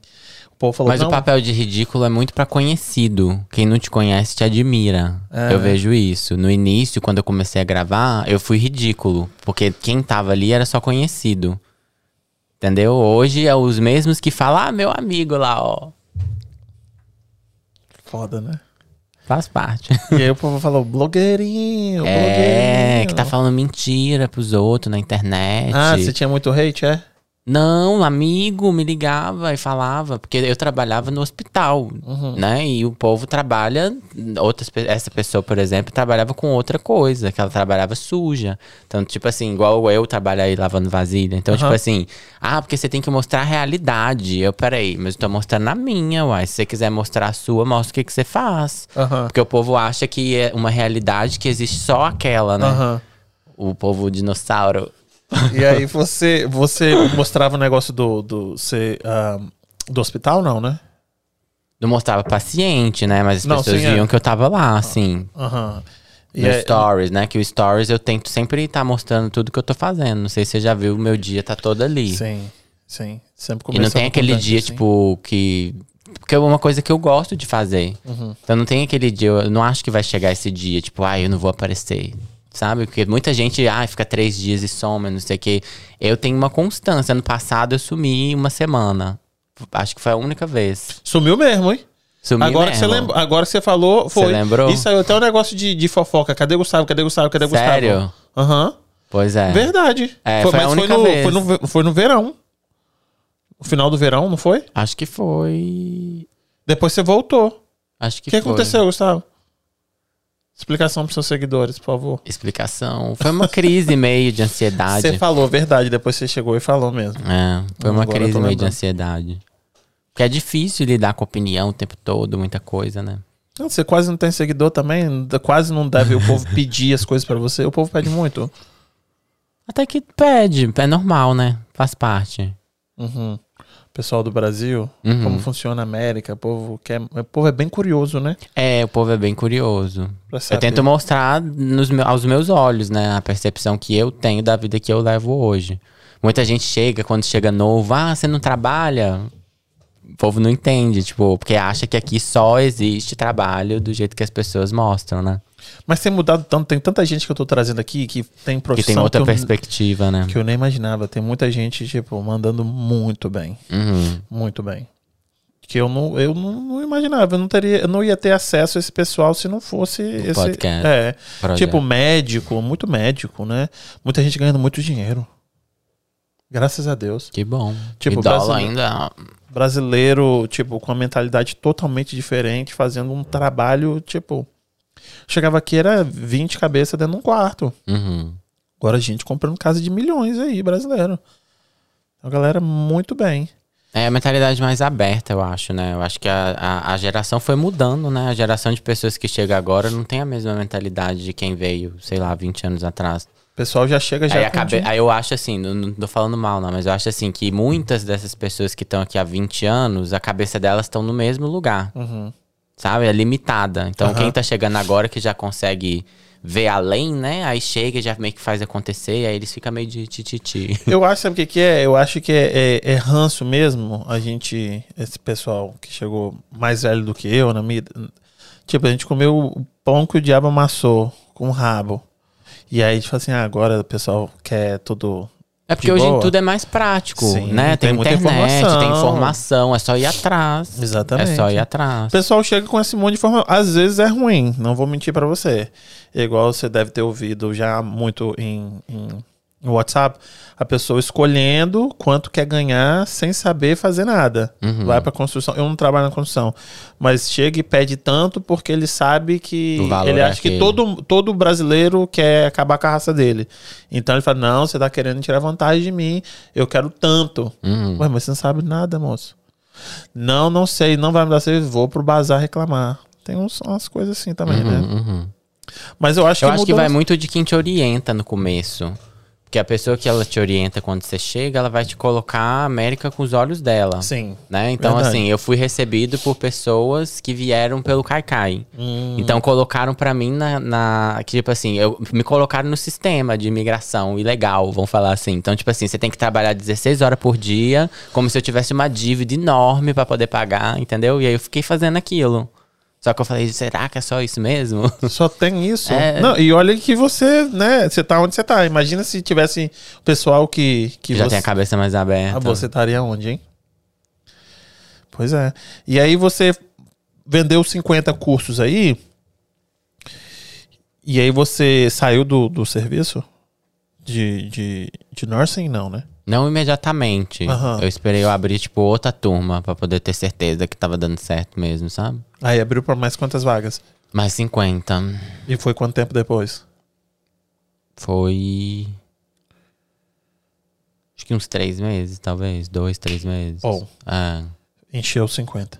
Speaker 1: O povo falou,
Speaker 3: Mas
Speaker 1: não,
Speaker 3: o papel de ridículo é muito pra conhecido. Quem não te conhece te admira.
Speaker 1: É.
Speaker 3: Eu vejo isso. No início, quando eu comecei a gravar, eu fui ridículo. Porque quem tava ali era só conhecido. Entendeu? Hoje é os mesmos que falam, ah, meu amigo lá, ó.
Speaker 1: foda, né?
Speaker 3: Faz parte.
Speaker 1: E aí o povo falou, blogueirinho,
Speaker 3: É,
Speaker 1: blogueirinho.
Speaker 3: que tá falando mentira pros outros na internet.
Speaker 1: Ah, você tinha muito hate, é?
Speaker 3: Não, um amigo me ligava e falava, porque eu trabalhava no hospital,
Speaker 1: Uhum.
Speaker 3: né? E o povo trabalha, outras, pe- essa pessoa, por exemplo, trabalhava com outra coisa, que ela trabalhava suja. Então, tipo assim, igual eu trabalhei lavando vasilha. Então, tipo assim, ah, porque você tem que mostrar a realidade. Eu, peraí, mas eu tô mostrando a minha, uai. Se você quiser mostrar a sua, mostra o que, que você faz.
Speaker 1: Aham.
Speaker 3: Porque o povo acha que é uma realidade que existe só aquela, né?
Speaker 1: Aham.
Speaker 3: O povo dinossauro.
Speaker 1: E aí você, você mostrava o negócio do, do, você, ah, do hospital, não, né?
Speaker 3: Não mostrava paciente, né? Mas as
Speaker 1: Não,
Speaker 3: pessoas
Speaker 1: sim, é.
Speaker 3: viam que eu tava lá, assim.
Speaker 1: Aham. E é-
Speaker 3: no
Speaker 1: aí-
Speaker 3: Stories, né? Que o Stories eu tento sempre estar mostrando tudo que eu tô fazendo. Não sei se você já viu, meu dia tá todo ali.
Speaker 1: Sim, sim. Sempre
Speaker 3: e
Speaker 1: começou assim.
Speaker 3: não tem aquele dia, tipo, que. Porque é uma coisa que eu gosto de fazer.
Speaker 1: Uhum.
Speaker 3: Então não tem aquele dia, eu não acho que vai chegar esse dia, tipo, ai, eu não vou aparecer. Sabe? Porque muita gente, ai, fica três dias e soma, não sei o quê. Eu tenho uma constância. Ano passado eu sumi uma semana. Acho que foi a única vez.
Speaker 1: Sumiu mesmo, hein?
Speaker 3: Sumi
Speaker 1: agora, que você
Speaker 3: mesmo.
Speaker 1: lembra, agora que você falou, foi.
Speaker 3: lembrou?
Speaker 1: Isso aí até um negócio de, de fofoca. Cadê Gustavo? Cadê Gustavo? Cadê Gustavo?
Speaker 3: Sério?
Speaker 1: Aham.
Speaker 3: Pois é.
Speaker 1: Verdade.
Speaker 3: É, foi a única
Speaker 1: no,
Speaker 3: vez.
Speaker 1: Foi, no, ve- foi no verão. O final do verão, não foi?
Speaker 3: Acho que foi.
Speaker 1: Depois você voltou.
Speaker 3: Acho
Speaker 1: O
Speaker 3: que
Speaker 1: que
Speaker 3: foi.
Speaker 1: aconteceu, Gustavo? Explicação pros seus seguidores, por favor.
Speaker 3: Explicação. Foi uma crise meio de ansiedade.
Speaker 1: Você falou verdade, depois você chegou e falou mesmo.
Speaker 3: É, foi
Speaker 1: Hum,
Speaker 3: uma
Speaker 1: agora eu
Speaker 3: crise
Speaker 1: tô
Speaker 3: meio de
Speaker 1: lembrando.
Speaker 3: ansiedade. Porque é difícil lidar com opinião o tempo todo, muita coisa, né?
Speaker 1: Não, Você quase não tem seguidor também, quase não deve o povo pedir as coisas pra você. O povo pede muito.
Speaker 3: Até que pede, é normal, né? Faz parte.
Speaker 1: Uhum. Pessoal do Brasil,
Speaker 3: Uhum.
Speaker 1: como funciona a América, o povo quer, o povo é bem curioso, né?
Speaker 3: É, o povo é bem curioso.
Speaker 1: Pra saber.
Speaker 3: Eu tento mostrar nos meu- aos meus olhos, né? A percepção que eu tenho da vida que eu levo hoje. Muita gente chega, quando chega novo, ah, você não trabalha? O povo não entende, tipo, porque acha que aqui só existe trabalho do jeito que as pessoas mostram, né?
Speaker 1: Mas tem mudado tanto, tem tanta gente que eu tô trazendo aqui que tem
Speaker 3: Que
Speaker 1: profissão
Speaker 3: tem outra
Speaker 1: que, eu,
Speaker 3: perspectiva, né?
Speaker 1: que eu nem imaginava. Tem muita gente tipo mandando muito bem,
Speaker 3: Uhum.
Speaker 1: muito bem. Que eu não, eu não, não imaginava, eu não teria, eu não ia ter acesso a esse pessoal se não fosse esse
Speaker 3: podcast.
Speaker 1: é,
Speaker 3: Projeto.
Speaker 1: tipo médico, muito médico, né? Muita gente ganhando muito dinheiro. Graças a Deus.
Speaker 3: Que bom.
Speaker 1: Tipo,
Speaker 3: e dólar
Speaker 1: brasileiro.
Speaker 3: ainda. é
Speaker 1: Brasileiro, tipo, com uma mentalidade totalmente diferente, fazendo um trabalho, tipo. Chegava aqui, era 20 cabeças dentro de um quarto.
Speaker 3: Uhum.
Speaker 1: Agora a gente comprando casa de milhões aí, brasileiro. Então, A galera muito bem.
Speaker 3: É a mentalidade mais aberta, eu acho, né? Eu acho que a, a, a geração foi mudando, né? A geração de pessoas que chega agora não tem a mesma mentalidade de quem veio, sei lá, 20 anos atrás.
Speaker 1: O pessoal já chega já.
Speaker 3: Aí,
Speaker 1: com
Speaker 3: acabe-
Speaker 1: dinheiro.
Speaker 3: aí eu acho assim, não, não tô falando mal, não, mas eu acho assim que muitas dessas pessoas que estão aqui há 20 anos, a cabeça delas estão no mesmo lugar,
Speaker 1: Uhum.
Speaker 3: sabe? É limitada. Então
Speaker 1: Aham.
Speaker 3: quem tá chegando agora que já consegue ver além, né? Aí chega e já meio que faz acontecer, aí eles ficam meio de tititi.
Speaker 1: Eu acho, sabe o que, que é? Eu acho que é, é- é ranço mesmo. A gente, esse pessoal que chegou mais velho do que eu na minha. Tipo, a gente comeu o pão que o diabo amassou com o rabo. E aí, tipo assim, ah, agora o pessoal quer tudo.
Speaker 3: É porque
Speaker 1: De
Speaker 3: hoje em
Speaker 1: boa.
Speaker 3: tudo é mais prático,
Speaker 1: Sim,
Speaker 3: né? Tem,
Speaker 1: tem muita
Speaker 3: internet, tem
Speaker 1: informação.
Speaker 3: informação, é só ir atrás.
Speaker 1: Exatamente.
Speaker 3: É só ir
Speaker 1: O
Speaker 3: atrás.
Speaker 1: pessoal chega com esse monte de forma. Às vezes é ruim, não vou mentir pra você. Igual você deve ter ouvido já muito em, em- em WhatsApp, a pessoa escolhendo quanto quer ganhar sem saber fazer nada.
Speaker 3: Uhum.
Speaker 1: Vai pra construção. Eu não trabalho na construção, mas chega e pede tanto porque ele sabe que
Speaker 3: O valor
Speaker 1: ele
Speaker 3: é
Speaker 1: acha que
Speaker 3: aquele.
Speaker 1: todo, todo brasileiro quer acabar com a raça dele. Então ele fala: "Não, você tá querendo tirar vantagem de mim. Eu quero tanto".
Speaker 3: Uhum.
Speaker 1: Ué, mas você não sabe nada, moço. Não, não sei, não vai me dar serviço, vou pro bazar reclamar. Tem uns, umas coisas assim também, né?
Speaker 3: Uhum.
Speaker 1: Mas eu acho
Speaker 3: Eu
Speaker 1: que
Speaker 3: acho que
Speaker 1: mudou
Speaker 3: vai
Speaker 1: isso.
Speaker 3: muito de quem te orienta no começo. Porque a pessoa que ela te orienta quando você chega, ela vai te colocar a América com os olhos dela.
Speaker 1: Sim.
Speaker 3: Né? Então,
Speaker 1: Verdade.
Speaker 3: assim, eu fui recebido por pessoas que vieram pelo Kaikai.
Speaker 1: Hum.
Speaker 3: Então, colocaram pra mim na, na- que, Tipo assim, eu, me colocaram no sistema de imigração ilegal, vamos falar assim. Então, tipo assim, você tem que trabalhar 16 horas por dia, como se eu tivesse uma dívida enorme pra poder pagar, entendeu? E aí eu fiquei fazendo aquilo. Só que eu falei, será que é só isso mesmo?
Speaker 1: Só tem isso.
Speaker 3: É.
Speaker 1: Não, e olha que você, né? Você tá onde você tá. Imagina se tivesse o pessoal que. que
Speaker 3: já
Speaker 1: você...
Speaker 3: tem a cabeça mais aberta.
Speaker 1: Ah, você estaria onde, hein? Pois é. E aí você vendeu 50 cursos aí. E aí você saiu do, do serviço? De, de, de nursing, não, né?
Speaker 3: Não imediatamente.
Speaker 1: Aham.
Speaker 3: Eu esperei eu abrir, tipo, outra turma pra poder ter certeza que tava dando certo mesmo, sabe?
Speaker 1: Aí abriu para mais quantas vagas?
Speaker 3: Mais 50.
Speaker 1: E foi quanto tempo depois?
Speaker 3: Foi. Acho que uns três meses, talvez. Dois, três meses.
Speaker 1: Bom.
Speaker 3: É,
Speaker 1: Encheu 50.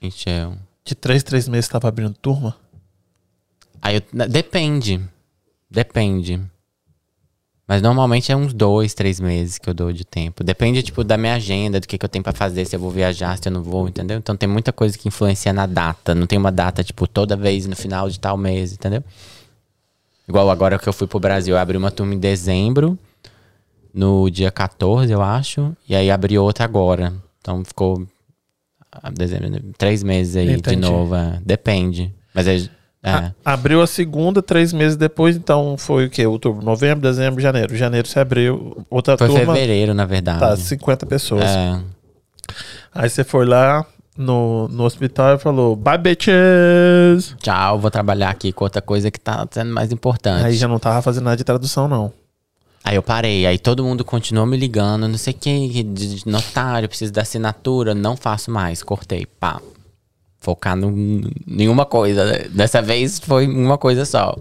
Speaker 3: encheu.
Speaker 1: De 3, 3 meses estava abrindo turma?
Speaker 3: Aí eu- na- Depende. Depende. Mas normalmente é uns dois, três meses que eu dou de tempo. Depende, tipo, da minha agenda, do que, que eu tenho pra fazer, se eu vou viajar, se eu não vou, entendeu? Então tem muita coisa que influencia na data. Não tem uma data, tipo, toda vez no final de tal mês, entendeu? Igual agora que eu fui pro Brasil, eu abri uma turma em dezembro, no dia 14, eu acho, e aí abri outra agora. Então ficou ah, dezembro, três meses aí
Speaker 1: Entendi. Ah,
Speaker 3: de novo. é. Depende. Mas é. é.
Speaker 1: A- abriu a segunda, três meses depois, então foi o quê? Outubro, novembro, dezembro, janeiro. Janeiro se abriu, outra
Speaker 3: Foi
Speaker 1: turma.
Speaker 3: fevereiro, na verdade.
Speaker 1: Tá, 50 pessoas.
Speaker 3: É.
Speaker 1: Aí você foi lá no, no hospital e falou, bye bitches!
Speaker 3: Tchau, vou trabalhar aqui com outra coisa que tá sendo mais importante.
Speaker 1: Aí
Speaker 3: Aí,
Speaker 1: já não tava fazendo nada de tradução, não.
Speaker 3: eu parei, aí todo mundo continuou me ligando, não sei o que, de, de notário, preciso da assinatura, não faço mais, cortei, pá. Focar num- nenhuma coisa. né? Dessa vez foi uma coisa só.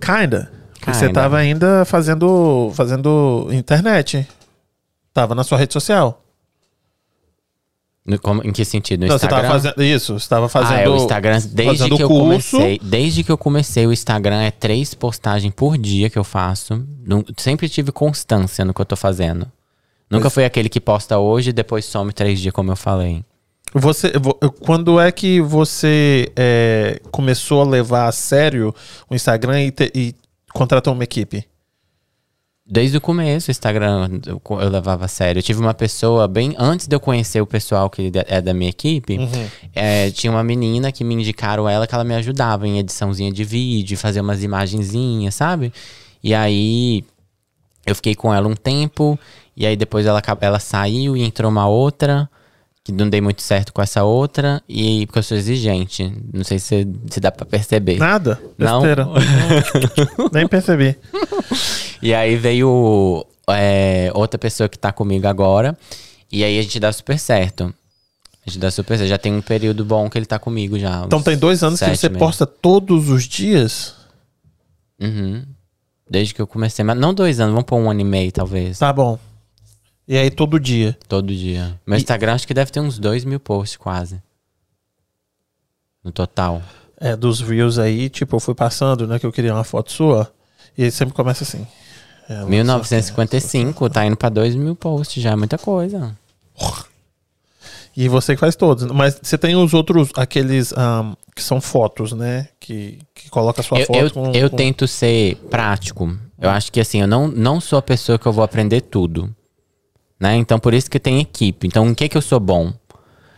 Speaker 1: Kinda. Porque você
Speaker 3: Kinda.
Speaker 1: tava ainda fazendo, fazendo internet. Tava na sua rede social.
Speaker 3: No- como- em que sentido? No
Speaker 1: Não, você
Speaker 3: Instagram?
Speaker 1: tava fazendo. Isso, você tava fazendo.
Speaker 3: ah, é, o Instagram, desde
Speaker 1: fazendo
Speaker 3: que eu
Speaker 1: curso.
Speaker 3: comecei, desde que eu comecei o Instagram, é três postagens por dia que eu faço. Nun- sempre tive constância no que eu tô fazendo. Nunca foi aquele que posta hoje e depois some três dias, como eu falei.
Speaker 1: Você, vo- quando é que você é, começou a levar a sério o Instagram e, te- e contratou uma equipe?
Speaker 3: Desde o começo, o Instagram eu, co- eu levava a sério. Eu tive uma pessoa, bem antes de eu conhecer o pessoal que da- é da minha equipe, é, tinha uma menina que me indicaram ela que ela me ajudava em ediçãozinha de vídeo, fazer umas imagenzinhas, sabe? E aí eu fiquei com ela um tempo, e aí depois ela, acab- ela saiu e entrou uma outra, que não dei muito certo com essa outra, e porque eu sou exigente. Não sei se, se dá pra perceber.
Speaker 1: Nada?
Speaker 3: Não.
Speaker 1: Besteira. Nem percebi.
Speaker 3: E aí veio é, outra pessoa que tá comigo agora. E aí a gente dá super certo. A gente dá super certo. Já tem um período bom que ele tá comigo já.
Speaker 1: Então
Speaker 3: uns
Speaker 1: tem dois anos que
Speaker 3: sete
Speaker 1: você
Speaker 3: meses.
Speaker 1: posta todos os dias?
Speaker 3: Uhum. Desde que eu comecei. Mas não dois anos, vamos pôr um ano e meio, talvez.
Speaker 1: Tá bom. E aí todo dia.
Speaker 3: Todo dia. Meu Instagram acho que deve ter uns dois mil posts, quase. No total.
Speaker 1: É, dos Reels aí, tipo, eu fui passando, né, que eu queria uma foto sua. E ele sempre começa assim. É, lança-
Speaker 3: 1955, tá indo pra dois mil posts já, é muita coisa.
Speaker 1: assim. E você que faz todos. Mas você tem os outros, aqueles ahn, que são fotos, né? Que, que coloca a sua
Speaker 3: eu,
Speaker 1: foto.
Speaker 3: eu,
Speaker 1: com-
Speaker 3: eu
Speaker 1: com-
Speaker 3: tento ser prático. Eu acho que assim, eu não, não sou a pessoa que eu vou aprender tudo. Né? Então, por isso que tem equipe. Então, em que, que eu sou bom?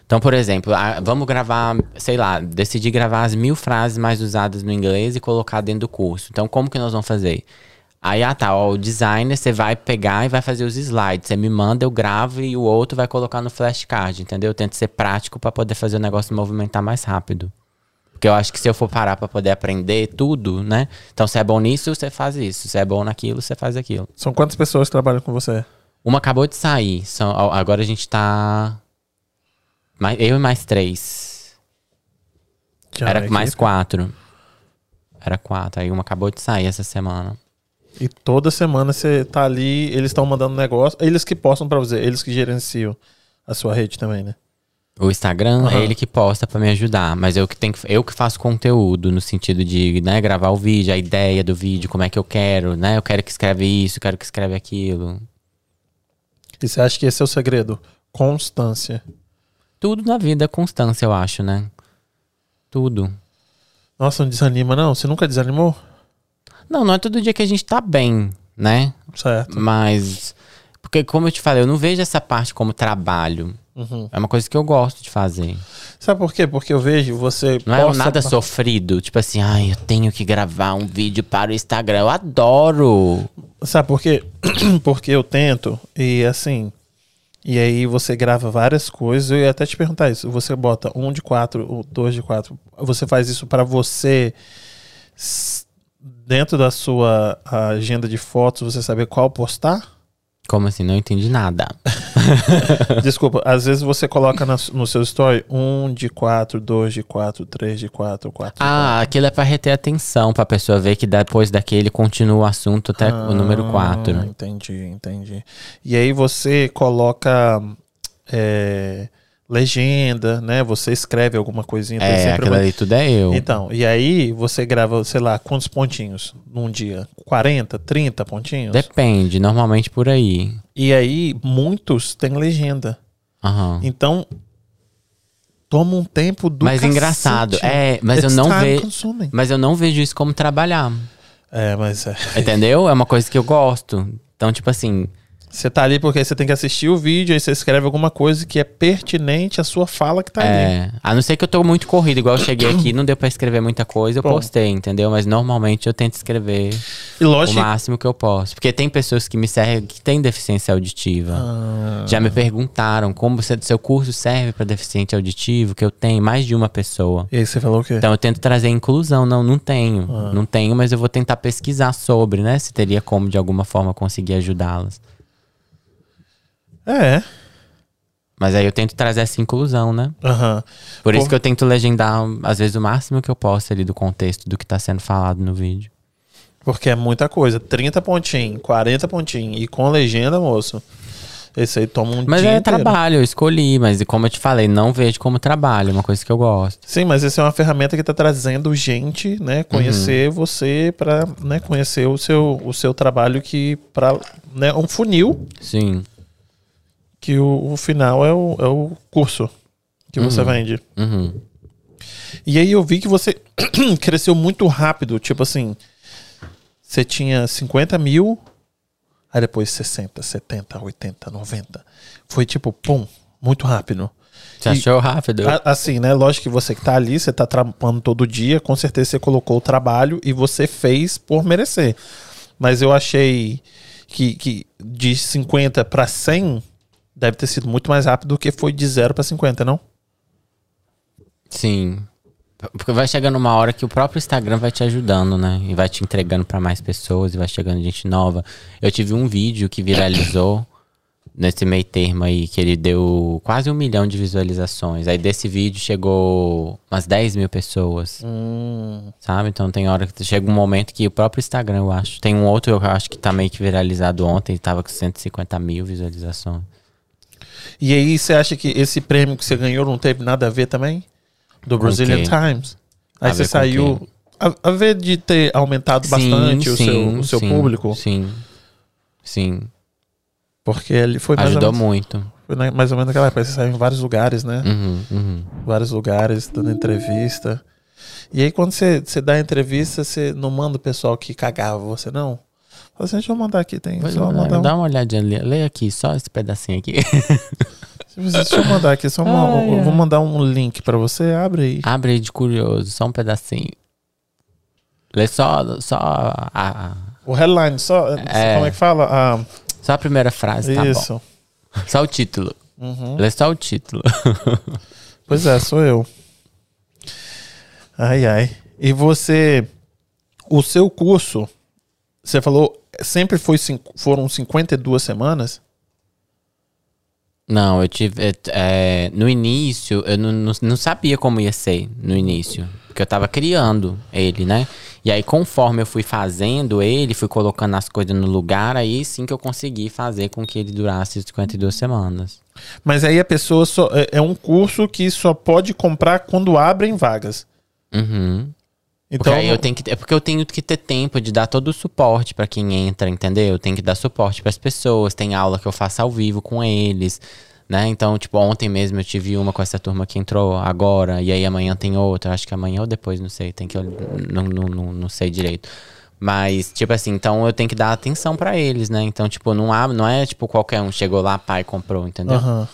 Speaker 3: Então, por exemplo, ah, vamos gravar, sei lá, decidi gravar as mil frases mais usadas no inglês e colocar dentro do curso. Então, como que nós vamos fazer? Aí, ah tá, ó, o designer você vai pegar e vai fazer os slides. Você me manda, eu gravo e o outro vai colocar no flashcard, entendeu? Eu tento ser prático pra poder fazer o negócio movimentar mais rápido. Porque eu acho que se eu for parar pra poder aprender tudo, né? Então, se é bom nisso, você faz isso. Se é bom naquilo, você faz aquilo.
Speaker 1: São quantas pessoas que trabalham com você?
Speaker 3: Uma acabou de sair. São, a- agora a gente tá. mais- eu e mais três.
Speaker 1: Já
Speaker 3: Era
Speaker 1: é
Speaker 3: mais
Speaker 1: que-
Speaker 3: quatro. Era quatro. Aí uma acabou de sair essa semana.
Speaker 1: E toda semana você tá ali, eles estão mandando um negócio. Eles que postam pra você, eles que gerenciam a sua rede também, né?
Speaker 3: O Instagram
Speaker 1: Aham.
Speaker 3: é ele que posta pra me ajudar, mas eu que tenho que, eu que faço conteúdo no sentido de, né, gravar o vídeo, a ideia do vídeo, como é que eu quero, né? Eu quero que escreve isso, eu quero que escreve aquilo.
Speaker 1: E você acha que esse é o segredo? Constância.
Speaker 3: Tudo na vida é constância, eu acho, né? Tudo.
Speaker 1: Nossa, não desanima, não? Você nunca desanimou?
Speaker 3: Não, não é todo dia que a gente tá bem, né?
Speaker 1: Certo.
Speaker 3: Mas. Porque, como eu te falei, eu não vejo essa parte como trabalho.
Speaker 1: Uhum.
Speaker 3: É uma coisa que eu gosto de fazer.
Speaker 1: Sabe por quê? Porque eu vejo você.
Speaker 3: Não é
Speaker 1: posta-
Speaker 3: nada sofrido. Tipo assim, ai, eu tenho que gravar um vídeo para o Instagram. Eu adoro.
Speaker 1: Sabe por quê? Porque eu tento e assim. E aí você grava várias coisas. Eu ia até te perguntar isso. Você bota um de quatro, ou dois de quatro. Você faz isso pra você s- dentro da sua agenda de fotos, você saber qual postar?
Speaker 3: Como assim? Não entendi nada.
Speaker 1: Desculpa, às vezes você coloca na su- no seu story um de quatro, dois de quatro, três de quatro, quatro. de quatro.
Speaker 3: Ah, aquilo é pra reter atenção, pra pessoa ver que depois daquele continua o assunto até o número
Speaker 1: Ah,
Speaker 3: 4.
Speaker 1: Entendi, entendi. E aí você coloca é, legenda, né? Você escreve alguma coisinha. tem
Speaker 3: É,
Speaker 1: sempre
Speaker 3: aquilo
Speaker 1: uma-
Speaker 3: ali tudo é eu.
Speaker 1: Então, e aí você grava, sei lá, quantos pontinhos num dia? 40, 30 pontinhos?
Speaker 3: Depende, normalmente por aí.
Speaker 1: E aí muitos têm legenda.
Speaker 3: Aham.
Speaker 1: Então, toma um tempo do
Speaker 3: Mas
Speaker 1: cacete. tá-
Speaker 3: engraçado, é, mas eu
Speaker 1: It's
Speaker 3: não
Speaker 1: time
Speaker 3: ve-
Speaker 1: consuming.
Speaker 3: Mas eu não vejo isso como trabalhar.
Speaker 1: É, mas é.
Speaker 3: Entendeu? É uma coisa que eu gosto. Então, tipo assim,
Speaker 1: Você tá ali porque você tem que assistir o vídeo, aí você escreve alguma coisa que é pertinente à sua fala que tá ali.
Speaker 3: é, a não ser que eu tô muito corrido, igual eu cheguei aqui, não deu pra escrever muita coisa, eu
Speaker 1: Bom.
Speaker 3: postei, entendeu? Mas normalmente eu tento escrever
Speaker 1: E
Speaker 3: o
Speaker 1: lógico. que-
Speaker 3: máximo que eu posso. Porque tem pessoas que me servem que têm deficiência auditiva.
Speaker 1: Ah,
Speaker 3: Já me perguntaram como você- seu curso serve pra deficiente auditivo, que eu tenho mais de uma pessoa.
Speaker 1: E aí você falou o quê?
Speaker 3: Então eu tento trazer inclusão, não, não tenho.
Speaker 1: Ah.
Speaker 3: Não tenho, mas eu vou tentar pesquisar sobre, né? Se teria como de alguma forma conseguir ajudá-las.
Speaker 1: É.
Speaker 3: Mas aí eu tento trazer essa inclusão, né?
Speaker 1: Aham.
Speaker 3: Por isso
Speaker 1: Pô.
Speaker 3: que eu tento legendar, às vezes, o máximo que eu posso ali do contexto do que tá sendo falado no vídeo.
Speaker 1: Porque é muita coisa. 30 pontinhos, 40 pontinhos. E com legenda, moço. Esse aí toma um
Speaker 3: Mas
Speaker 1: dia
Speaker 3: é
Speaker 1: inteiro.
Speaker 3: trabalho, eu escolhi, mas como eu te falei, não vejo como trabalho, é uma coisa que eu gosto.
Speaker 1: Sim, mas essa é uma ferramenta que tá trazendo gente,
Speaker 3: Uhum.
Speaker 1: né, conhecer você pra, né, conhecer o seu, o seu trabalho que para, né, um funil
Speaker 3: Sim.
Speaker 1: que o, o final é o, é o curso que você vende.
Speaker 3: Uhum.
Speaker 1: E aí eu vi que você cresceu muito rápido. Tipo assim, você tinha 50 mil, aí depois 60, 70, 80, 90. Foi tipo, pum, muito rápido.
Speaker 3: Você
Speaker 1: E-
Speaker 3: achou rápido?
Speaker 1: A- Assim, né? Lógico que você que tá ali, você tá trampando todo dia, com certeza você colocou o trabalho e você fez por merecer. Mas eu achei que, que de 50 para 100 deve ter sido muito mais rápido do que foi de 0 para 50, não?
Speaker 3: Sim. Porque vai chegando uma hora que o próprio Instagram vai te ajudando, né? E vai te entregando pra mais pessoas, e vai chegando gente nova. Eu tive um vídeo que viralizou nesse meio termo aí, que ele deu quase um milhão de visualizações. Aí desse vídeo chegou umas 10 mil pessoas, sabe? Então tem hora que chega um momento que o próprio Instagram, eu acho. Tem um outro, eu acho que tá meio que viralizado ontem, tava com 150 mil visualizações.
Speaker 1: E aí, você acha que esse prêmio que você ganhou não teve nada a ver também? Do
Speaker 3: Com
Speaker 1: Brazilian
Speaker 3: quê?
Speaker 1: Times? Aí
Speaker 3: A
Speaker 1: você
Speaker 3: ver com
Speaker 1: saiu. A, a ver de ter aumentado bastante o seu, o seu
Speaker 3: sim,
Speaker 1: público,
Speaker 3: Sim. Sim.
Speaker 1: porque ele foi mais,
Speaker 3: Ajudou
Speaker 1: ou, menos,
Speaker 3: muito.
Speaker 1: foi na- mais ou menos naquela época. Você saiu em vários lugares, né?
Speaker 3: Uhum, uhum.
Speaker 1: Vários lugares, dando entrevista. E aí, quando você, você dá entrevista, você não manda o pessoal que cagava você, não? Fala assim, deixa eu mandar aqui, tem.
Speaker 3: Pois
Speaker 1: Só
Speaker 3: é,
Speaker 1: mandar um-
Speaker 3: Dá uma olhadinha ali. Leia aqui, só esse pedacinho aqui.
Speaker 1: Deixa eu mandar aqui, só uma,
Speaker 3: Ai,
Speaker 1: eu
Speaker 3: ai.
Speaker 1: vou mandar um link pra você, abre aí.
Speaker 3: Abre aí de curioso, só um pedacinho. Lê só, só, a, a-
Speaker 1: O headline, só.
Speaker 3: É.
Speaker 1: Como é que fala? Ah,
Speaker 3: só a primeira frase, tá
Speaker 1: isso.
Speaker 3: bom. Só o título.
Speaker 1: Uhum.
Speaker 3: Lê só o título.
Speaker 1: Pois é, sou eu. Ai, ai. E você. O seu curso, você falou, sempre foi cin- foram 52 semanas?
Speaker 3: Não, eu tive. é, é, no início, eu não, não, não sabia como ia ser no início. Porque eu tava criando ele, né? E aí, conforme eu fui fazendo ele, fui colocando as coisas no lugar, aí sim que eu consegui fazer com que ele durasse 52 semanas.
Speaker 1: Mas aí a pessoa só. É, é um curso que só pode comprar quando abrem vagas.
Speaker 3: Uhum. Porque
Speaker 1: Então.
Speaker 3: aí eu tenho que, é porque eu tenho que ter tempo de dar todo o suporte pra quem entra, entendeu? Eu tenho que dar suporte pras pessoas, tem aula que eu faço ao vivo com eles, né? Então, tipo, ontem mesmo eu tive uma com essa turma que entrou agora, e aí amanhã tem outra, acho que amanhã ou depois, não sei, tem que eu não, não, não, não sei direito. Mas, tipo assim, então eu tenho que dar atenção pra eles, né? Então, tipo, não há, não é tipo qualquer um chegou lá, pai, comprou, entendeu?
Speaker 1: Aham.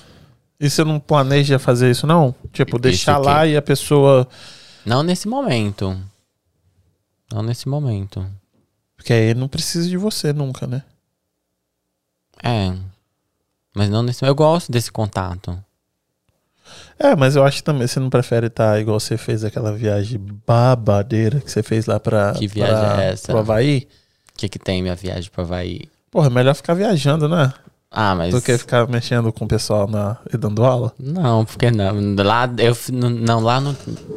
Speaker 1: E você não planeja fazer isso, não? Tipo, deixar
Speaker 3: o quê?
Speaker 1: lá e a pessoa.
Speaker 3: Não nesse momento. Não nesse momento.
Speaker 1: Porque aí não precisa de você nunca, né?
Speaker 3: É. Mas não nesse. Eu gosto desse contato.
Speaker 1: É, mas eu acho que também você não prefere estar igual você fez aquela viagem babadeira que você fez lá pra,
Speaker 3: Que viagem
Speaker 1: pra-
Speaker 3: é essa?
Speaker 1: pro Havaí.
Speaker 3: O que, que tem minha viagem pro Havaí?
Speaker 1: Porra, é melhor ficar viajando, né?
Speaker 3: Ah, mas.
Speaker 1: Do que ficar mexendo com o pessoal na, e dando aula.
Speaker 3: Não, porque não. Lá eu f- não, não, lá não.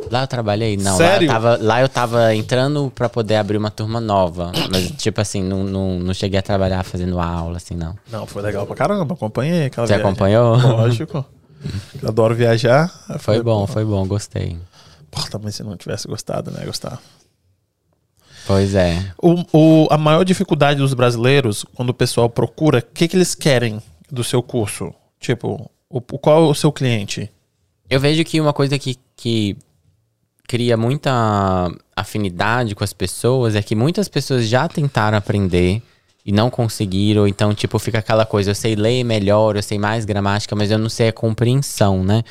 Speaker 3: Lá eu trabalhei, não.
Speaker 1: Sério?
Speaker 3: Lá eu tava, lá eu tava entrando pra poder abrir uma turma nova. Mas, tipo assim, não, não, não cheguei a trabalhar fazendo aula, assim, não.
Speaker 1: Não, foi legal pra caramba, acompanhei aquela
Speaker 3: Você
Speaker 1: viagem.
Speaker 3: acompanhou?
Speaker 1: Lógico. Eu adoro viajar. Aí eu
Speaker 3: Foi
Speaker 1: falei,
Speaker 3: bom, foi bom, gostei.
Speaker 1: Porra, mas se não tivesse gostado, né, Gustavo?
Speaker 3: Pois é.
Speaker 1: O, o- a maior dificuldade dos brasileiros, quando o pessoal procura, o que, que eles querem do seu curso? Tipo, o, o- qual é o seu cliente?
Speaker 3: Eu vejo que uma coisa que, que cria muita afinidade com as pessoas é que muitas pessoas já tentaram aprender e não conseguiram, então, tipo, fica aquela coisa, eu sei ler melhor, eu sei mais gramática, mas eu não sei a compreensão, né?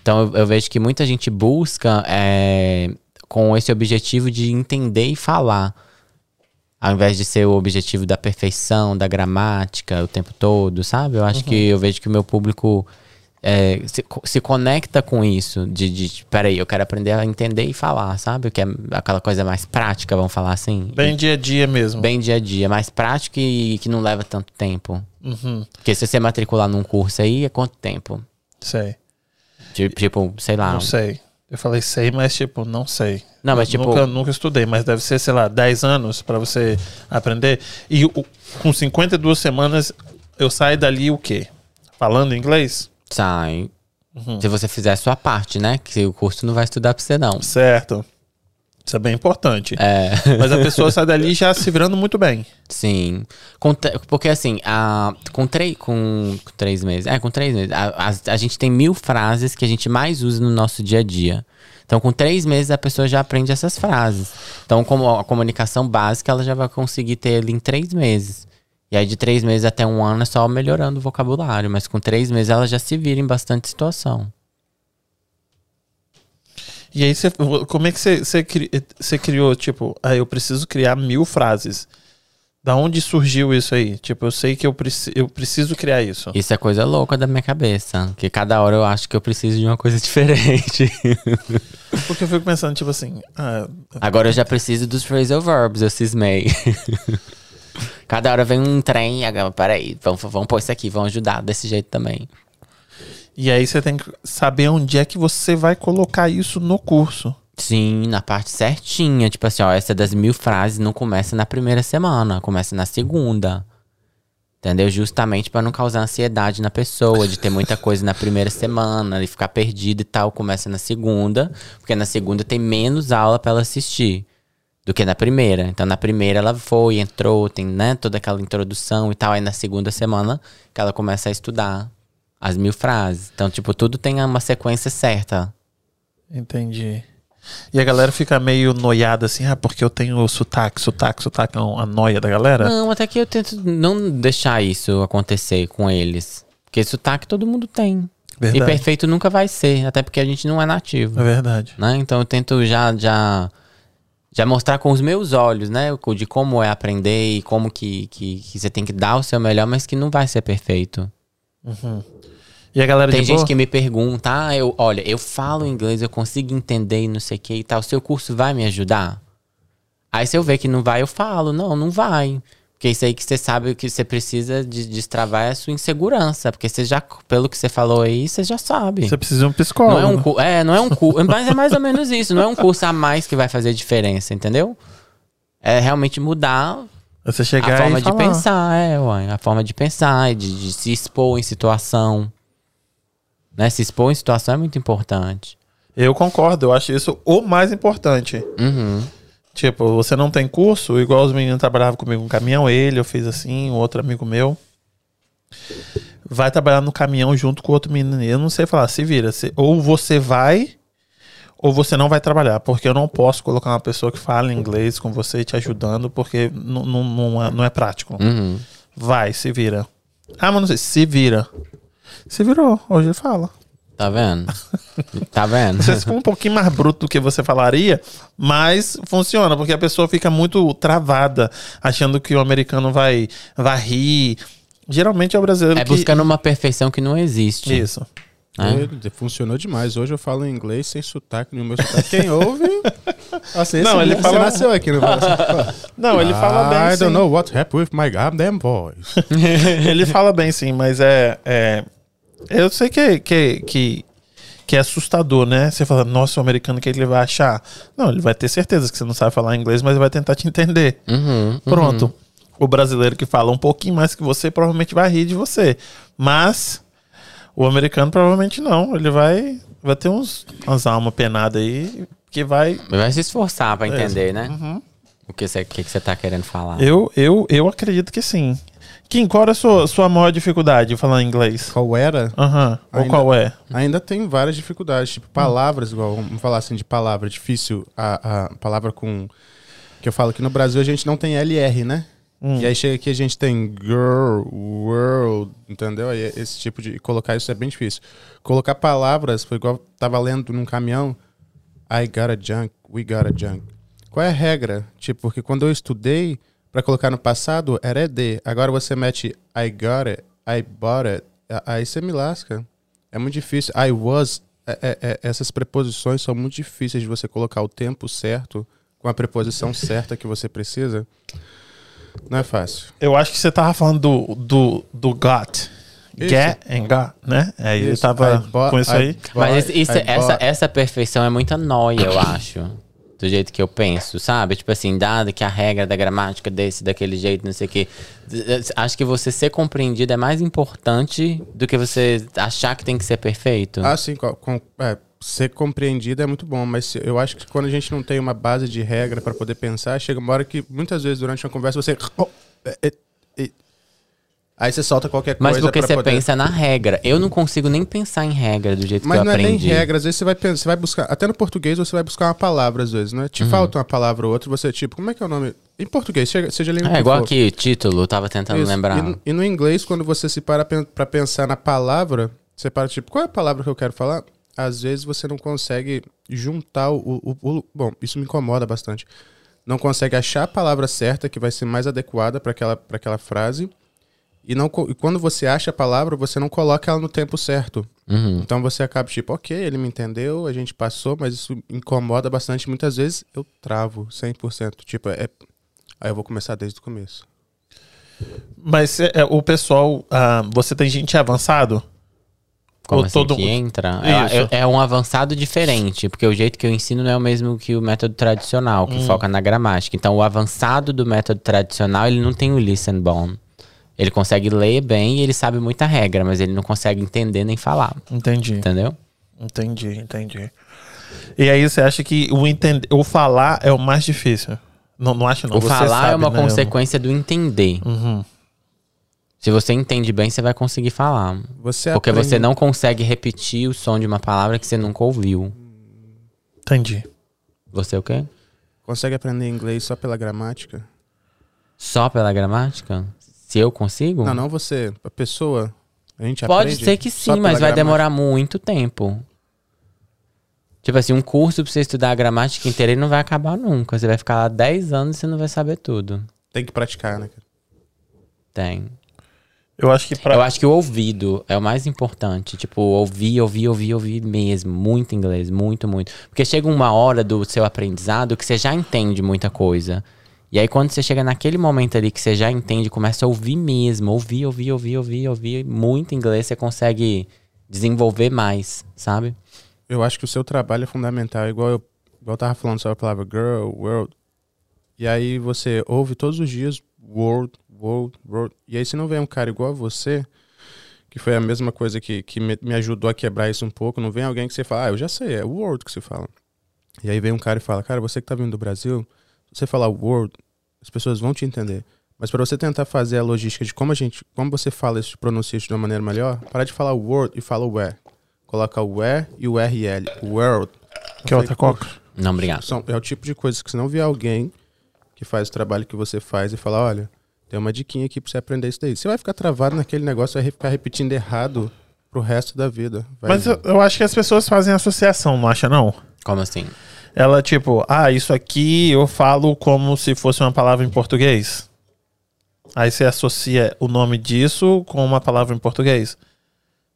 Speaker 3: Então, eu, eu vejo que muita gente busca é, com esse objetivo de entender e falar, ao invés de ser o objetivo da perfeição, da gramática o tempo todo, sabe? Eu acho que
Speaker 1: Uhum.
Speaker 3: eu vejo que o meu público é, se, co- se conecta com isso, de, de de, peraí, eu quero aprender a entender e falar, sabe? Que é aquela coisa mais prática, vamos falar assim.
Speaker 1: Bem dia a dia mesmo.
Speaker 3: Bem dia a dia, mais prático e que não leva tanto tempo.
Speaker 1: Uhum.
Speaker 3: Porque se você matricular num curso aí, é quanto tempo?
Speaker 1: Sei.
Speaker 3: Tipo, tipo, sei lá.
Speaker 1: Não sei. Eu falei sei, mas tipo, não sei.
Speaker 3: Não, mas tipo-
Speaker 1: Nunca, nunca estudei, mas deve ser, sei lá, 10 anos pra você aprender. E o- com 52 semanas, eu saio dali o quê? Falando inglês?
Speaker 3: Sai.
Speaker 1: Uhum.
Speaker 3: Se você fizer a sua parte, né? Que o curso não vai estudar pra você, não.
Speaker 1: Certo. Isso é bem importante.
Speaker 3: É.
Speaker 1: Mas a pessoa sai dali já se virando muito bem.
Speaker 3: Sim. Com te- porque assim, a, com, três com, com três meses. É, com três meses. A, a- a gente tem mil frases que a gente mais usa no nosso dia a dia. Então, com três meses, a pessoa já aprende essas frases. Então, como a comunicação básica, ela já vai conseguir ter ele em três meses. E aí, de três meses até um ano, é só melhorando o vocabulário. Mas com três meses, ela já se vira em bastante situação.
Speaker 1: E aí, você, como é que você, você, cri- você criou, tipo, ah, eu preciso criar mil frases? Da onde surgiu isso aí? Tipo, eu sei que eu, preci eu preciso criar isso.
Speaker 3: Isso é coisa louca da minha cabeça. Que cada hora eu acho que eu preciso de uma coisa diferente.
Speaker 1: Porque eu fico pensando, tipo assim. Ah,
Speaker 3: Agora eu já preciso dos phrasal verbs, eu cismei. Cada hora vem um trem, agora, peraí, vamos, vamos pôr isso aqui, vamos ajudar desse jeito também.
Speaker 1: e aí você tem que saber onde é que você vai colocar isso no curso.
Speaker 3: Sim, na parte certinha. Tipo assim, ó, essa das mil frases não começa na primeira semana, começa na segunda. Entendeu? Justamente pra não causar ansiedade na pessoa, de ter muita coisa na primeira semana, e ficar perdida e tal, começa na segunda, porque na segunda tem menos aula pra ela assistir do que na primeira. Então na primeira ela foi, entrou, tem né, toda aquela introdução e tal, aí na segunda semana que ela começa a estudar as mil frases. Então, tipo, tudo tem uma sequência certa.
Speaker 1: Entendi. E a galera fica meio noiada assim, ah, porque eu tenho sotaque, sotaque, sotaque, é a noia da galera?
Speaker 3: Não, até que eu tento não deixar isso acontecer com eles. Porque sotaque todo mundo tem. E
Speaker 1: Verdade.
Speaker 3: perfeito nunca vai ser, até porque a gente não é nativo.
Speaker 1: É verdade.
Speaker 3: Né? Então eu tento já, já, já mostrar com os meus olhos, né? o- De como é aprender e como que, que, que você tem que dar o seu melhor, mas que não vai ser perfeito.
Speaker 1: E a galera
Speaker 3: Tem
Speaker 1: de
Speaker 3: gente
Speaker 1: boa?
Speaker 3: que me pergunta, ah, eu, olha, eu falo inglês, eu consigo entender e não sei o que e tal, seu curso vai me ajudar? Aí se eu ver que não vai, eu falo, não, não vai. Porque isso aí que você sabe que você precisa de destravar é a sua insegurança, porque você já, pelo que você falou aí, você já sabe.
Speaker 1: Você precisa de um
Speaker 3: Não
Speaker 1: psicólogo.
Speaker 3: é um cu- é, não é um curso, mas é mais ou menos isso, não é um curso a mais que vai fazer diferença, entendeu? É realmente mudar
Speaker 1: É Você chegar
Speaker 3: a forma
Speaker 1: e
Speaker 3: de
Speaker 1: falar.
Speaker 3: pensar, é, uai. A forma de pensar, de, de se expor em situação. Né? Se expor em situação é muito importante.
Speaker 1: Eu concordo, eu acho isso o mais importante.
Speaker 3: Uhum.
Speaker 1: Tipo, você não tem curso, igual os meninos trabalhavam comigo no caminhão, ele, eu fiz assim, um outro amigo meu. Vai trabalhar no caminhão junto com outro menino. Eu não sei falar, se vira. se- ou você vai, ou você não vai trabalhar. Porque eu não posso colocar uma pessoa que fala inglês com você te ajudando, porque não- não- não é- não é prático.
Speaker 3: Uhum.
Speaker 1: Vai, se vira. Ah, mas não sei, se vira. Se virou, hoje ele fala.
Speaker 3: Tá vendo? tá vendo?
Speaker 1: Você ficou um pouquinho mais bruto do que você falaria, mas funciona, porque a pessoa fica muito travada, achando que o americano vai, vai rir. Geralmente é o brasileiro
Speaker 3: É
Speaker 1: que...
Speaker 3: buscando uma perfeição que não existe.
Speaker 1: Isso.
Speaker 3: né?
Speaker 2: Ele Funcionou demais. Hoje eu falo inglês sem sotaque no meu sotaque. Quem ouve. Assim,
Speaker 1: Não,
Speaker 2: esse
Speaker 1: ele
Speaker 2: você
Speaker 1: fala-
Speaker 2: nasceu aqui no Brasil.
Speaker 1: Não, ele fala bem
Speaker 2: Ah, I
Speaker 1: sim.
Speaker 2: don't know what happened with my goddamn voice.
Speaker 1: Ele fala bem sim, mas é... é- Eu sei que, que, que, que é assustador, né? Você fala, nossa, o americano, o que ele vai achar? Não, ele vai ter certeza que você não sabe falar inglês, mas ele vai tentar te entender.
Speaker 3: Uhum.
Speaker 1: Pronto. O brasileiro que fala um pouquinho mais que você provavelmente vai rir de você. Mas o americano provavelmente não. Ele vai, vai ter uns, umas almas penadas aí que vai.
Speaker 3: Vai se esforçar
Speaker 1: É
Speaker 3: pra entender, né?
Speaker 1: Uhum.
Speaker 3: O que você que que você tá querendo falar.
Speaker 1: Eu, eu, eu acredito que sim. Kim, qual é a sua, sua maior dificuldade em falar inglês?
Speaker 2: Qual era?
Speaker 1: Aham. Ou
Speaker 2: Ainda-
Speaker 1: qual é?
Speaker 2: Ainda tem várias dificuldades, tipo palavras, igual vamos falar assim de palavra, difícil a, a palavra com. Que eu falo que no Brasil a gente não tem LR, né? E aí chega aqui a gente tem girl, world, entendeu? Aí esse tipo de. Colocar isso é bem difícil. Colocar palavras, foi igual eu tava lendo num caminhão. I got a junk, we got a junk. Qual é a regra? Tipo, porque quando eu estudei, pra colocar no passado, era ED. Agora você mete I got it, I bought it. a- Aí você me lasca. É muito difícil. I was. é- é- é- essas preposições são muito difíceis de você colocar o tempo certo com a preposição certa que você precisa. Não é fácil.
Speaker 1: Eu acho que você tava falando do, do, do got.
Speaker 2: Isso.
Speaker 1: Get and got, né? É, ele
Speaker 2: Isso,
Speaker 1: tava
Speaker 2: I bought-
Speaker 1: com isso
Speaker 2: I
Speaker 1: aí.
Speaker 2: bought-
Speaker 3: Mas isso- isso-
Speaker 2: I
Speaker 3: essa,
Speaker 2: bought-
Speaker 3: essa perfeição é muita noia, eu acho. Do jeito que eu penso, sabe? Tipo assim, dado que a regra da gramática desse, daquele jeito, não sei o quê. Acho que você ser compreendido é mais importante do que você achar que tem que ser perfeito.
Speaker 2: Ah, sim, co- com- é, ser compreendido é muito bom, mas se- eu acho que quando a gente não tem uma base de regra para poder pensar, chega uma hora que muitas vezes durante uma conversa você. é, Aí você solta qualquer
Speaker 3: Mas
Speaker 2: coisa.
Speaker 3: porque
Speaker 2: pra
Speaker 3: você
Speaker 2: poder...
Speaker 3: pensa na regra. Eu não consigo nem pensar em regra do jeito
Speaker 2: Mas
Speaker 3: que eu
Speaker 2: não
Speaker 3: aprendi.
Speaker 2: é nem regra, às vezes você vai, pensar, você vai buscar, até no português você vai buscar uma palavra às vezes, né? Te
Speaker 3: Uhum.
Speaker 2: falta uma palavra ou outra, você tipo, como é que é o nome? Em português, chega- seja língua
Speaker 3: É
Speaker 2: que
Speaker 3: igual
Speaker 2: for.
Speaker 3: aqui, título, eu tava tentando
Speaker 2: tipo Isso.
Speaker 3: lembrar.
Speaker 2: E, no- e no inglês, quando você se para pen- pra pensar na palavra, você para tipo, qual é a palavra que eu quero falar? Às vezes você não consegue juntar o. o- o- bom, isso me incomoda bastante. não consegue achar a palavra certa que vai ser mais adequada para aquela, pra aquela frase. E, não, co- e quando você acha a palavra, você não coloca ela no tempo certo.
Speaker 3: Uhum.
Speaker 2: Então você acaba tipo, ok, ele me entendeu, a gente passou, mas isso incomoda bastante. Muitas vezes eu travo 100%. Tipo, é. Aí eu vou começar desde o começo.
Speaker 1: Mas é, é, o pessoal, ah, você tem gente avançado?
Speaker 3: Como
Speaker 1: Ou
Speaker 3: assim
Speaker 1: todo
Speaker 3: que
Speaker 1: mundo-
Speaker 3: entra?
Speaker 1: Isso.
Speaker 3: É, é- é um avançado diferente, porque o jeito que eu ensino não é o mesmo que o método tradicional,
Speaker 1: Hum.
Speaker 3: que foca na gramática. Então, o avançado do método tradicional, ele não tem o listen bone. Ele consegue ler bem e ele sabe muita regra, mas ele não consegue entender nem falar,
Speaker 1: Entendi,
Speaker 3: entendeu?
Speaker 1: entendi, entendi. E aí você acha que o entender, o falar é o mais difícil? Não, não acho não.
Speaker 3: o
Speaker 1: você
Speaker 3: falar é
Speaker 1: sabe,
Speaker 3: uma
Speaker 1: né?
Speaker 3: consequência do entender.
Speaker 1: Uhum.
Speaker 3: Se você entende bem, você vai conseguir falar.
Speaker 2: Você
Speaker 3: Porque
Speaker 2: aprende-
Speaker 3: você não consegue repetir o som de uma palavra que você nunca ouviu.
Speaker 1: Entendi.
Speaker 3: Você o quê?
Speaker 2: consegue aprender inglês só pela gramática?
Speaker 3: Só pela gramática? Se eu consigo?
Speaker 2: Não, não você. A pessoa. A gente
Speaker 3: Pode
Speaker 2: aprende
Speaker 3: ser que
Speaker 2: só
Speaker 3: sim,
Speaker 2: pela
Speaker 3: mas vai
Speaker 2: gramática.
Speaker 3: demorar muito tempo. Tipo assim, um curso pra você estudar a gramática inteira ele não vai acabar nunca. Você vai ficar lá 10 anos e você não vai saber tudo.
Speaker 2: Tem que praticar, né? cara?
Speaker 3: Tem.
Speaker 1: Eu acho que pra...
Speaker 3: Eu acho que o ouvido é o mais importante. Tipo, ouvir, ouvir, ouvir, ouvir mesmo. Muito inglês, muito, muito. Porque chega uma hora do seu aprendizado que você já entende muita coisa. E aí, quando você chega naquele momento ali que você já entende, começa a ouvir mesmo. Ouvir, ouvir, ouvir, ouvir, ouvir. Muito inglês, você consegue desenvolver mais, sabe?
Speaker 2: Eu acho que o seu trabalho é fundamental, igual eu, igual eu tava falando sobre a palavra girl, world. E aí você ouve todos os dias world, world, world. E aí se não vem um cara igual a você, que foi a mesma coisa que, que me, me ajudou a quebrar isso um pouco, não vem alguém que você fala, ah, eu já sei, é world que você fala. E aí vem um cara e fala, cara, você que tá vindo do Brasil, se você falar world, as pessoas vão te entender. Mas para você tentar fazer a logística de como a gente, como você fala isso, pronuncia isso de uma maneira melhor, para de falar world e fala where. Coloca o where e o RL, world.
Speaker 1: Que é outra coca?
Speaker 3: Não, obrigado.
Speaker 2: São, é o tipo de coisa que se não vier alguém que faz o trabalho que você faz e falar, olha, tem uma diquinha aqui pra você aprender isso daí. Você vai ficar travado naquele negócio, vai re- ficar repetindo errado pro resto da vida. Vai-
Speaker 1: Mas eu, eu acho que as pessoas fazem associação, não acha não?
Speaker 3: Como assim?
Speaker 1: Ela tipo, ah, isso aqui eu falo como se fosse uma palavra em português. Aí você associa o nome disso com uma palavra em português.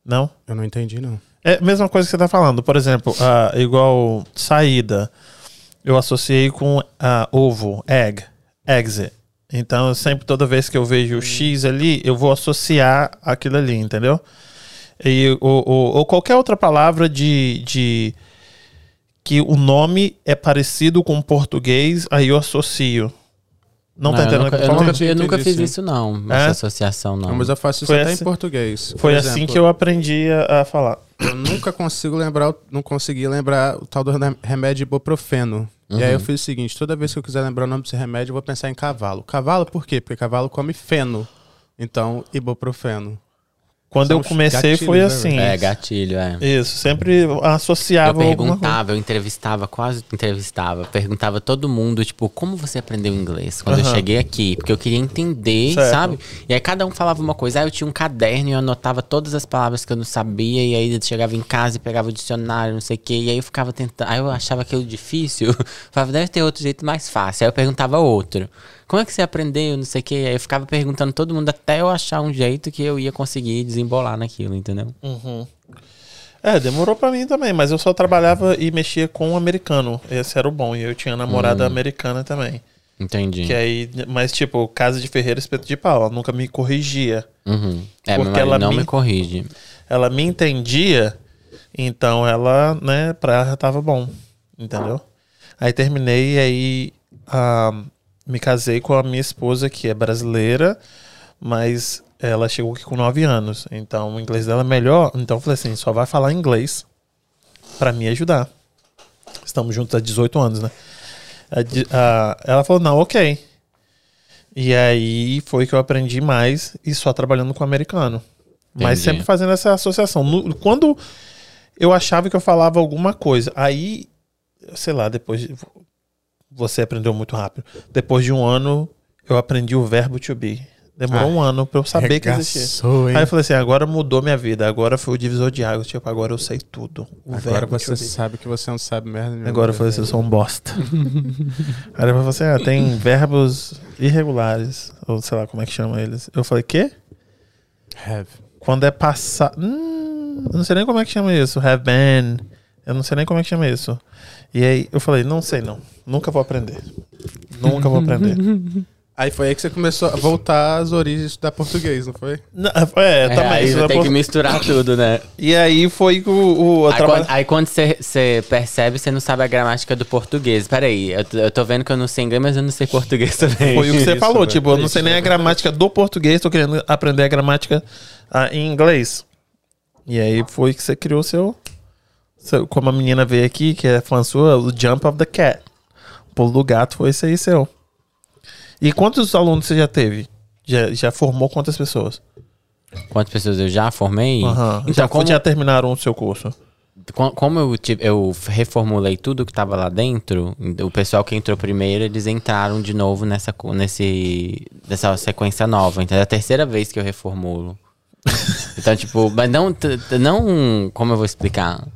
Speaker 1: Não?
Speaker 2: Eu não entendi, não.
Speaker 1: É a mesma coisa que você tá falando. Por exemplo, ah, igual saída. Eu associei com ah, ovo, egg, exit. Então, eu sempre, toda vez que eu vejo o X ali, eu vou associar aquilo ali, entendeu? E, ou, ou- ou qualquer outra palavra de, de. que o nome é parecido com o português, aí eu associo. Não, tá
Speaker 3: eu
Speaker 1: entendendo o
Speaker 3: nunca,
Speaker 1: que eu
Speaker 3: eu
Speaker 1: tô
Speaker 3: nunca,
Speaker 1: falando?
Speaker 2: Entendi,
Speaker 3: eu nunca
Speaker 2: entendi,
Speaker 3: fiz
Speaker 2: sim.
Speaker 3: isso, não. Essa
Speaker 1: É?
Speaker 3: associação, não.
Speaker 2: Não, mas eu faço isso
Speaker 1: Foi
Speaker 2: até
Speaker 1: assim-
Speaker 2: em português.
Speaker 1: Foi assim que eu aprendi a, a falar.
Speaker 2: Eu nunca consigo lembrar, o- não consegui lembrar o tal do rem- remédio ibuprofeno. E
Speaker 1: Uhum.
Speaker 2: aí eu fiz o seguinte, toda vez que eu quiser lembrar o nome desse remédio, eu vou pensar em cavalo. Cavalo por quê? Porque cavalo come feno. Então, ibuprofeno.
Speaker 1: Quando
Speaker 2: São
Speaker 1: eu
Speaker 2: os
Speaker 1: comecei,
Speaker 2: gatilhos,
Speaker 1: foi
Speaker 2: né,
Speaker 1: assim.
Speaker 3: É, gatilho, é.
Speaker 1: Isso, sempre
Speaker 3: Eu
Speaker 1: associava alguma coisa.
Speaker 3: perguntava, eu entrevistava, quase entrevistava, perguntava todo mundo, tipo, como você aprendeu inglês quando eu
Speaker 1: Aham.
Speaker 3: cheguei aqui? Porque eu queria entender,
Speaker 1: Certo.
Speaker 3: sabe? E aí cada um falava uma coisa, aí eu tinha um caderno e eu anotava todas as palavras que eu não sabia, e aí eu chegava em casa e pegava o dicionário, não sei o quê, e aí eu ficava tentando, aí eu achava aquilo difícil, falava, deve ter outro jeito mais fácil, aí eu perguntava outro. Como é que você aprendeu, não sei o quê? Aí eu ficava perguntando todo mundo até eu achar um jeito que eu ia conseguir desembolar naquilo, entendeu?
Speaker 1: Uhum. É, demorou pra mim também, mas eu só trabalhava e mexia com um americano. Esse era o bom. E eu tinha
Speaker 3: Hum.
Speaker 1: namorada americana também.
Speaker 3: Entendi.
Speaker 1: Que aí, mas tipo, casa de ferreiro, espeto de pau. Ela nunca me corrigia.
Speaker 3: Uhum. É,
Speaker 1: Porque
Speaker 3: meu marido
Speaker 1: ela
Speaker 3: não
Speaker 1: me-
Speaker 3: me corrige.
Speaker 1: Ela me entendia, então ela, né, pra ela já tava bom. Entendeu? Aí terminei e aí ah, me casei com a minha esposa, que é brasileira, mas ela chegou aqui com 9 anos. Então o inglês dela é melhor. Então eu falei assim, só vai falar inglês pra me ajudar. Estamos juntos há 18 anos, né? A di- a- ela falou, não, ok. E aí foi que eu aprendi mais e só trabalhando com americano. Mas
Speaker 3: Entendi.
Speaker 1: sempre fazendo essa associação. No- quando eu achava que eu falava alguma coisa, aí, sei lá, depois. de- Você aprendeu muito rápido. Depois de um ano, eu aprendi o verbo to be. Demorou um ano pra eu saber que existia.
Speaker 2: Arregaçou, Ah, hein?
Speaker 1: Aí eu falei assim, agora mudou minha vida, agora foi o divisor de águas, tipo, agora eu sei tudo. O
Speaker 2: Agora
Speaker 1: verbo que eu
Speaker 2: você
Speaker 1: dei.
Speaker 2: sabe que você não sabe merda nenhuma. né,
Speaker 1: Agora eu falei assim, eu sou um bosta. Aí ele falou assim, ah, tem verbos irregulares, ou sei lá como é que chama eles. Eu falei, quê?
Speaker 2: Have.
Speaker 1: Quando é passar... Hum, eu não sei nem como é que chama isso, have been, eu não sei nem como é que chama isso. E aí eu falei, não sei não, nunca vou aprender. Nunca vou aprender.
Speaker 2: Aí foi aí que você começou a voltar às origens de estudar português, não foi?
Speaker 1: Não, é,
Speaker 3: É,
Speaker 1: também.
Speaker 3: aí
Speaker 1: isso
Speaker 3: você
Speaker 1: é
Speaker 3: tem
Speaker 1: por-
Speaker 3: que misturar tudo, né?
Speaker 1: E aí foi que o... o a
Speaker 3: Aí
Speaker 1: traba-
Speaker 3: quando, aí quando você, você percebe, você não sabe a gramática do português. Peraí, eu, t- eu tô vendo que eu não sei inglês, mas eu não sei português também.
Speaker 1: Foi o que você
Speaker 2: Isso,
Speaker 1: falou,
Speaker 2: velho.
Speaker 1: tipo, eu não sei nem a gramática do português, tô querendo aprender a gramática ah, em inglês. E aí foi que você criou seu, seu- Como a menina veio aqui, que é fã sua, o Jump of the Cat. O pulo do gato foi esse aí seu. E quantos alunos você já teve? Já, já formou quantas pessoas?
Speaker 3: Quantas pessoas eu já formei?
Speaker 1: Aham.
Speaker 3: Então,
Speaker 1: já,
Speaker 3: como,
Speaker 1: já terminaram o seu curso?
Speaker 3: co- como eu, tive- eu reformulei tudo que tava lá dentro, o pessoal que entrou primeiro, eles entraram de novo nessa, co- nesse, nessa sequência nova. Então é a terceira vez que eu reformulo. então, tipo, mas não, t- t- não. Como eu vou explicar?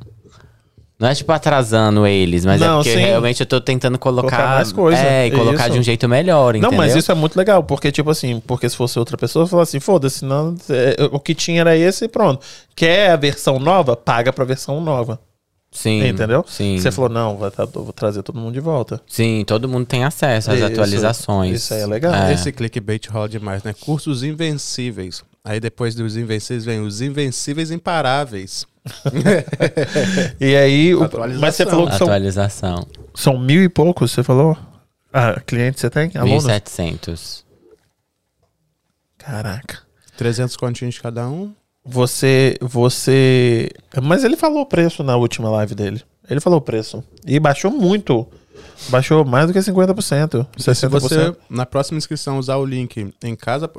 Speaker 3: Não é tipo atrasando eles, mas é
Speaker 1: Não,
Speaker 3: porque
Speaker 1: sim.
Speaker 3: realmente eu tô tentando colocar.
Speaker 1: Colocar mais coisa.
Speaker 3: É, e colocar
Speaker 1: Isso.
Speaker 3: de um jeito melhor, entendeu?
Speaker 1: Não, mas isso é muito legal, porque, tipo assim, porque se fosse outra pessoa, eu falava assim, foda-se, não, é, o que tinha era esse e pronto. Quer a versão nova? Paga pra versão nova.
Speaker 3: Sim.
Speaker 1: Entendeu?
Speaker 3: Sim.
Speaker 1: Você falou, não, vai tá- eu vou trazer todo mundo de volta.
Speaker 3: Sim, todo mundo tem acesso às
Speaker 1: Isso.
Speaker 3: atualizações.
Speaker 1: Isso aí é legal.
Speaker 2: Esse clickbait rola demais, né? Cursos invencíveis. Aí depois dos invencíveis vem os invencíveis imparáveis.
Speaker 1: E aí, o-
Speaker 2: Atualização.
Speaker 1: mas você falou que são,
Speaker 3: Atualização.
Speaker 1: são mil e poucos, você falou? Ah, cliente você tem? Alunos?
Speaker 3: 1700.
Speaker 1: Caraca.
Speaker 2: 300 continhos de cada um.
Speaker 1: Você, você... Mas ele falou o preço na última live dele. Ele falou o preço. E baixou muito. Baixou mais do que 50%. 60%.
Speaker 2: Se você, na próxima inscrição, usar o link em casa...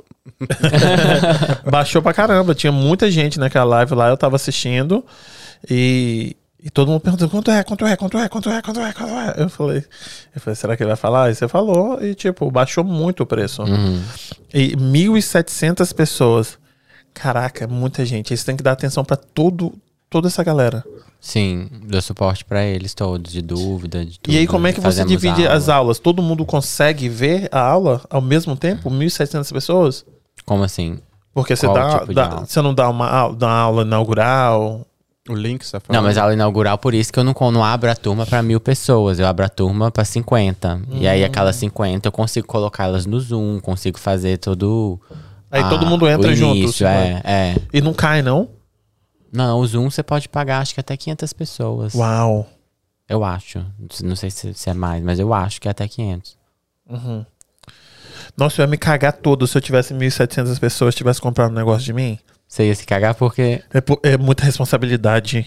Speaker 1: Baixou pra caramba. Tinha muita gente naquela live lá, eu tava assistindo. E, e todo mundo perguntou: quanto é, quanto é, quanto é, quanto é, quanto é, quanto é? Eu falei, eu falei, será que ele vai falar? E você falou, e tipo, baixou muito o preço.
Speaker 3: Uhum.
Speaker 1: E 1.700 pessoas. Caraca, é muita gente. Isso tem que dar atenção pra todo, toda essa galera.
Speaker 3: Sim, dou suporte pra eles todos, de dúvida, de tudo.
Speaker 1: E aí, como é que você
Speaker 3: Fazemos
Speaker 1: divide
Speaker 3: aula.
Speaker 1: as aulas? Todo mundo consegue ver a aula ao mesmo tempo? 1.700 pessoas?
Speaker 3: Como assim?
Speaker 1: Porque você,
Speaker 3: Qual
Speaker 1: dá,
Speaker 3: tipo de
Speaker 1: dá-
Speaker 3: aula?
Speaker 1: você não dá uma, au- dá uma aula inaugural,
Speaker 2: O link, você tá falando?
Speaker 3: Não, mas aula inaugural, por isso que eu não, con- não abro a turma pra mil pessoas, eu abro a turma pra 50. E aí,
Speaker 1: Hum.
Speaker 3: aquelas 50, eu consigo colocá-las no Zoom, consigo fazer todo.
Speaker 1: Aí
Speaker 3: a-
Speaker 1: todo mundo
Speaker 3: o
Speaker 1: entra junto,
Speaker 3: Ah,
Speaker 1: assim,
Speaker 3: início,
Speaker 1: se
Speaker 3: É, é.
Speaker 1: E não cai, não?
Speaker 3: Não, o Zoom você pode pagar, acho que até 500 pessoas.
Speaker 1: Uau.
Speaker 3: Eu acho. Não sei se, se é mais, mas eu acho que é até 500.
Speaker 1: Nossa, eu ia me cagar todo se eu tivesse 1.700 pessoas tivesse comprado um negócio de mim.
Speaker 3: Você ia se cagar porque.
Speaker 1: É, po- é muita responsabilidade.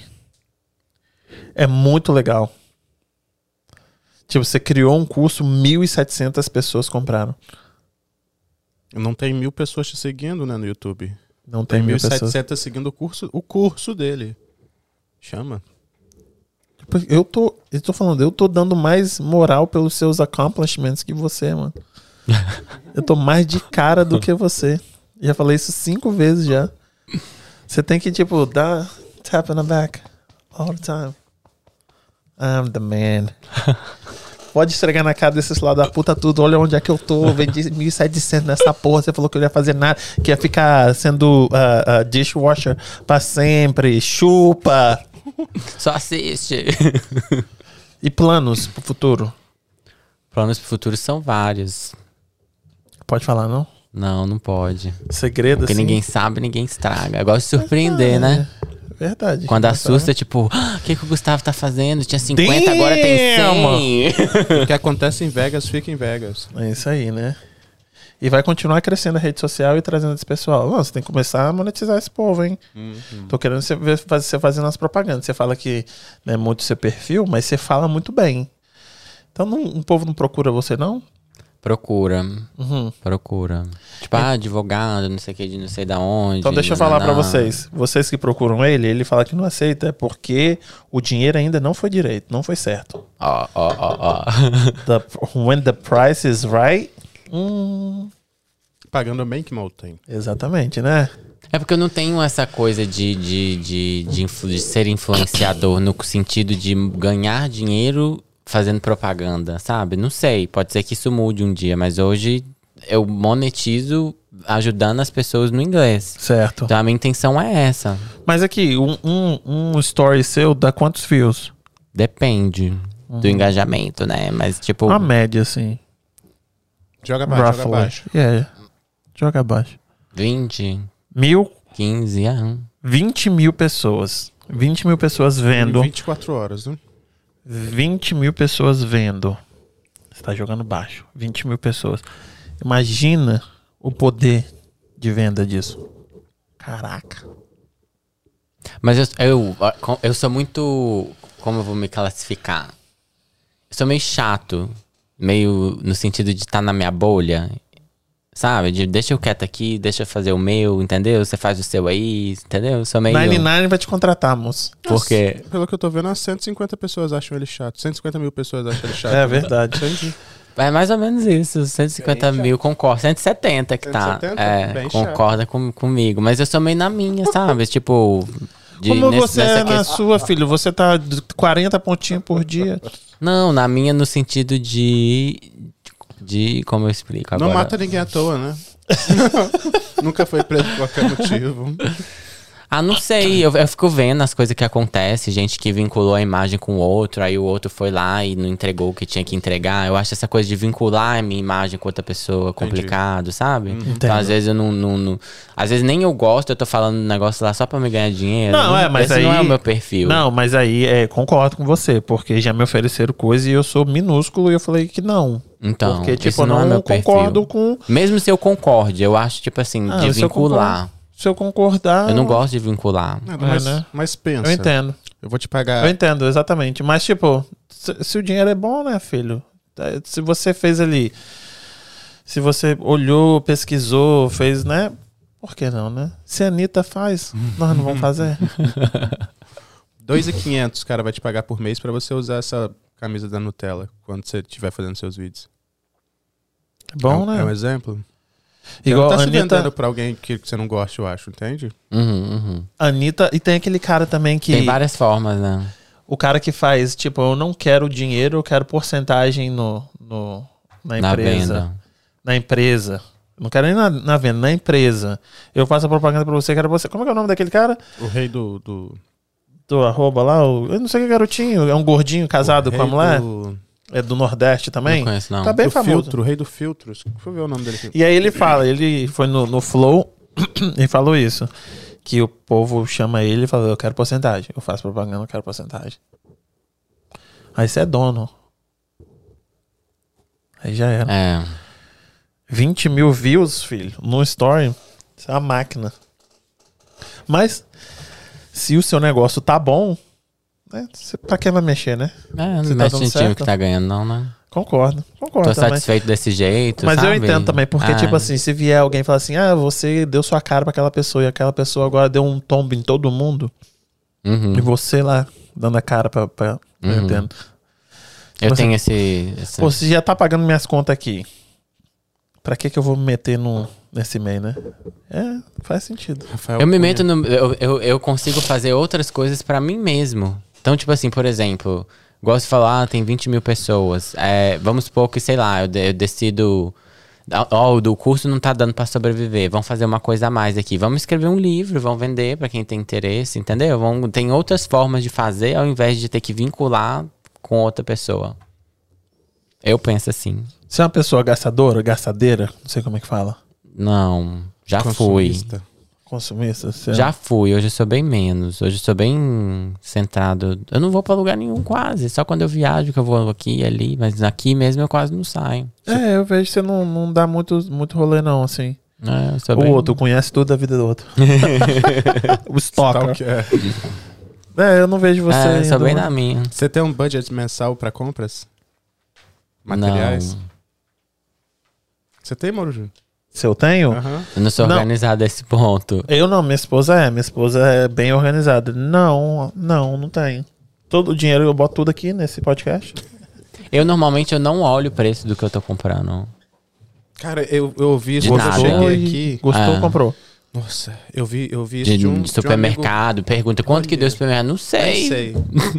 Speaker 1: É muito legal. Tipo, você criou um curso, 1.700 pessoas compraram.
Speaker 2: Não tem mil pessoas te seguindo, né, no YouTube.
Speaker 1: Não tem,
Speaker 2: Tem
Speaker 1: mil pessoas.
Speaker 2: 1.700 seguindo o curso, o curso dele. Chama.
Speaker 1: Tipo, Eu tô, eu tô falando, eu tô dando mais moral pelos seus accomplishments que você, mano. eu tô mais de cara do que você. Já falei isso cinco vezes já. Você tem que, tipo, dar tap on the back all the time. I'm the man. Pode estregar na cara desses lá da puta tudo. Olha onde é que eu tô. Eu Vendi 1.700 nessa porra. Você falou que eu não ia fazer nada. Que ia ficar sendo ah, ah, dishwasher pra sempre. Chupa.
Speaker 3: Só assiste!
Speaker 1: E planos pro futuro?
Speaker 3: Planos pro futuro são vários.
Speaker 1: Pode falar, não?
Speaker 3: Não, não pode.
Speaker 1: Segredo,
Speaker 3: Porque
Speaker 1: assim?
Speaker 3: ninguém sabe, ninguém estraga. Eu gosto de surpreender,
Speaker 1: é.
Speaker 3: né?
Speaker 1: Verdade.
Speaker 3: Quando assusta, tipo, "Ah, o que, que o Gustavo tá fazendo? Tinha 50, agora tem 100.
Speaker 2: O que acontece em Vegas, fica em Vegas.
Speaker 1: É isso aí, né? E vai continuar crescendo a rede social e trazendo esse pessoal. Não, você tem que começar a monetizar esse povo, hein? Tô querendo você, ver, faz- você fazendo as propagandas. Você fala que não é muito seu perfil, mas você fala muito bem. Então, não, o povo não procura você, não?
Speaker 3: Procura,
Speaker 1: Uhum. É.
Speaker 3: procura. Tipo, ah, advogado, não sei o que, de não sei da onde.
Speaker 1: Então, deixa eu falar pra vocês. Vocês que procuram ele, ele fala que não aceita é porque o dinheiro ainda não foi direito, não foi certo.
Speaker 3: Ó, ó, ó, ó.
Speaker 1: The- when the price is right... Hum,
Speaker 2: Pagando bem que mal tem.
Speaker 1: Exatamente, né?
Speaker 3: É porque eu não tenho essa coisa de, de, de, de, influ- de ser influenciador no sentido de ganhar dinheiro fazendo propaganda, sabe? Não sei, pode ser que isso mude um dia, mas hoje eu monetizo ajudando as pessoas no inglês.
Speaker 1: Certo.
Speaker 3: Então a minha intenção é essa.
Speaker 1: Mas aqui, um, um, um story seu dá quantos views?
Speaker 3: Depende do engajamento, né? Mas tipo,
Speaker 1: A média, assim.
Speaker 2: Joga abaixo, joga abaixo.
Speaker 1: Roughly. Yeah. Joga abaixo.
Speaker 3: 20,
Speaker 1: Mil,
Speaker 3: 15, ah,
Speaker 1: 20 mil pessoas. 20 mil pessoas vendo.
Speaker 2: Em 24 horas, né?
Speaker 1: 20 mil pessoas vendo. Você tá jogando baixo. 20 mil pessoas. Imagina o poder de venda disso. Caraca.
Speaker 3: Mas eu, eu, eu sou muito. Como eu vou me classificar? Eu sou meio chato. Meio no sentido de estar na minha bolha. Sabe? De deixa eu quieto aqui, deixa eu fazer o meu, entendeu? Você faz o seu aí, entendeu? Eu sou meio.
Speaker 1: 99 vai te contratar, moço.
Speaker 3: Porque.
Speaker 2: Pelo que eu tô vendo, umas 150 pessoas acham ele chato. 150 mil pessoas acham ele chato.
Speaker 1: É verdade.
Speaker 3: É mais ou menos isso. 150
Speaker 2: Bem
Speaker 3: mil, concorda. 170 que tá.
Speaker 2: 170?
Speaker 3: É,
Speaker 2: Bem
Speaker 3: concorda com, comigo. Mas eu sou meio na minha, sabe? tipo. de-
Speaker 1: Como
Speaker 3: nesse-
Speaker 1: você
Speaker 3: nessa
Speaker 1: é na sua, filho? Você tá de 40 pontinhos por dia.
Speaker 3: Não, na minha no sentido de. De. Como eu explico agora?
Speaker 2: Não mata ninguém à toa, né? Nunca foi preso por qualquer motivo.
Speaker 3: Ah, não sei. Eu, eu fico vendo as coisas que acontecem, gente que vinculou a imagem com o outro, aí o outro foi lá e não entregou o que tinha que entregar. Eu acho essa coisa de vincular a minha imagem com outra pessoa complicado, sabe?
Speaker 1: Uhum.
Speaker 3: Então, às vezes eu não, não, não- Às vezes nem eu gosto, eu tô falando um negócio lá só pra me ganhar dinheiro.
Speaker 1: Não, é, mas
Speaker 3: esse
Speaker 1: aí-
Speaker 3: não é o meu perfil.
Speaker 1: Não, mas aí é, concordo com você, porque já me ofereceram coisa e eu sou minúsculo e eu falei que não.
Speaker 3: Então,
Speaker 1: porque, tipo,
Speaker 3: esse
Speaker 1: eu
Speaker 3: não,
Speaker 1: não,
Speaker 3: é meu
Speaker 1: concordo
Speaker 3: perfil.
Speaker 1: com.
Speaker 3: Mesmo se eu concorde, eu acho, tipo assim,
Speaker 1: Ah,
Speaker 3: de
Speaker 1: se eu Ah.
Speaker 3: vincular.
Speaker 1: Se eu concordar.
Speaker 3: Eu não gosto de vincular.
Speaker 2: Nada, mas,
Speaker 1: né?
Speaker 2: mas pensa.
Speaker 1: Eu entendo.
Speaker 2: Eu vou te
Speaker 1: Eu
Speaker 3: É.
Speaker 2: pagar.
Speaker 1: entendo, exatamente. Mas, tipo, se, se o dinheiro é bom, né, filho? Tá, Se você fez ali. Se você olhou, pesquisou, fez, né? Por que não, né? Se a Anitta faz, nós não vamos fazer. É
Speaker 2: 2,500, cara, vai te pagar por mês pra você usar essa camisa da Nutella quando você estiver fazendo seus vídeos. é,
Speaker 1: Bom,
Speaker 2: um- É um
Speaker 1: né?
Speaker 2: exemplo.
Speaker 1: Igual
Speaker 2: você
Speaker 1: a
Speaker 2: não tá se vendendo
Speaker 1: Anitta,
Speaker 2: pra alguém que você não gosta, eu acho, entende?
Speaker 3: Uhum, uhum.
Speaker 1: Anitta. E tem aquele cara também que.
Speaker 3: Tem várias formas, né?
Speaker 1: O cara que faz, tipo, eu não quero dinheiro, eu quero porcentagem no, no, na
Speaker 3: Na
Speaker 1: empresa.
Speaker 3: venda.
Speaker 1: Na empresa. Não quero nem na, na venda, na empresa. Eu faço a propaganda pra você, quero você. Como é que é o nome daquele cara?
Speaker 2: O rei do. do
Speaker 1: Do arroba lá, o- eu não sei que garotinho, é um gordinho casado
Speaker 2: o
Speaker 1: com a
Speaker 2: rei
Speaker 1: mulher.
Speaker 2: Do,
Speaker 1: É do Nordeste também.
Speaker 3: Não conheço, não.
Speaker 1: Tá bem
Speaker 2: do
Speaker 1: famoso.
Speaker 2: filtro, o rei do filtro. Deixa eu ver o nome dele aqui.
Speaker 1: E aí ele fala, ele foi no, no Flow e falou isso. Que o povo chama ele e fala, eu quero porcentagem. Eu faço propaganda, eu quero porcentagem. Aí você é dono. Aí já era.
Speaker 3: É.
Speaker 1: 20 mil views, filho, num story, isso é uma máquina. Mas, se o seu negócio tá bom, né, cê- pra quem vai mexer, né? Você
Speaker 3: É,
Speaker 1: tá
Speaker 3: não mexe
Speaker 1: dando
Speaker 3: no time
Speaker 1: certo?
Speaker 3: que tá ganhando, não, né?
Speaker 1: Concordo, concordo
Speaker 3: Tô
Speaker 1: também.
Speaker 3: satisfeito desse jeito.
Speaker 1: Mas eu
Speaker 3: sabe?
Speaker 1: entendo também, porque,
Speaker 3: Ah,
Speaker 1: tipo assim, se vier alguém e falar assim, ah, você deu sua cara pra aquela pessoa e aquela pessoa agora deu um tombo em todo mundo,
Speaker 3: uhum.
Speaker 1: e você lá dando a cara pra. pra Eu
Speaker 3: Uhum.
Speaker 1: entendo.
Speaker 3: Eu
Speaker 1: você-
Speaker 3: tenho esse. esse-
Speaker 1: Pô, você já tá pagando minhas contas aqui. Pra que que eu vou me meter no, nesse meio, né? É, faz sentido.
Speaker 2: Rafael
Speaker 3: eu me
Speaker 2: Cunha.
Speaker 3: meto no. Eu, eu, eu consigo fazer outras coisas pra mim mesmo. Então, tipo assim, por exemplo, gosto de falar, ah, tem 20 mil pessoas. É, vamos supor que, sei lá, eu, de- eu decido. ah, Ó, o do curso não tá dando pra sobreviver. Vamos fazer uma coisa a mais aqui. Vamos escrever um livro, vão vender pra quem tem interesse, entendeu? Vão, tem outras formas de fazer ao invés de ter que vincular com outra pessoa. Eu penso assim.
Speaker 1: Você é uma pessoa gastadora, gastadeira, não sei como é que fala.
Speaker 3: Não, já fui.
Speaker 2: Consumista.
Speaker 1: Consumista,
Speaker 2: Então.
Speaker 1: você é-
Speaker 3: Já fui, hoje eu sou bem menos. Hoje eu sou bem centrado. Eu não vou pra lugar nenhum quase. Só quando eu viajo que eu vou aqui e ali. Mas aqui mesmo eu quase não saio.
Speaker 1: É, eu vejo que você não, não dá muito, muito rolê, não, assim.
Speaker 3: É, eu sou
Speaker 1: o
Speaker 3: bem-
Speaker 1: outro conhece tudo da vida do outro. o
Speaker 2: Tal
Speaker 1: stalker.
Speaker 2: que é.
Speaker 1: É, eu não vejo você.
Speaker 3: É, eu sou
Speaker 1: indo-
Speaker 3: bem na minha.
Speaker 2: Você tem um budget mensal pra compras? Materiais?
Speaker 3: Não,
Speaker 2: Você tem, Mauro Júnior?
Speaker 1: Se eu tenho?
Speaker 2: Aham.
Speaker 3: eu não sou
Speaker 1: Não.
Speaker 3: organizado a esse ponto.
Speaker 1: Eu não, minha esposa é. Minha esposa é bem organizada. Não, não, não tenho. Todo o dinheiro eu boto tudo aqui nesse podcast.
Speaker 3: Eu normalmente eu não olho o preço do que eu tô comprando.
Speaker 2: Cara, eu, eu ouvi isso
Speaker 3: De
Speaker 2: quando eu
Speaker 3: nada.
Speaker 2: cheguei
Speaker 1: e
Speaker 2: aqui.
Speaker 1: Gostou,
Speaker 3: Ah.
Speaker 1: comprou.
Speaker 2: Nossa, eu vi, eu vi isso
Speaker 3: De,
Speaker 2: de, um de
Speaker 3: de
Speaker 2: um amigo-
Speaker 3: supermercado, pergunta quanto que
Speaker 2: Olha.
Speaker 3: deu o supermercado? Não sei.
Speaker 2: Eu sei.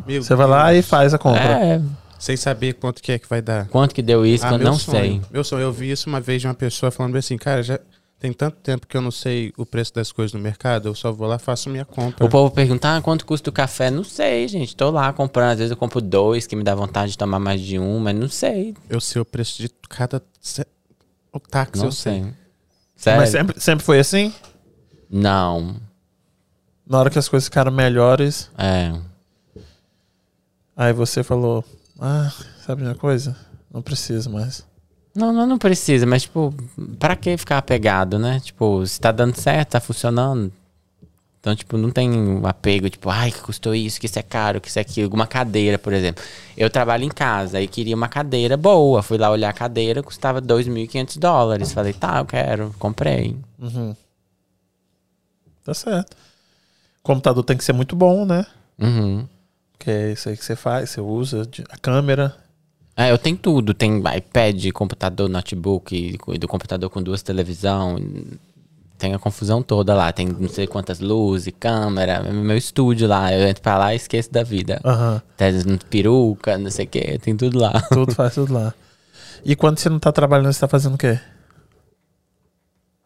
Speaker 2: Meu
Speaker 1: Você vai lá e
Speaker 2: Deus.
Speaker 1: faz a compra.
Speaker 3: É,
Speaker 2: Sem saber quanto que é que vai dar.
Speaker 3: quanto que deu isso,
Speaker 2: Ah,
Speaker 3: que eu
Speaker 2: meu
Speaker 3: não sei.
Speaker 2: sonho. Meu sonho, eu vi isso uma vez de uma pessoa falando assim, cara, já tem tanto tempo que eu não sei o preço das coisas no mercado, eu só vou lá e faço minha compra.
Speaker 3: O povo pergunta, ah, quanto custa o café? Não sei, gente. Tô lá comprando. Às vezes eu compro dois, que me dá vontade de tomar mais de um, mas não sei.
Speaker 2: Eu sei o preço de cada... se- O táxi
Speaker 3: Não
Speaker 2: eu sei.
Speaker 3: sei. É, Sério?
Speaker 1: Mas sempre, sempre foi assim?
Speaker 3: Não.
Speaker 1: Na hora que as coisas ficaram melhores,
Speaker 3: É.
Speaker 1: aí você falou: Ah, sabe de uma coisa? Não preciso mais.
Speaker 3: Não, não, não precisa, mas, tipo, pra que ficar apegado, né? Tipo, se tá dando certo, tá funcionando. Então, tipo, não tem um apego, tipo, ai, que custou isso, que isso é caro, que isso é aquilo. Uma cadeira, por exemplo. Eu trabalho em casa e queria uma cadeira boa. Fui lá olhar a cadeira, custava 2.500 dólares. Falei, tá, eu quero, comprei.
Speaker 1: Tá certo. O computador tem que ser muito bom, né?
Speaker 3: Uhum.
Speaker 1: Porque é isso aí que você faz, você usa de- a câmera.
Speaker 3: É, eu tenho tudo. Tem iPad, computador, notebook, e do computador com duas televisão. Tem a confusão toda lá. Tem não sei quantas luzes, câmera, meu estúdio lá. Eu entro pra lá e esqueço da vida.
Speaker 1: Aham.
Speaker 3: Tem peruca, não sei o que, tem tudo lá.
Speaker 1: Tudo faz tudo lá. E quando você não tá trabalhando, você tá fazendo o quê?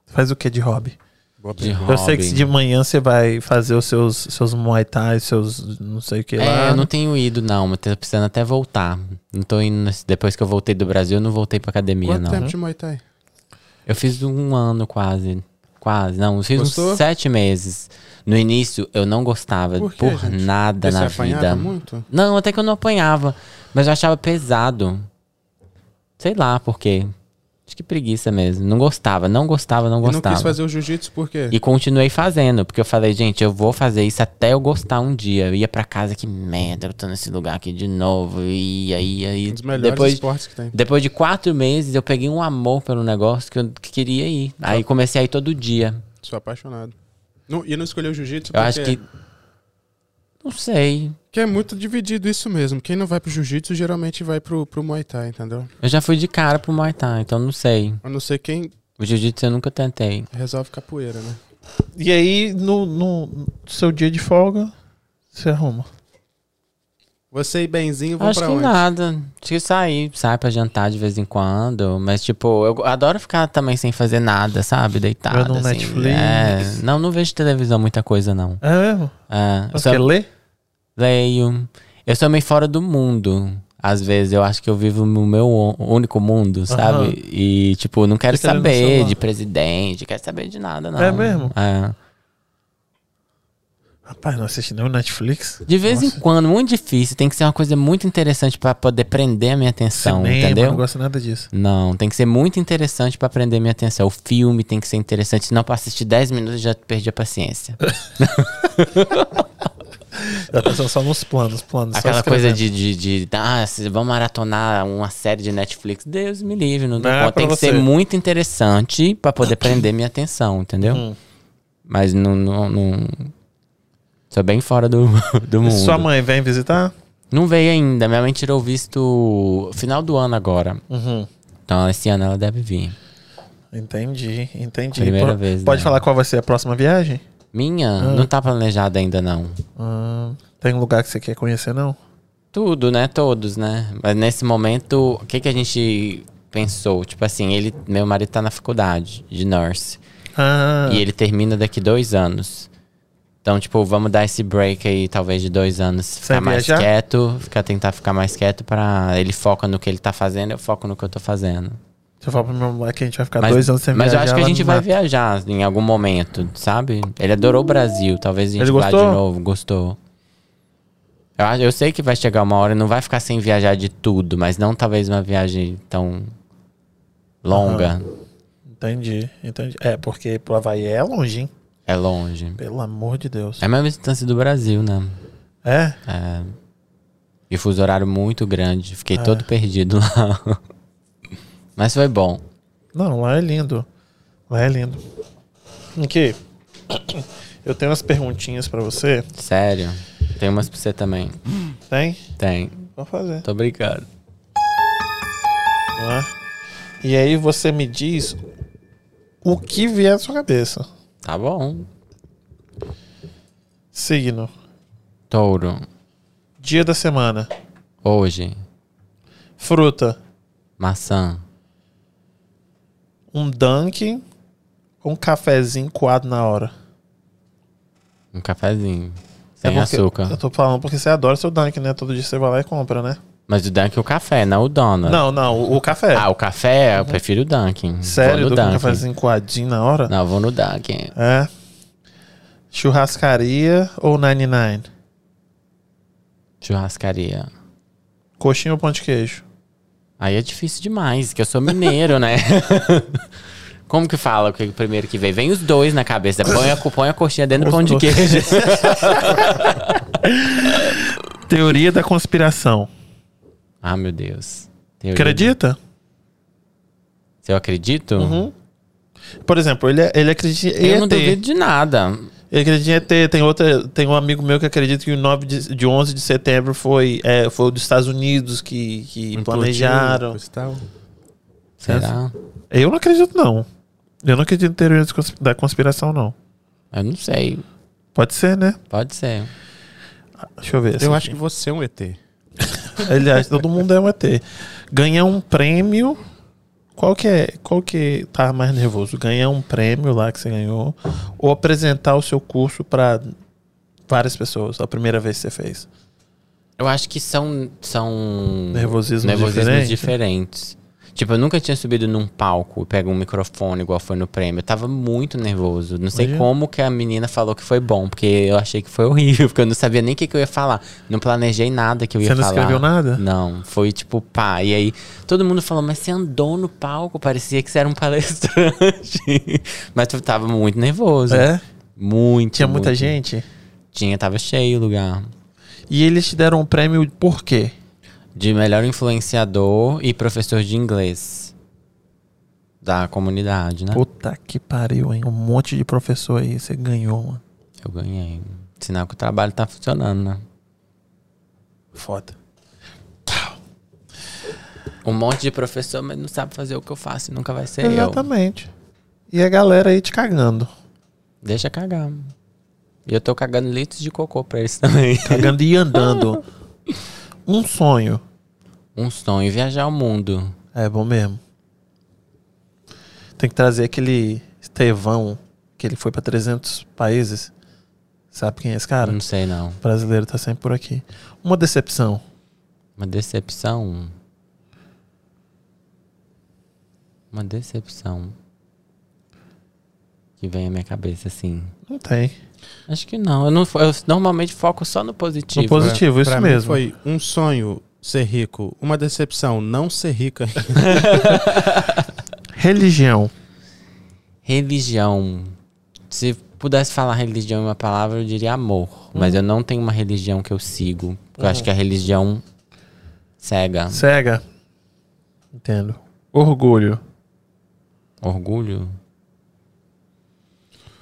Speaker 1: Faz o quê de hobby?
Speaker 3: De
Speaker 1: Eu sei que
Speaker 3: hobby.
Speaker 1: de manhã você vai fazer os seus, seus muay thai, seus não sei o que lá.
Speaker 3: É, eu não tenho ido, não, mas tô precisando até voltar. Não tô indo. nesse- Depois que eu voltei do Brasil, eu não voltei pra academia,
Speaker 2: Quanto
Speaker 3: não.
Speaker 2: tempo de Muay Thai?
Speaker 3: Eu fiz um ano quase. Quase, não, eu fiz
Speaker 2: Gostou?
Speaker 3: uns sete meses. No início eu não gostava
Speaker 2: Por
Speaker 3: por,
Speaker 2: quê, gente?
Speaker 3: nada
Speaker 2: Porque
Speaker 3: na
Speaker 2: você apanhava
Speaker 3: vida.
Speaker 2: é muito?
Speaker 3: Não, até que eu não apanhava, mas eu achava pesado. Sei lá por quê. Acho que preguiça mesmo. Não gostava, não gostava, não
Speaker 2: E não
Speaker 3: gostava.
Speaker 2: quis fazer o jiu-jitsu por quê?
Speaker 3: E continuei fazendo, porque eu falei, gente, eu vou fazer isso até eu gostar um dia. Eu ia pra casa, que merda, eu tô nesse lugar aqui de novo. E aí, aí.
Speaker 2: Um dos melhores
Speaker 3: Depois,
Speaker 2: esportes que tem.
Speaker 3: depois de quatro meses, eu peguei um amor pelo negócio que eu que queria ir. Aí comecei a ir todo dia.
Speaker 2: Sou apaixonado. Não, e não escolheu jiu-jitsu
Speaker 3: Eu
Speaker 2: porque...
Speaker 3: acho que. Não sei.
Speaker 2: Que é muito dividido isso mesmo. Quem não vai pro jiu-jitsu geralmente vai pro, pro Muay Thai, entendeu?
Speaker 3: Eu já fui de cara pro Muay Thai, então não sei.
Speaker 2: A não ser quem
Speaker 3: O jiu-jitsu eu nunca tentei.
Speaker 2: resolve capoeira, né?
Speaker 1: E aí, no, no seu dia de folga, você arruma.
Speaker 2: Você e Benzinho vão
Speaker 3: Acho
Speaker 2: pra
Speaker 3: que
Speaker 2: onde?
Speaker 3: nada. Acho que sair, sai pra jantar de vez em quando. Mas, tipo, eu adoro ficar também sem fazer nada, sabe? Deitado.
Speaker 1: Vendo um
Speaker 3: assim.
Speaker 1: Netflix.
Speaker 3: É. Não, não vejo televisão muita coisa, não.
Speaker 1: É mesmo?
Speaker 3: É, eu
Speaker 1: Você quer
Speaker 3: só
Speaker 1: ler?
Speaker 3: leio. Eu sou meio fora do mundo. Às vezes eu acho que eu vivo no meu o- único mundo, sabe?
Speaker 1: Aham. tá
Speaker 3: E, tipo, não quero
Speaker 1: Fica ali no
Speaker 3: saber
Speaker 1: celular.
Speaker 3: de presidente, quero saber de nada, não.
Speaker 1: É mesmo?
Speaker 3: É.
Speaker 1: Rapaz, não assisti nem o Netflix.
Speaker 3: De vez em quando, muito difícil. Tem que ser uma coisa muito interessante pra poder prender a minha atenção,
Speaker 1: Cinema,
Speaker 3: Então, entendeu?
Speaker 1: não gosto nada disso.
Speaker 3: Não, tem que ser muito interessante pra prender minha atenção. O filme tem que ser interessante, senão pra assistir 10 minutos eu já perdi a paciência.
Speaker 1: Eu tô só nos planos, planos. só
Speaker 3: Aquela coisa
Speaker 1: escrevendo.
Speaker 3: de, de, de, ah, se- vamos maratonar uma série de Netflix. Deus me livre, não dou
Speaker 1: Não é
Speaker 3: conta. Tem
Speaker 1: pra
Speaker 3: que ser
Speaker 1: você.
Speaker 3: muito interessante pra poder prender minha atenção, entendeu?
Speaker 1: Hum.
Speaker 3: Mas não, não, não- Sou bem fora do, do
Speaker 1: E
Speaker 3: mundo.
Speaker 1: Sua mãe vem visitar?
Speaker 3: Não veio ainda. Minha mãe tirou o visto final do ano agora.
Speaker 1: Uhum.
Speaker 3: Então esse ano ela deve vir.
Speaker 1: Entendi, entendi.
Speaker 3: Primeira
Speaker 1: Po-
Speaker 3: vez,
Speaker 1: Pode
Speaker 3: né?
Speaker 1: falar qual vai ser a próxima viagem?
Speaker 3: Minha
Speaker 1: Ah.
Speaker 3: não tá planejada ainda, não.
Speaker 1: Hum, tem um lugar que você quer conhecer, não?
Speaker 3: Tudo, né? Todos, né? Mas nesse momento, o que, que a gente pensou? Tipo assim, ele, meu marido tá na faculdade de nurse.
Speaker 1: Ah,
Speaker 3: E ele termina daqui dois anos. Então, tipo, vamos dar esse break aí, talvez de dois anos. Ficar mais
Speaker 1: viajar?
Speaker 3: quieto, ficar, tentar ficar mais quieto pra. Ele foca no que ele tá fazendo, eu foco no que eu tô fazendo.
Speaker 1: se eu falar pro meu moleque que a gente vai ficar
Speaker 3: Mas,
Speaker 1: dois anos sem
Speaker 3: mas
Speaker 1: viajar.
Speaker 3: eu acho que a
Speaker 1: ela
Speaker 3: gente
Speaker 1: me
Speaker 3: vai
Speaker 1: mata.
Speaker 3: viajar assim, em algum momento, sabe? Ele adorou o Brasil, talvez a gente
Speaker 1: Ele
Speaker 3: vá de
Speaker 1: gostou?
Speaker 3: novo, gostou. Eu, acho- eu sei que vai chegar uma hora e não vai ficar sem viajar de tudo, mas não talvez uma viagem tão longa.
Speaker 1: Entendi, entendi. É, porque pro Havaí é longe, hein?
Speaker 3: É longe.
Speaker 1: Pelo amor de Deus.
Speaker 3: É a mesma distância do Brasil, né?
Speaker 1: É?
Speaker 3: É. E fuso horário muito grande.
Speaker 1: É.
Speaker 3: Fiquei todo perdido lá. Mas foi bom.
Speaker 1: Não, lá é lindo. Lá é lindo. Aqui, eu tenho umas perguntinhas pra você.
Speaker 3: Sério. Tem umas pra você também.
Speaker 1: Tem?
Speaker 3: Tem.
Speaker 1: Vou fazer.
Speaker 3: Tô brincando.
Speaker 1: Vamos lá. E aí você me diz o que vier na sua cabeça.
Speaker 3: Tá bom.
Speaker 1: Signo.
Speaker 3: Touro.
Speaker 1: Dia da semana.
Speaker 3: Hoje.
Speaker 1: Fruta.
Speaker 3: Maçã.
Speaker 1: Um dunk. Um cafezinho coado na hora.
Speaker 3: Um cafezinho.
Speaker 1: É
Speaker 3: Sem
Speaker 1: porque-
Speaker 3: açúcar.
Speaker 1: Eu tô falando porque você adora seu dunk, né? Todo dia você vai lá e compra, né?
Speaker 3: Mas o Dunkin' é o café, não o Donut.
Speaker 1: Não, não, o, o café.
Speaker 3: Ah, o café eu prefiro o Dunkin'.
Speaker 1: Sério,
Speaker 3: Vou
Speaker 1: do
Speaker 3: no
Speaker 1: que um
Speaker 3: Dunkin'.
Speaker 1: cafezinho coadinho na hora?
Speaker 3: Não, vou no Dunkin'.
Speaker 1: É. Churrascaria ou 99?
Speaker 3: Churrascaria.
Speaker 1: Coxinha ou pão de queijo?
Speaker 3: Aí é difícil demais, que eu sou mineiro, né? Como que fala o que- o primeiro que vem? Vem os dois na cabeça. Põe a, põe a coxinha dentro do pão de
Speaker 1: dois.
Speaker 3: queijo.
Speaker 1: Teoria da conspiração.
Speaker 3: ah, meu Deus. Teoria.
Speaker 1: Acredita?
Speaker 3: Se eu acredito?
Speaker 1: Uhum. Por exemplo, ele, ele é acredita em
Speaker 3: Uhum. Eu não
Speaker 1: ET.
Speaker 3: duvido de nada.
Speaker 1: Ele acredita em ET. Tem, outra, tem um amigo meu que acredita que o 9 de, de 11 de setembro foi, é, foi o dos Estados Unidos que, que planejaram.
Speaker 2: Coisa e tal.
Speaker 3: Será?
Speaker 1: Eu não acredito, não. Eu não acredito em teoria de cons- da conspiração, não.
Speaker 3: Eu não sei.
Speaker 1: Pode ser, né?
Speaker 3: Pode ser.
Speaker 1: Deixa eu ver.
Speaker 2: Eu
Speaker 1: assim.
Speaker 2: acho que você é um ET.
Speaker 1: Aliás, todo mundo é um ET. Ganhar um prêmio. Qual que é? Qual que tá mais nervoso? Ganhar um prêmio lá que você ganhou ou apresentar o seu curso para várias pessoas a primeira vez que você fez?
Speaker 3: Eu acho que são. são
Speaker 1: Nervosismos diferentes?
Speaker 3: nervosismos diferentes. Tipo, eu nunca tinha subido num palco e pego um microfone igual foi no prêmio. Eu tava muito nervoso. Não sei
Speaker 1: Imagina.
Speaker 3: como que a menina falou que foi bom, porque eu achei que foi horrível, porque eu não sabia nem o que, que eu ia falar. Não planejei nada que eu ia
Speaker 1: Você não
Speaker 3: falar.
Speaker 1: escreveu nada?
Speaker 3: Não, foi tipo pá. E aí todo mundo falou, mas você andou no palco, parecia que você era um palestrante. mas eu tava muito nervoso.
Speaker 1: É?
Speaker 3: Muito.
Speaker 1: Tinha muita
Speaker 3: muito.
Speaker 1: gente.
Speaker 3: Tinha, tava cheio o lugar.
Speaker 1: E eles te deram um prêmio por quê?
Speaker 3: De melhor influenciador e professor de inglês. Da comunidade, né?
Speaker 1: Puta que pariu, hein? Um monte de professor aí, você ganhou, mano.
Speaker 3: Eu ganhei. Sinal que o trabalho tá funcionando, né?
Speaker 1: Foda.
Speaker 3: Um monte de professor, mas não sabe fazer o que eu faço e nunca vai
Speaker 1: é
Speaker 3: ser eu.
Speaker 1: Exatamente. E a galera aí te cagando.
Speaker 3: Deixa cagar. E eu tô cagando litros de cocô pra eles também.
Speaker 1: Cagando e andando. Um sonho.
Speaker 3: um sonho, viajar o mundo.
Speaker 1: É bom mesmo. Tem que trazer aquele Estevão, que ele foi pra 300 países. Sabe quem é esse cara?
Speaker 3: Não sei, não.
Speaker 1: O brasileiro tá sempre por aqui. Uma decepção.
Speaker 3: Uma decepção. Uma decepção. Que vem à minha cabeça, assim.
Speaker 1: Não tem.
Speaker 3: Acho que não. Eu, não fo- eu normalmente foco só no positivo.
Speaker 1: No Positivo, isso
Speaker 2: pra
Speaker 1: mesmo.
Speaker 2: Mim foi um sonho ser rico, uma decepção não ser rica.
Speaker 1: Religião.
Speaker 3: Religião. Se pudesse falar religião em uma palavra, eu diria amor. Mas eu não tenho uma religião que eu sigo. porque Eu acho que a religião cega.
Speaker 1: Cega. Entendo. Orgulho.
Speaker 3: Orgulho.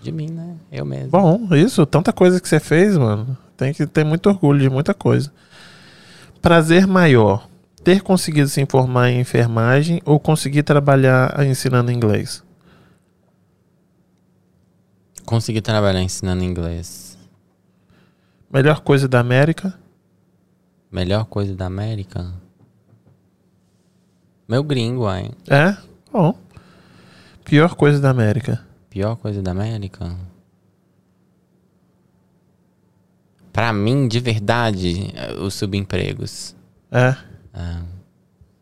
Speaker 3: De mim, né? Eu mesmo.
Speaker 1: Bom, isso. Tanta coisa que você fez, mano. Tem que ter muito orgulho de muita coisa. Prazer maior. Ter conseguido se informar em enfermagem ou conseguir trabalhar ensinando inglês?
Speaker 3: Consegui trabalhar ensinando inglês.
Speaker 1: Melhor coisa da América?
Speaker 3: Melhor coisa da América? Meu gringo, hein?
Speaker 1: É? Bom. Pior coisa da América?
Speaker 3: Pior coisa da América? Pra mim, de verdade, é, os subempregos.
Speaker 1: É,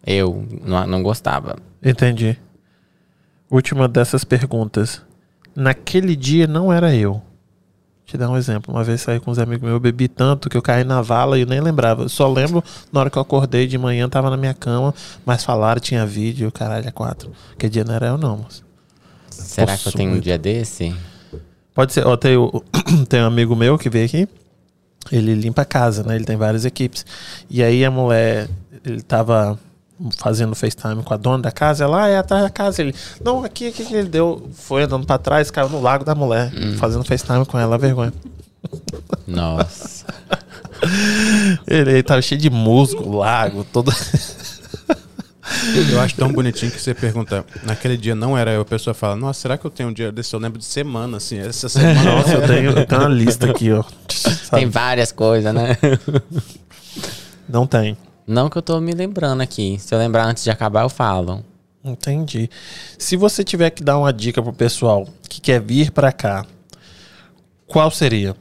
Speaker 3: Eu não, não gostava.
Speaker 1: entendi. Última dessas perguntas. Naquele dia não era eu. Te dar um exemplo. Uma vez saí com uns amigos meus, eu bebi tanto que eu caí na vala e eu nem lembrava. Eu só lembro na hora que eu acordei de manhã, tava na minha cama, mas falaram, tinha vídeo, caralho, é quatro. Que dia não era eu, não, moço.
Speaker 3: Será que eu
Speaker 1: Posso
Speaker 3: tenho um
Speaker 1: muito.
Speaker 3: dia desse?
Speaker 1: Pode ser. Ó, tem, o- tem um amigo meu que veio aqui. Ele limpa a casa, né? Ele tem várias equipes. E aí a mulher, ele tava fazendo FaceTime com a dona da casa. Ela, ah, é atrás da casa. Ele, não, aqui, aqui que ele deu. Foi andando pra trás, caiu no lago da mulher. Fazendo FaceTime com ela, vergonha.
Speaker 3: Nossa.
Speaker 1: Ele, ele tava cheio de musgo, lago, todo.
Speaker 2: Eu acho tão bonitinho que você pergunta, naquele dia não era eu, a pessoa fala, nossa, será que eu tenho um dia desse? Eu lembro de semana, assim, essa semana. é." não
Speaker 1: Nossa, eu
Speaker 2: era.
Speaker 1: tenho, eu tenho uma lista aqui, ó.
Speaker 3: Tem várias coisas, né?
Speaker 1: Não tem.
Speaker 3: Não que eu tô me lembrando aqui. Se eu lembrar antes de acabar, eu falo.
Speaker 1: Entendi. Se você tiver que dar uma dica pro pessoal que quer vir pra cá, qual seria?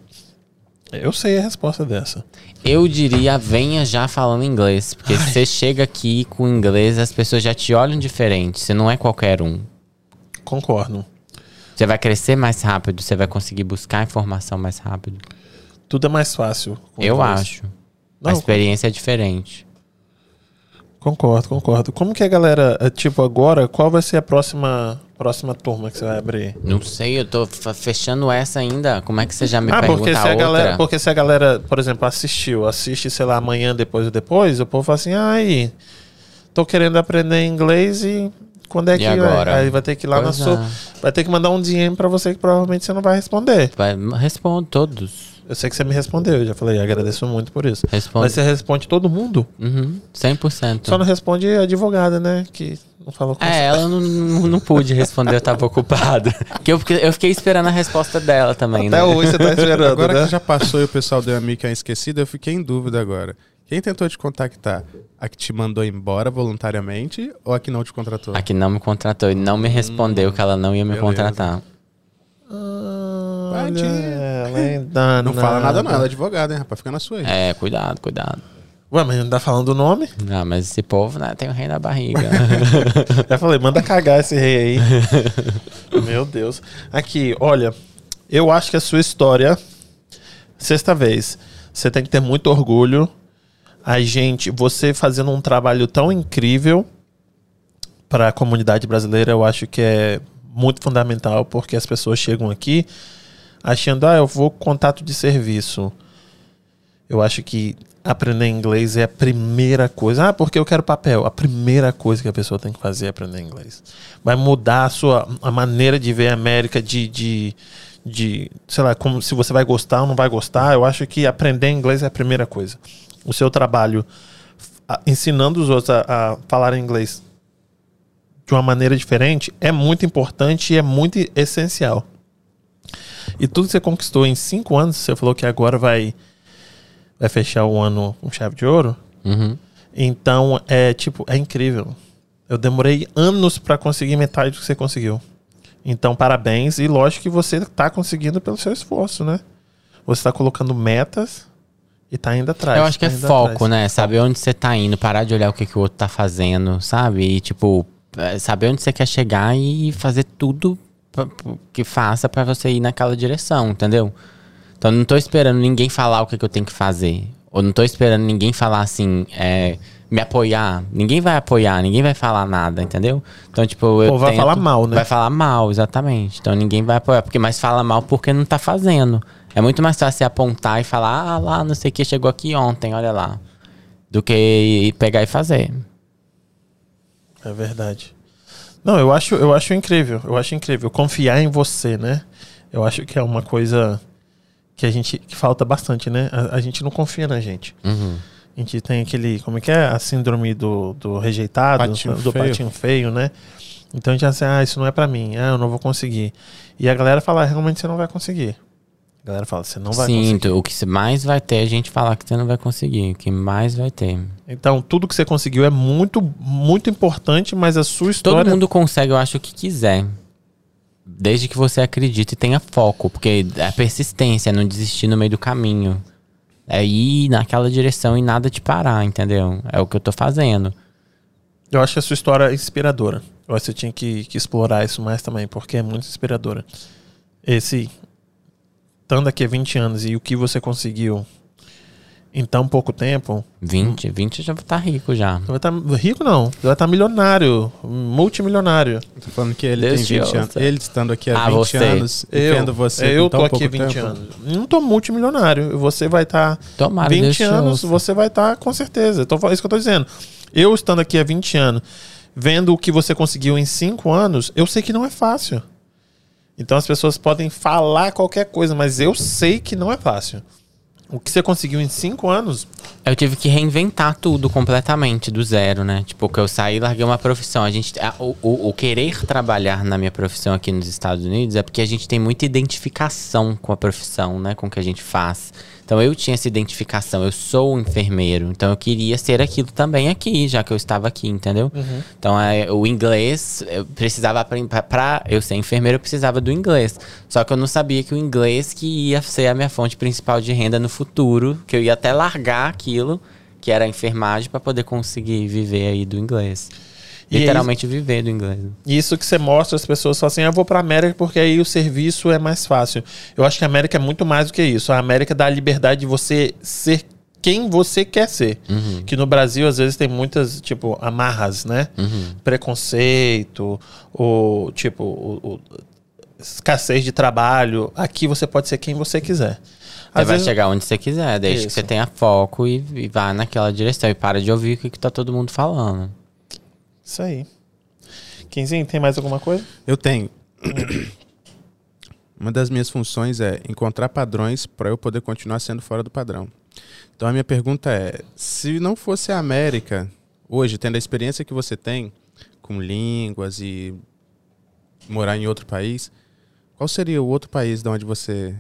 Speaker 1: Eu sei a resposta dessa.
Speaker 3: Eu diria, venha já falando inglês. Porque você chega aqui com inglês, as pessoas já te olham diferente. Você não é qualquer um.
Speaker 1: Concordo.
Speaker 3: Você vai crescer mais rápido, você vai conseguir buscar informação mais rápido.
Speaker 1: Tudo é mais fácil. com
Speaker 3: eu
Speaker 1: inglês.
Speaker 3: acho.
Speaker 1: Não,
Speaker 3: a experiência é diferente.
Speaker 1: Concordo, concordo. Como que a galera, eh, tipo, agora, qual vai ser a próxima, próxima turma que você vai abrir?
Speaker 3: Não sei, eu tô fa- fechando essa ainda. Como é que você já me
Speaker 1: ah,
Speaker 3: pergunta
Speaker 1: porque se, a
Speaker 3: outra?
Speaker 1: galera, porque se a galera, por exemplo, assistiu, assiste, sei lá, amanhã, depois ou depois, o povo fala assim, ai, tô querendo aprender inglês e quando é
Speaker 3: E
Speaker 1: que
Speaker 3: agora?
Speaker 1: vai? Aí vai ter que ir lá na
Speaker 3: Pois é.
Speaker 1: sua. Vai ter que mandar um DM pra você que provavelmente você não vai responder.
Speaker 3: Vai- Respondo todos.
Speaker 1: Eu sei que você me respondeu, eu já falei, agradeço muito por isso.
Speaker 3: Respondo.
Speaker 1: Mas você responde todo mundo?
Speaker 3: Uhum, 100%.
Speaker 1: Só não responde a advogada, né? Que não falou com
Speaker 3: É, ela não, não, não pude responder, eu tava ocupado. Que eu, fiquei- eu fiquei esperando a resposta dela também,
Speaker 1: Até
Speaker 3: né?
Speaker 1: hoje você tá esperando,
Speaker 2: Agora
Speaker 1: né?
Speaker 2: que já passou e o pessoal deu a mica esquecida, eu fiquei em dúvida agora. Quem tentou te contactar? A que te mandou embora voluntariamente ou a que não te contratou?
Speaker 3: A que não me contratou e não me respondeu que ela não ia me
Speaker 2: beleza.
Speaker 3: contratar.
Speaker 1: Ah,
Speaker 2: Tadinha.
Speaker 1: Olha,
Speaker 2: Não fala nada não, ela é advogada, hein, rapaz? Fica na sua aí.
Speaker 3: É, cuidado, cuidado.
Speaker 1: Ué, mas não tá falando o nome?
Speaker 3: Ah, mas esse povo, né, tem o rei na barriga.
Speaker 1: Já falei, manda cagar esse rei aí. Meu Deus. Aqui, olha, eu acho que a sua história, sexta vez, você tem que ter muito orgulho. A gente, você fazendo um trabalho tão incrível para a comunidade brasileira, eu acho que é muito fundamental, porque as pessoas chegam aqui achando, ah, eu vou com contato de serviço. Eu acho que aprender inglês é a primeira coisa. Ah, porque eu quero papel. A primeira coisa que a pessoa tem que fazer é aprender inglês. Vai mudar a sua a maneira de ver a América, de, de, de sei lá, como se você vai gostar ou não vai gostar. Eu acho que aprender inglês é a primeira coisa. O seu trabalho a- ensinando os outros a, a falar inglês de uma maneira diferente é muito importante e é muito essencial. E tudo que você conquistou em cinco anos, você falou que agora vai vai fechar o ano com chave de ouro.
Speaker 3: Uhum.
Speaker 1: Então, é tipo, é incrível. Eu demorei anos pra conseguir metade do que você conseguiu. Então, parabéns. E lógico que você tá conseguindo pelo seu esforço, né? Você tá colocando metas e tá indo atrás.
Speaker 3: Eu acho que é
Speaker 1: tá indo
Speaker 3: foco,
Speaker 1: atrás.
Speaker 3: né? Saber onde você tá indo, parar de olhar o que, que o outro tá fazendo, sabe? E, tipo, é, saber onde você quer chegar e fazer tudo pra- pra- que faça pra você ir naquela direção, entendeu? Então, eu não tô esperando ninguém falar o que, que eu tenho que fazer. Ou não tô esperando ninguém falar assim, é, me apoiar. Ninguém vai apoiar, ninguém vai falar nada, entendeu? Então, tipo, eu.
Speaker 1: Ou vai
Speaker 3: tento-
Speaker 1: falar mal, né?
Speaker 3: Vai falar mal, exatamente. Então ninguém vai apoiar, porque mas fala mal porque não tá fazendo. É muito mais fácil você apontar e falar, ah lá, não sei o que, chegou aqui ontem, olha lá. Do que pegar e fazer. né?
Speaker 1: É verdade. Não, eu acho, eu acho incrível. Eu acho incrível. Confiar em você, né? Eu acho que é uma coisa que a gente que falta bastante, né? A, a gente não confia na gente. A gente tem aquele, como é que é? A síndrome do, do rejeitado,
Speaker 2: Patinho
Speaker 1: do
Speaker 2: feio.
Speaker 1: patinho feio, né? Então a gente acha assim, ah, isso não é pra mim, ah, eu não vou conseguir. E a galera fala, "Ah, realmente você não vai conseguir. A galera fala, você não vai conseguir.
Speaker 3: Sim, tu- o que se mais vai ter é gente falar que você não vai conseguir. O que mais vai ter.
Speaker 1: Então tudo que você conseguiu é muito, muito importante, mas a sua
Speaker 3: Todo
Speaker 1: história.
Speaker 3: mundo consegue, eu acho, o que quiser. Desde que você acredite e tenha foco. Porque é persistência, é não desistir no meio do caminho. É ir naquela direção e nada te parar, entendeu? É o que eu tô fazendo.
Speaker 1: Eu acho que a sua história é inspiradora. Eu acho que você tinha que, que explorar isso mais também, porque é muito inspiradora. Esse. Estando aqui há 20 anos e o que você conseguiu em tão pouco tempo.
Speaker 3: 20, 20 eu já vou estar rico já.
Speaker 1: Você vai estar rico, não. Você vai estar milionário, multimilionário.
Speaker 2: Tô falando que ele
Speaker 3: Deus
Speaker 2: tem 20
Speaker 3: te
Speaker 2: anos.
Speaker 3: ouça.
Speaker 2: Ele estando aqui há
Speaker 3: Ah,
Speaker 2: 20
Speaker 3: você.
Speaker 2: anos e vendo você.
Speaker 1: eu
Speaker 2: com tão
Speaker 1: tô aqui
Speaker 2: pouco
Speaker 1: 20
Speaker 2: tempo.
Speaker 1: anos. Não tô multimilionário. Você vai estar.
Speaker 3: Tomara,
Speaker 1: 20
Speaker 3: Deus te
Speaker 1: anos
Speaker 3: ouça.
Speaker 1: você vai estar com certeza. Tô, falando- isso que eu tô dizendo. Eu estando aqui há 20 anos, vendo o que você conseguiu em 5 anos, eu sei que não é fácil. Então as pessoas podem falar qualquer coisa, mas eu sei que não é fácil. O que você conseguiu em cinco anos?
Speaker 3: Eu tive que reinventar tudo completamente, do zero, né? Tipo, que eu saí e larguei uma profissão. A gente, a- o, o- o querer trabalhar na minha profissão aqui nos Estados Unidos é porque a gente tem muita identificação com a profissão, né? Com o que a gente faz. Então eu tinha essa identificação, eu sou um enfermeiro, então eu queria ser aquilo também aqui, já que eu estava aqui, entendeu?
Speaker 1: Uhum.
Speaker 3: Então é, o inglês, eu precisava aprender. Pra eu ser enfermeiro, eu precisava do inglês. Só que eu não sabia que o inglês que ia ser a minha fonte principal de renda no futuro, que eu ia até largar aquilo que era a enfermagem para poder conseguir viver aí do inglês.
Speaker 1: E é
Speaker 3: Literalmente viver do inglês.
Speaker 1: Isso que você mostra, as pessoas falam assim: eu vou pra América porque aí o serviço é mais fácil. Eu acho que a América é muito mais do que isso. A América dá a liberdade de você ser quem você quer ser.
Speaker 2: Uhum.
Speaker 1: Que no Brasil, às vezes, tem muitas, tipo, amarras, né?
Speaker 2: Uhum.
Speaker 1: Preconceito, ou, tipo, o- o- escassez de trabalho. Aqui você pode ser quem você quiser.
Speaker 3: Você
Speaker 1: Às
Speaker 3: vai
Speaker 1: vezes-
Speaker 3: chegar onde você quiser, desde que
Speaker 1: Isso.
Speaker 3: você tenha foco e, e vá naquela direção. E para de ouvir o que, que tá todo mundo falando.
Speaker 1: Isso aí. Quinzinho, tem mais alguma coisa?
Speaker 2: Eu tenho. Uma das minhas funções é encontrar padrões para eu poder continuar sendo fora do padrão. Então a minha pergunta é: se não fosse a América, hoje, tendo a experiência que você tem com línguas e morar em outro país, qual seria o outro país de onde você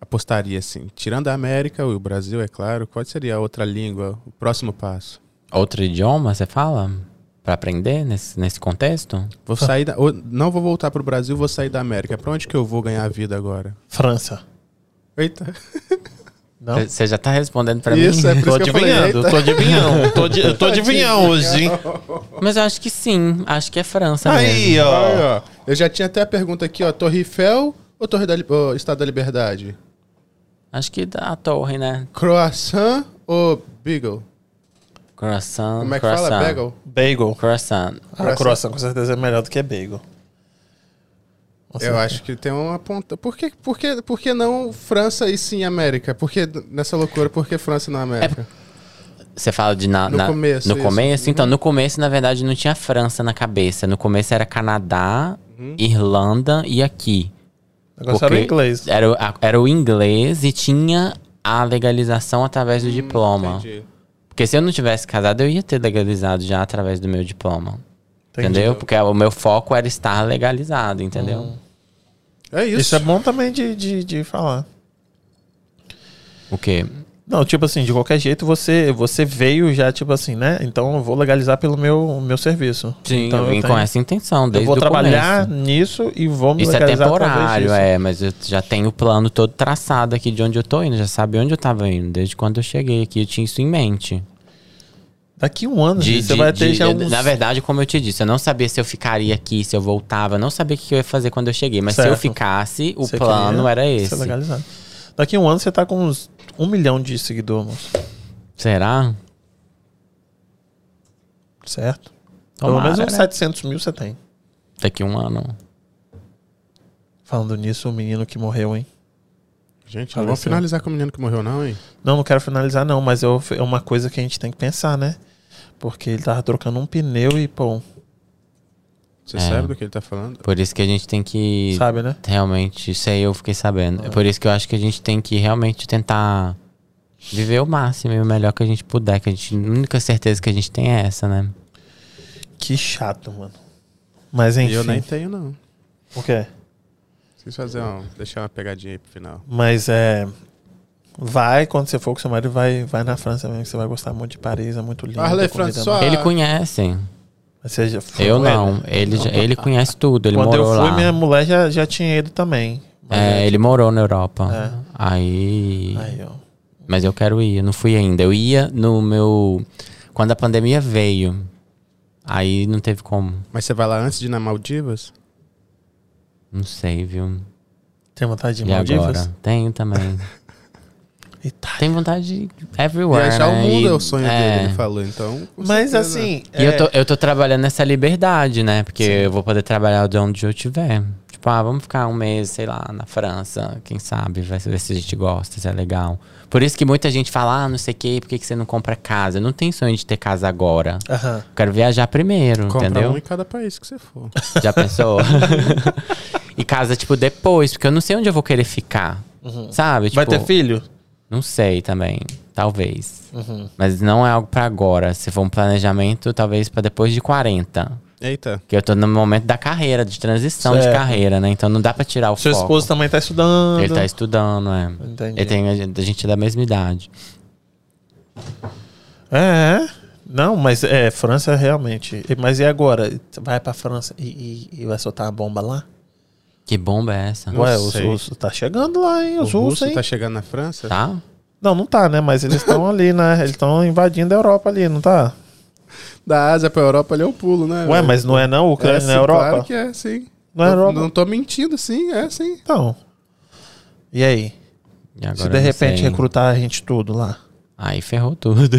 Speaker 2: apostaria assim? Tirando a América e o Brasil, é claro, qual seria a outra língua, o próximo passo?
Speaker 3: Outro idioma, você fala? Para aprender nesse, nesse contexto?
Speaker 2: Vou sair da, ou- não vou voltar para o Brasil, vou sair da América. Para onde que eu vou ganhar a vida agora?
Speaker 1: França.
Speaker 2: Eita.
Speaker 1: Não?
Speaker 3: Você já tá respondendo para mim?
Speaker 2: É, Isso, é por
Speaker 1: Tô
Speaker 2: isso que eu falei.
Speaker 1: adivinhando,
Speaker 2: eita.
Speaker 1: tô adivinhando, tô, adi- eu tô adivinhando hoje. hein?
Speaker 3: Mas eu acho que sim. Acho que é França mesmo.
Speaker 1: Aí,
Speaker 2: Aí,
Speaker 1: ó.
Speaker 2: ó. Eu já tinha até a pergunta aqui, ó. Torre Eiffel ou Torre da Li- ou Estado da Liberdade?
Speaker 3: Acho que da torre, né?
Speaker 2: Croissant ou Beagle?
Speaker 3: Croissant.
Speaker 2: Como é que
Speaker 3: croissant.
Speaker 2: fala? Beagle?
Speaker 1: Bagel.
Speaker 3: Croissant.
Speaker 1: Ah, croissant com certeza é melhor do que bagel. Com
Speaker 2: Eu
Speaker 1: certeza.
Speaker 2: acho que tem uma ponta. Por que, por que, por que não França e sim América? Por que nessa loucura, por que França e não
Speaker 3: É
Speaker 2: América?
Speaker 3: Você fala de na,
Speaker 2: No
Speaker 3: na-
Speaker 2: começo,
Speaker 3: No
Speaker 2: isso. Uhum.
Speaker 3: começo? Então, no começo, na verdade, não tinha França na cabeça. No começo era Canadá,
Speaker 2: Uhum.
Speaker 3: Irlanda e aqui.
Speaker 1: Agora só era o
Speaker 3: Porque
Speaker 1: inglês.
Speaker 3: Era, o- a- era o inglês e tinha a legalização através do é diploma.
Speaker 2: Hum, Entendi.
Speaker 3: Porque se eu não tivesse casado, eu ia ter legalizado já através do meu diploma.
Speaker 1: Entendi.
Speaker 3: Entendeu? Porque o meu foco era estar legalizado, entendeu?
Speaker 2: Hum. É isso.
Speaker 1: Isso é bom também de, de, de falar.
Speaker 3: O quê?
Speaker 1: Não, tipo assim, de qualquer jeito você, você veio já, tipo assim, né? Então eu vou legalizar pelo meu, meu serviço.
Speaker 3: Sim,
Speaker 1: então,
Speaker 3: eu vim com
Speaker 1: tenho-
Speaker 3: essa intenção
Speaker 1: Eu
Speaker 3: desde
Speaker 1: vou
Speaker 3: o
Speaker 1: trabalhar
Speaker 3: começo.
Speaker 1: nisso e vou me
Speaker 3: Isso é
Speaker 1: legalizar através
Speaker 3: temporário,
Speaker 1: disso.
Speaker 3: é, mas eu já tenho o plano todo traçado aqui de onde eu tô indo, já sabe onde eu tava indo, desde quando eu cheguei aqui, eu tinha isso em mente.
Speaker 1: Daqui um ano,
Speaker 3: De-
Speaker 1: gente, você
Speaker 3: de-
Speaker 1: vai
Speaker 3: de-
Speaker 1: ter já
Speaker 3: eu-
Speaker 1: uns...
Speaker 3: Na verdade, como eu te disse, eu não sabia se eu ficaria aqui, se eu voltava, eu não sabia o que eu ia fazer quando eu cheguei, mas se eu
Speaker 1: Certo.
Speaker 3: ficasse, o
Speaker 1: Você
Speaker 3: plano
Speaker 1: queria
Speaker 3: era
Speaker 1: ser
Speaker 3: esse.
Speaker 1: legalizado. Daqui um ano você tá com uns um milhão de seguidores, moço.
Speaker 3: Será?
Speaker 1: certo? Pelo
Speaker 3: Tomara,
Speaker 1: menos um uns
Speaker 3: né?
Speaker 1: 700 mil você tem.
Speaker 3: Daqui um ano.
Speaker 1: Falando nisso, o menino que morreu, hein?
Speaker 2: Gente,
Speaker 1: Faleceu.
Speaker 2: não vamos finalizar com o menino que morreu, não, hein?
Speaker 1: Não, não quero finalizar, não, mas eu- é uma coisa que a gente tem que pensar, né? Porque ele tava trocando um pneu e, pô,
Speaker 2: Você
Speaker 3: É.
Speaker 2: sabe do que ele tá falando?
Speaker 3: Por isso que a gente tem que
Speaker 1: sabe, né?
Speaker 3: Realmente, isso aí eu fiquei sabendo. É por isso que eu acho que a gente tem que realmente tentar viver o máximo e o melhor que a gente puder. Que a, gente, a única certeza que a gente tem é essa, né?
Speaker 1: Que chato, mano. Mas
Speaker 2: E
Speaker 1: enfim.
Speaker 2: Eu
Speaker 3: né?
Speaker 2: nem tenho, não.
Speaker 1: O quê?
Speaker 2: Preciso fazer um. Deixar uma pegadinha aí pro final.
Speaker 1: Mas é. Vai, quando você for com seu marido, vai, vai na França mesmo, que você vai gostar muito de Paris, é muito lindo.
Speaker 2: Parlez
Speaker 1: a comida é
Speaker 2: François.
Speaker 1: muito-
Speaker 3: Ele conhece.
Speaker 1: Mas você já foi
Speaker 3: Eu
Speaker 1: com ele?
Speaker 3: não. Ele, já- ele conhece tudo. Ele
Speaker 1: Quando eu
Speaker 3: morou
Speaker 1: fui,
Speaker 3: lá.
Speaker 1: minha mulher já, já tinha ido também. Mas
Speaker 3: É, ele morou na Europa.
Speaker 1: É.
Speaker 3: Aí.
Speaker 1: Aí, ó.
Speaker 3: Mas eu quero ir. Eu não fui ainda. Eu ia no meu. Quando a pandemia veio. Aí não teve como.
Speaker 2: Mas você vai lá antes de ir na Maldivas?
Speaker 3: Não sei, viu?
Speaker 1: Tem vontade de ir
Speaker 3: e
Speaker 1: Maldivas?
Speaker 3: agora? Tenho também.
Speaker 1: Itália.
Speaker 3: Tem vontade de ir everywhere.
Speaker 2: Viajar o
Speaker 3: né?
Speaker 2: mundo
Speaker 3: E-
Speaker 2: é o sonho
Speaker 3: é.
Speaker 2: dele, ele falou. Então. com
Speaker 1: Mas
Speaker 2: certeza.
Speaker 1: assim.
Speaker 3: E eu,
Speaker 1: é-
Speaker 3: tô, eu tô trabalhando nessa liberdade, né? Porque eu vou poder trabalhar de onde eu tiver. Tipo, ah, vamos ficar um mês, sei lá, na França, quem sabe, vai ver se a gente gosta, se é legal. Por isso que muita gente fala, ah, não sei o quê, por que que você não compra casa? Eu não tenho sonho de ter casa agora.
Speaker 1: Aham.
Speaker 3: Eu quero viajar primeiro,
Speaker 2: Compra
Speaker 3: entendeu?
Speaker 2: um em cada país que você for.
Speaker 3: Já pensou?
Speaker 2: Uhum.
Speaker 3: e casa, tipo, depois, porque eu não sei onde eu vou querer ficar. Sabe?
Speaker 1: Vai
Speaker 3: Tipo,
Speaker 1: ter filho?
Speaker 3: Não sei também. Talvez.
Speaker 1: Uhum.
Speaker 3: Mas não é algo pra agora. Se for um planejamento, talvez pra depois de 40.
Speaker 2: Eita.
Speaker 3: Porque eu tô no momento da carreira, de transição de
Speaker 1: Certo.
Speaker 3: carreira, né? Então não dá pra tirar o
Speaker 1: Seu
Speaker 3: foco.
Speaker 1: esposo também tá estudando.
Speaker 3: Ele tá estudando, é.
Speaker 1: Entendi.
Speaker 3: Ele tem a gente- a gente é da mesma idade.
Speaker 1: É, é. Não, mas é, França realmente. E- Mas e agora? Vai pra França e, e- e vai soltar a bomba lá?
Speaker 3: Que bomba é essa?
Speaker 2: Não
Speaker 1: Ué, os
Speaker 2: sei.
Speaker 1: russos tá chegando lá, hein?
Speaker 2: O
Speaker 1: Os russos,
Speaker 2: russo
Speaker 1: hein?
Speaker 2: tá chegando na França?
Speaker 3: Tá?
Speaker 1: Não, não tá, né? Mas eles estão ali, né? Eles estão invadindo a Europa ali, não tá?
Speaker 2: Da Ásia pra Europa ali é o pulo, né?
Speaker 1: Ué,
Speaker 2: velho?
Speaker 1: mas não é não, a Ucrânia
Speaker 2: sim,
Speaker 1: na Europa?
Speaker 2: Claro que é, sim.
Speaker 1: Não é
Speaker 2: Eu-
Speaker 1: Europa?
Speaker 2: Não tô mentindo, sim, é sim.
Speaker 1: Então. E aí?
Speaker 3: E agora
Speaker 1: Se
Speaker 3: eu
Speaker 1: de
Speaker 3: não
Speaker 1: repente
Speaker 3: sei.
Speaker 1: recrutar a gente tudo lá?
Speaker 3: Aí ferrou tudo.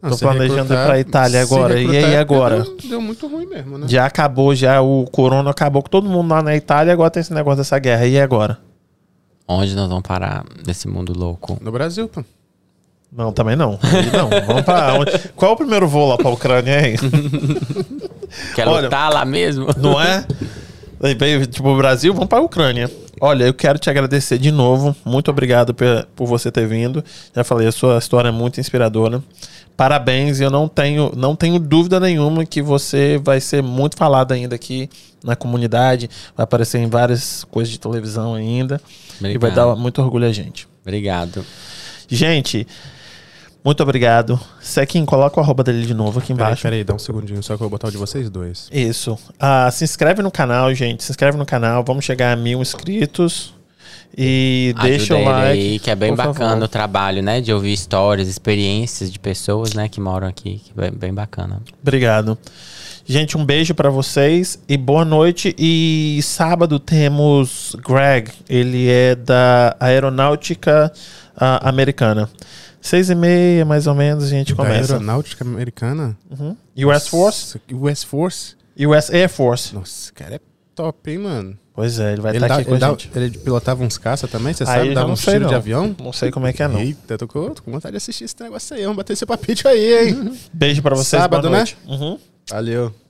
Speaker 1: Tô planejando ir pra Itália
Speaker 2: se
Speaker 1: agora. E aí
Speaker 2: recrutar é porque
Speaker 1: agora?
Speaker 2: Deu, deu muito ruim mesmo, né?
Speaker 1: Já acabou, já o corona acabou com todo mundo lá na Itália, agora tem esse negócio dessa guerra. E agora?
Speaker 3: Onde nós vamos parar nesse mundo louco?
Speaker 2: No Brasil, pô.
Speaker 1: Não, também não. Aí não, vamos pra onde? Qual é o primeiro voo lá pra Ucrânia, hein?
Speaker 3: Quer
Speaker 1: Olha-
Speaker 3: lutar tá lá mesmo?
Speaker 1: Não é? Aí veio, Tipo, o Brasil, vamos pra Ucrânia. Olha, eu quero te agradecer de novo. Muito obrigado pe- por você ter vindo. Já falei, a sua história é muito inspiradora. Parabéns, e eu não tenho, não tenho dúvida nenhuma que você vai ser muito falado ainda aqui na comunidade. Vai aparecer em várias coisas de televisão ainda. E vai
Speaker 3: Obrigado.
Speaker 1: dar muito orgulho a gente.
Speaker 3: Obrigado.
Speaker 1: Gente, muito obrigado. Sequin, coloca o arroba dele de novo aqui
Speaker 2: Peraí,
Speaker 1: embaixo.
Speaker 2: peraí, dá um segundinho, só que eu vou botar o de vocês dois.
Speaker 1: Isso. Ah, se inscreve no canal, gente. Se inscreve no canal. Vamos chegar a mil inscritos. E deixa
Speaker 3: Ajuda
Speaker 1: o
Speaker 3: ele
Speaker 1: like.
Speaker 3: aí, que é bem
Speaker 1: por favor.
Speaker 3: bacana o trabalho, né? De ouvir histórias, experiências de pessoas, né? Que moram aqui. Que é bem bacana.
Speaker 1: Obrigado. Gente, um beijo pra vocês e boa noite. E sábado temos Greg. Ele é da Aeronáutica ah, Americana. Seis e meia, mais ou menos, a gente
Speaker 2: Da
Speaker 1: começa.
Speaker 2: Aeronáutica Americana?
Speaker 1: US Force?
Speaker 2: US Force?
Speaker 1: US Air Force.
Speaker 2: Nossa, esse cara é top, hein, mano?
Speaker 1: Pois é, ele vai
Speaker 2: Ele,
Speaker 1: estar
Speaker 2: dá-
Speaker 1: aqui com
Speaker 2: ele,
Speaker 1: a
Speaker 2: dá-
Speaker 1: gente.
Speaker 2: ele pilotava uns caça também, você
Speaker 1: eu
Speaker 2: sabe?
Speaker 1: já
Speaker 2: Dava
Speaker 1: não
Speaker 2: uns
Speaker 1: sei,
Speaker 2: tiros de
Speaker 1: não.
Speaker 2: avião?
Speaker 1: Não sei como é que é, não.
Speaker 2: Eita, tô com, tô com vontade de assistir esse negócio aí. Vamos bater esse papite aí, hein?
Speaker 1: Beijo pra vocês,
Speaker 2: Sábado,
Speaker 1: boa
Speaker 2: né?
Speaker 1: noite. Uhum.
Speaker 2: Valeu.